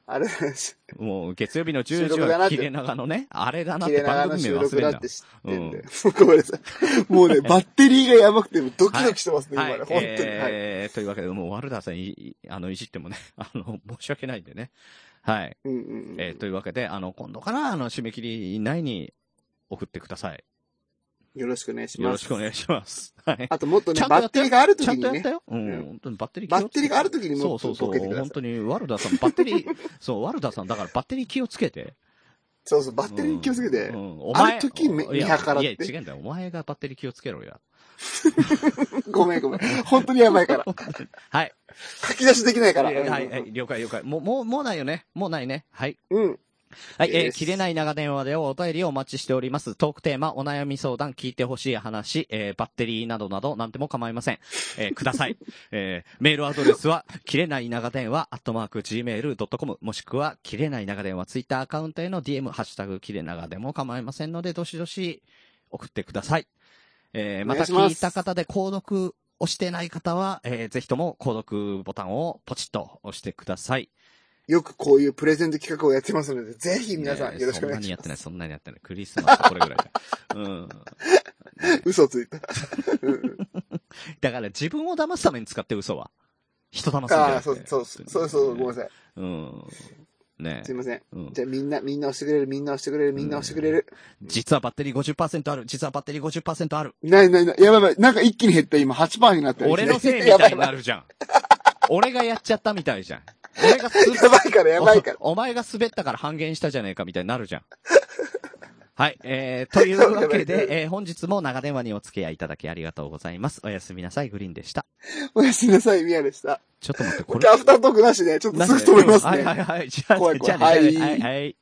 Speaker 4: あれだし、
Speaker 3: もう月曜日の10
Speaker 4: 収
Speaker 3: 時
Speaker 4: 録だな
Speaker 3: は
Speaker 4: って
Speaker 3: 切れ長のね、あれだなっ
Speaker 4: 切
Speaker 3: て
Speaker 4: れ長
Speaker 3: 番
Speaker 4: の
Speaker 3: 組
Speaker 4: 収
Speaker 3: 名忘
Speaker 4: 録
Speaker 3: れ
Speaker 4: だ
Speaker 3: んな
Speaker 4: って。知ってんだよ。 [laughs] ごめんなさい。
Speaker 3: [laughs]
Speaker 4: もうね、バッテリーがやばくて、ドキドキしてますね、
Speaker 3: は
Speaker 4: 今
Speaker 3: い、
Speaker 4: ね。本当に。はい。
Speaker 3: えー、というわけで、もう、ワルダーさんい、いあの、いじってもね、 [laughs] あの、申し訳ないんでね。はい。
Speaker 4: うんうんうん。
Speaker 3: えー、というわけで、あの、今度から、あの、締め切り以内に送ってください。
Speaker 4: よろしくお願いします。
Speaker 3: よろしくお願いします。 [laughs] はい。
Speaker 4: あともっと
Speaker 3: ち
Speaker 4: ね
Speaker 3: ゃ、んと
Speaker 4: バ
Speaker 3: や
Speaker 4: ッ
Speaker 3: って
Speaker 4: テリーがあるとき
Speaker 3: ちゃん
Speaker 4: に
Speaker 3: とやっ
Speaker 4: ね
Speaker 3: た。よ。うん
Speaker 4: うん。
Speaker 3: 本当にバッテリー気を
Speaker 4: バッ
Speaker 3: つけ
Speaker 4: テ
Speaker 3: て
Speaker 4: リーがあるときに
Speaker 3: そ
Speaker 4: も
Speaker 3: う
Speaker 4: っと
Speaker 3: そうそ
Speaker 4: ボケて
Speaker 3: う。
Speaker 4: くだ
Speaker 3: 本
Speaker 4: さ
Speaker 3: 当
Speaker 4: い。
Speaker 3: に、ワルダーさん、バッテリー、 [laughs] そう、ワルダーさん、だからバッテリー気をつけて。
Speaker 4: そうそう、バッテリーに気をつけて。
Speaker 3: うんうんお
Speaker 4: ある時め
Speaker 3: いや
Speaker 4: 見計らって
Speaker 3: いや、違うんだよ。お前がバッテリー気をつ
Speaker 4: [laughs]
Speaker 3: けろよ。
Speaker 4: ごめんごめん。本当にやばいから。
Speaker 3: はい。
Speaker 4: 書き出しできないから。
Speaker 3: はい、はい、了解、了解。もう、もう、もうないよね。もうないね。はい。
Speaker 4: うん。
Speaker 3: はい、えー
Speaker 4: です
Speaker 3: 切れない長電話ではお便りをお待ちしております。トークテーマ、お悩み相談、聞いてほしい話、えーバッテリーなどなど、なんでも構いません。えーください。 [laughs] えーメールアドレスは、切れない長電話、アットマーク、gmail.com、もしくは、切れない長電話、ツイッターアカウントへの DM、ハッシュタグ、切れ長でも構いませんので、どしどし送ってください。えーま
Speaker 4: お願
Speaker 3: た
Speaker 4: いします
Speaker 3: 聞いた方で、購読をしてない方は、えーぜひとも、購読ボタンをポチッと押してください。
Speaker 4: よくこういうプレゼント企画をやってますので、ぜひ皆さんよろしくお願いします。
Speaker 3: ねそんなにやってない、そんなにやってない。クリスマスこれぐらいだ。うん。
Speaker 4: 嘘ついた。うん
Speaker 3: だから自分を騙すために使って嘘は。人騙すんじゃ
Speaker 4: あ
Speaker 3: な
Speaker 4: あ、そう
Speaker 3: くて
Speaker 4: そうそう、そうそう、ごめんなさい。
Speaker 3: うん。ね
Speaker 4: すいません。
Speaker 3: うん
Speaker 4: じゃあみんな、みんな押してくれる、みんな押してくれる、みんな押してくれる。
Speaker 3: 実はバッテリー50%ある。実はバッテリー50%ある。
Speaker 4: ないないない。やばいやばい。なんか一気に減った、今8%になった。
Speaker 3: 俺のせい
Speaker 4: [laughs]
Speaker 3: み
Speaker 4: やば
Speaker 3: たい
Speaker 4: い
Speaker 3: に
Speaker 4: や
Speaker 3: なるじゃん。俺がやっちゃったみたいじゃん。俺がす
Speaker 4: ばい [laughs] から、やば
Speaker 3: [laughs]
Speaker 4: いから。
Speaker 3: おお前が滑ったから半減したじゃねえかみたいになるじゃん。はい。えー、
Speaker 4: [laughs]
Speaker 3: というわけで、えー本日も長電話にお付き合いいただきありがとうございます。おやすみなさい、グリーンでした。
Speaker 4: おやすみなさい、ミヤでした。
Speaker 3: ちょっと待って、こ
Speaker 4: こ
Speaker 3: れ
Speaker 4: れア。フタートークなしで、ちょっとすぐ止めます
Speaker 3: は
Speaker 4: ね
Speaker 3: い。はいはい。じゃあ、
Speaker 4: 怖い怖い
Speaker 3: じゃあね、じゃあね
Speaker 4: は
Speaker 3: はいいはい。